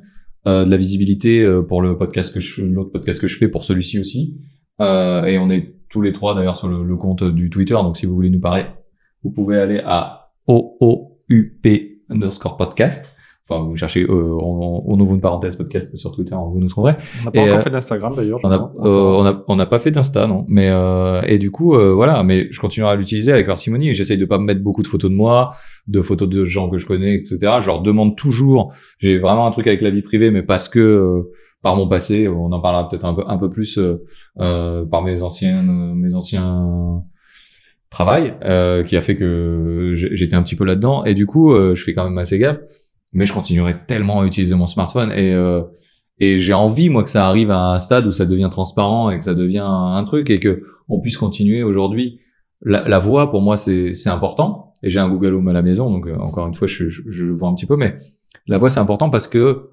Speaker 1: euh, de la visibilité euh, pour le podcast que je l'autre podcast que je fais pour celui-ci aussi. Euh, et on est tous les trois d'ailleurs sur le, le compte du Twitter. Donc si vous voulez nous parler, vous pouvez aller à OOUP underscore podcast. Enfin, vous cherchez, euh, on, on ouvre une parenthèse podcast sur Twitter, vous nous trouverez.
Speaker 2: On n'a
Speaker 1: pas Et, encore euh,
Speaker 2: fait d'Instagram d'ailleurs.
Speaker 1: On n'a on a, on n'a pas fait d'Insta, non. Mais euh, et du coup, euh, voilà. Mais je continuerai à l'utiliser avec parcimonie. et J'essaye de pas me mettre beaucoup de photos de moi, de photos de gens que je connais, etc. Je leur demande toujours. J'ai vraiment un truc avec la vie privée, mais parce que euh, par mon passé, on en parlera peut-être un peu un peu plus euh, euh, par mes anciens mes anciens travail euh, qui a fait que j'ai- j'étais un petit peu là-dedans et du coup euh, je fais quand même assez gaffe mais je continuerai tellement à utiliser mon smartphone et euh, et j'ai envie moi que ça arrive à un stade où ça devient transparent et que ça devient un, un truc et que on puisse continuer aujourd'hui la, la voix pour moi c'est c'est important et j'ai un Google Home à la maison donc euh, encore une fois je, je, je le vois un petit peu mais la voix c'est important parce que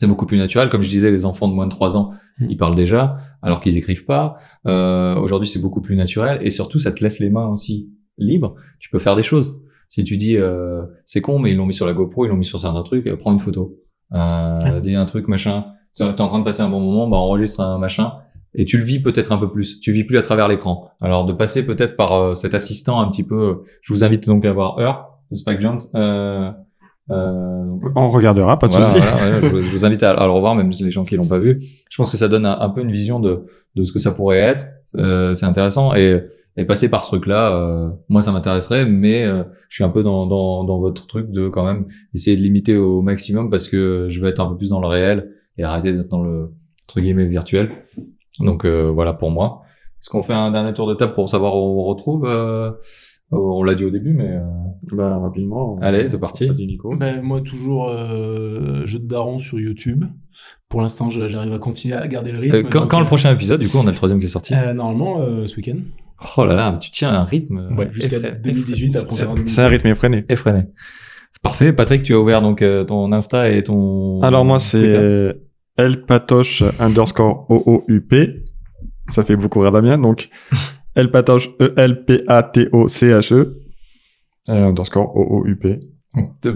Speaker 1: C'est beaucoup plus naturel. Comme je disais, les enfants de moins de 3 ans,
Speaker 3: Mm.
Speaker 1: ils parlent déjà, alors qu'ils écrivent pas. Euh, Aujourd'hui, c'est beaucoup plus naturel. Et surtout, ça te laisse les mains aussi libres. Tu peux faire des choses. Si tu dis, euh, c'est con, mais ils l'ont mis sur la GoPro, ils l'ont mis sur certains trucs, euh, prends une photo. Euh, dis un truc, machin. Tu es en train de passer un bon moment, bah, enregistre un machin. Et tu le vis peut-être un peu plus. Tu vis plus à travers l'écran. Alors, de passer peut-être par euh, cet assistant un petit peu... euh, Je vous invite donc à voir Heure de Spike Jones. Euh, euh, donc,
Speaker 2: On regardera, pas de
Speaker 1: voilà,
Speaker 2: souci.
Speaker 1: voilà, voilà, je, vous- je vous invite à, à le revoir, même si les gens qui l'ont pas vu. Je pense que ça donne un, un peu une vision de, de ce que ça pourrait être. Euh, c'est intéressant et, et passer par ce truc-là, euh, moi ça m'intéresserait, mais euh, je suis un peu dans, dans, dans votre truc de quand même essayer de limiter au maximum parce que je veux être un peu plus dans le réel et arrêter d'être dans le entre guillemets virtuel. Donc euh, voilà pour moi. Est-ce qu'on fait un dernier tour de table pour savoir où on retrouve euh, On l'a dit au début, mais euh,
Speaker 2: Bah, rapidement. on-
Speaker 1: allez, c'est parti.
Speaker 2: on dit Nico.
Speaker 3: Ben, moi, toujours euh, jeu de daron sur YouTube. Pour l'instant, je- j'arrive à continuer à garder le rythme.
Speaker 1: Euh, quand,
Speaker 3: donc,
Speaker 1: quand le
Speaker 3: euh,
Speaker 1: prochain épisode, du coup, on a le troisième qui est sorti.
Speaker 3: euh, Normalement, euh, ce week-end.
Speaker 1: Oh là là, mais tu tiens un rythme
Speaker 3: Ouais,
Speaker 1: euh,
Speaker 3: jusqu'à
Speaker 1: effra-
Speaker 3: 2018, après on
Speaker 1: c'est-
Speaker 3: verra en 2019.
Speaker 2: C'est un rythme effréné.
Speaker 1: effréné. C'est parfait. Patrick, tu as ouvert donc euh, ton Insta et ton.
Speaker 2: Alors moi
Speaker 1: Twitter.
Speaker 2: c'est El Patoche underscore OOUP. Ça fait beaucoup rire Damien, donc El Patoche E E-L-P-A-T-O-C-H-E E, euh, underscore OOUP.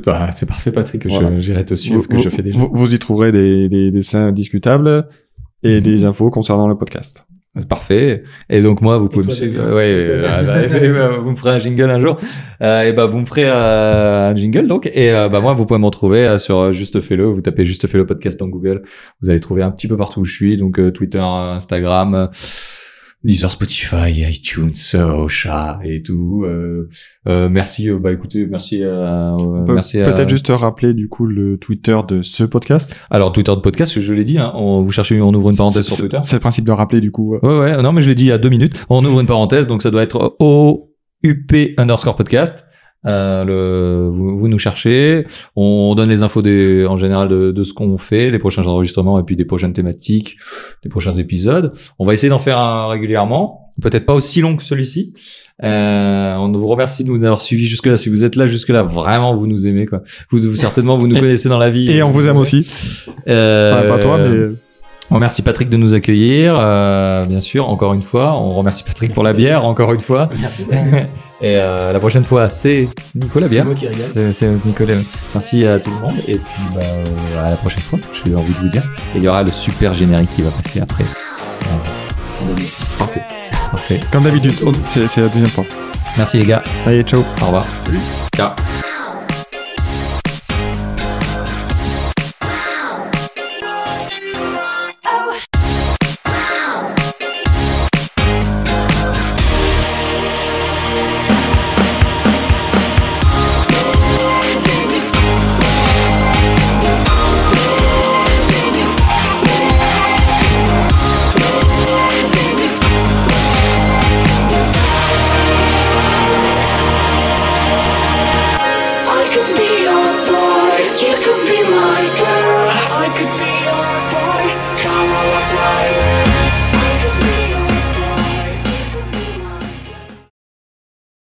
Speaker 1: Bah, c'est parfait, Patrick. que je-
Speaker 2: Voilà.
Speaker 1: J'irai te suivre,
Speaker 2: Vous,
Speaker 1: que je fais déjà.
Speaker 2: vous- vous y trouverez des, des dessins discutables et
Speaker 1: Mm-hmm.
Speaker 2: des infos concernant le podcast.
Speaker 1: C'est parfait. Et donc moi, vous pouvez
Speaker 3: toi,
Speaker 1: me suivre.
Speaker 3: Damien
Speaker 1: Ouais,
Speaker 3: Et toi,
Speaker 1: euh,
Speaker 3: Damien
Speaker 1: bah, c'est- bah, vous me ferez un jingle un jour. Euh, et bah vous me ferez euh, un jingle donc. Et euh, bah moi, vous pouvez m'en trouver euh, sur euh, Juste Fais-le. Vous tapez Juste Fais-le podcast dans Google. Vous allez trouver un petit peu partout où je suis. Donc euh, Twitter, euh, Instagram. euh, Deezer, Spotify, iTunes, euh, Ocha et tout. Euh, euh, merci, euh, bah écoutez, merci, à- euh,
Speaker 2: Pe-
Speaker 1: merci. à-
Speaker 2: Peut-être juste rappeler du coup le Twitter de ce podcast.
Speaker 1: Alors Twitter de podcast, je l'ai dit. Hein, on, vous cherchez, on ouvre une parenthèse sur
Speaker 2: C'est-
Speaker 1: Twitter.
Speaker 2: C'est le principe de rappeler du coup.
Speaker 1: Ouais,
Speaker 2: euh,
Speaker 1: ouais, non, mais je l'ai dit il y a deux minutes. On ouvre une parenthèse, donc ça doit être OUP underscore podcast. Euh, le, vous, vous nous cherchez, on donne les infos des, en général de, de ce qu'on fait, les prochains enregistrements et puis des prochaines thématiques, des prochains épisodes. On va essayer d'en faire un régulièrement, peut-être pas aussi long que celui-ci. Euh, on vous remercie de nous avoir suivis jusque-là. Si vous êtes là jusque-là, vraiment vous nous aimez quoi. Vous, vous- certainement vous nous
Speaker 2: Et-
Speaker 1: connaissez dans la vie.
Speaker 2: Et on vous aime aussi.
Speaker 1: Euh,
Speaker 2: Enfin pas toi mais
Speaker 1: on remercie Patrick de nous accueillir, euh, bien sûr, encore une fois. On remercie Patrick pour la bière, encore une fois.
Speaker 3: Merci.
Speaker 1: Et euh, la prochaine fois, c'est Nicolas
Speaker 3: C'est
Speaker 1: Bière.
Speaker 3: moi qui régale.
Speaker 1: C'est c'est Nicolas. Merci à tout le monde. Et puis, bah, euh, à la prochaine fois, j'ai envie de vous dire. Et il y aura le super générique qui va passer après. Euh, parfait. Parfait.
Speaker 2: Oh, comme d'habitude on- c'est c'est la deuxième fois.
Speaker 1: Merci les gars.
Speaker 2: Allez ciao.
Speaker 1: Au revoir. Ciao.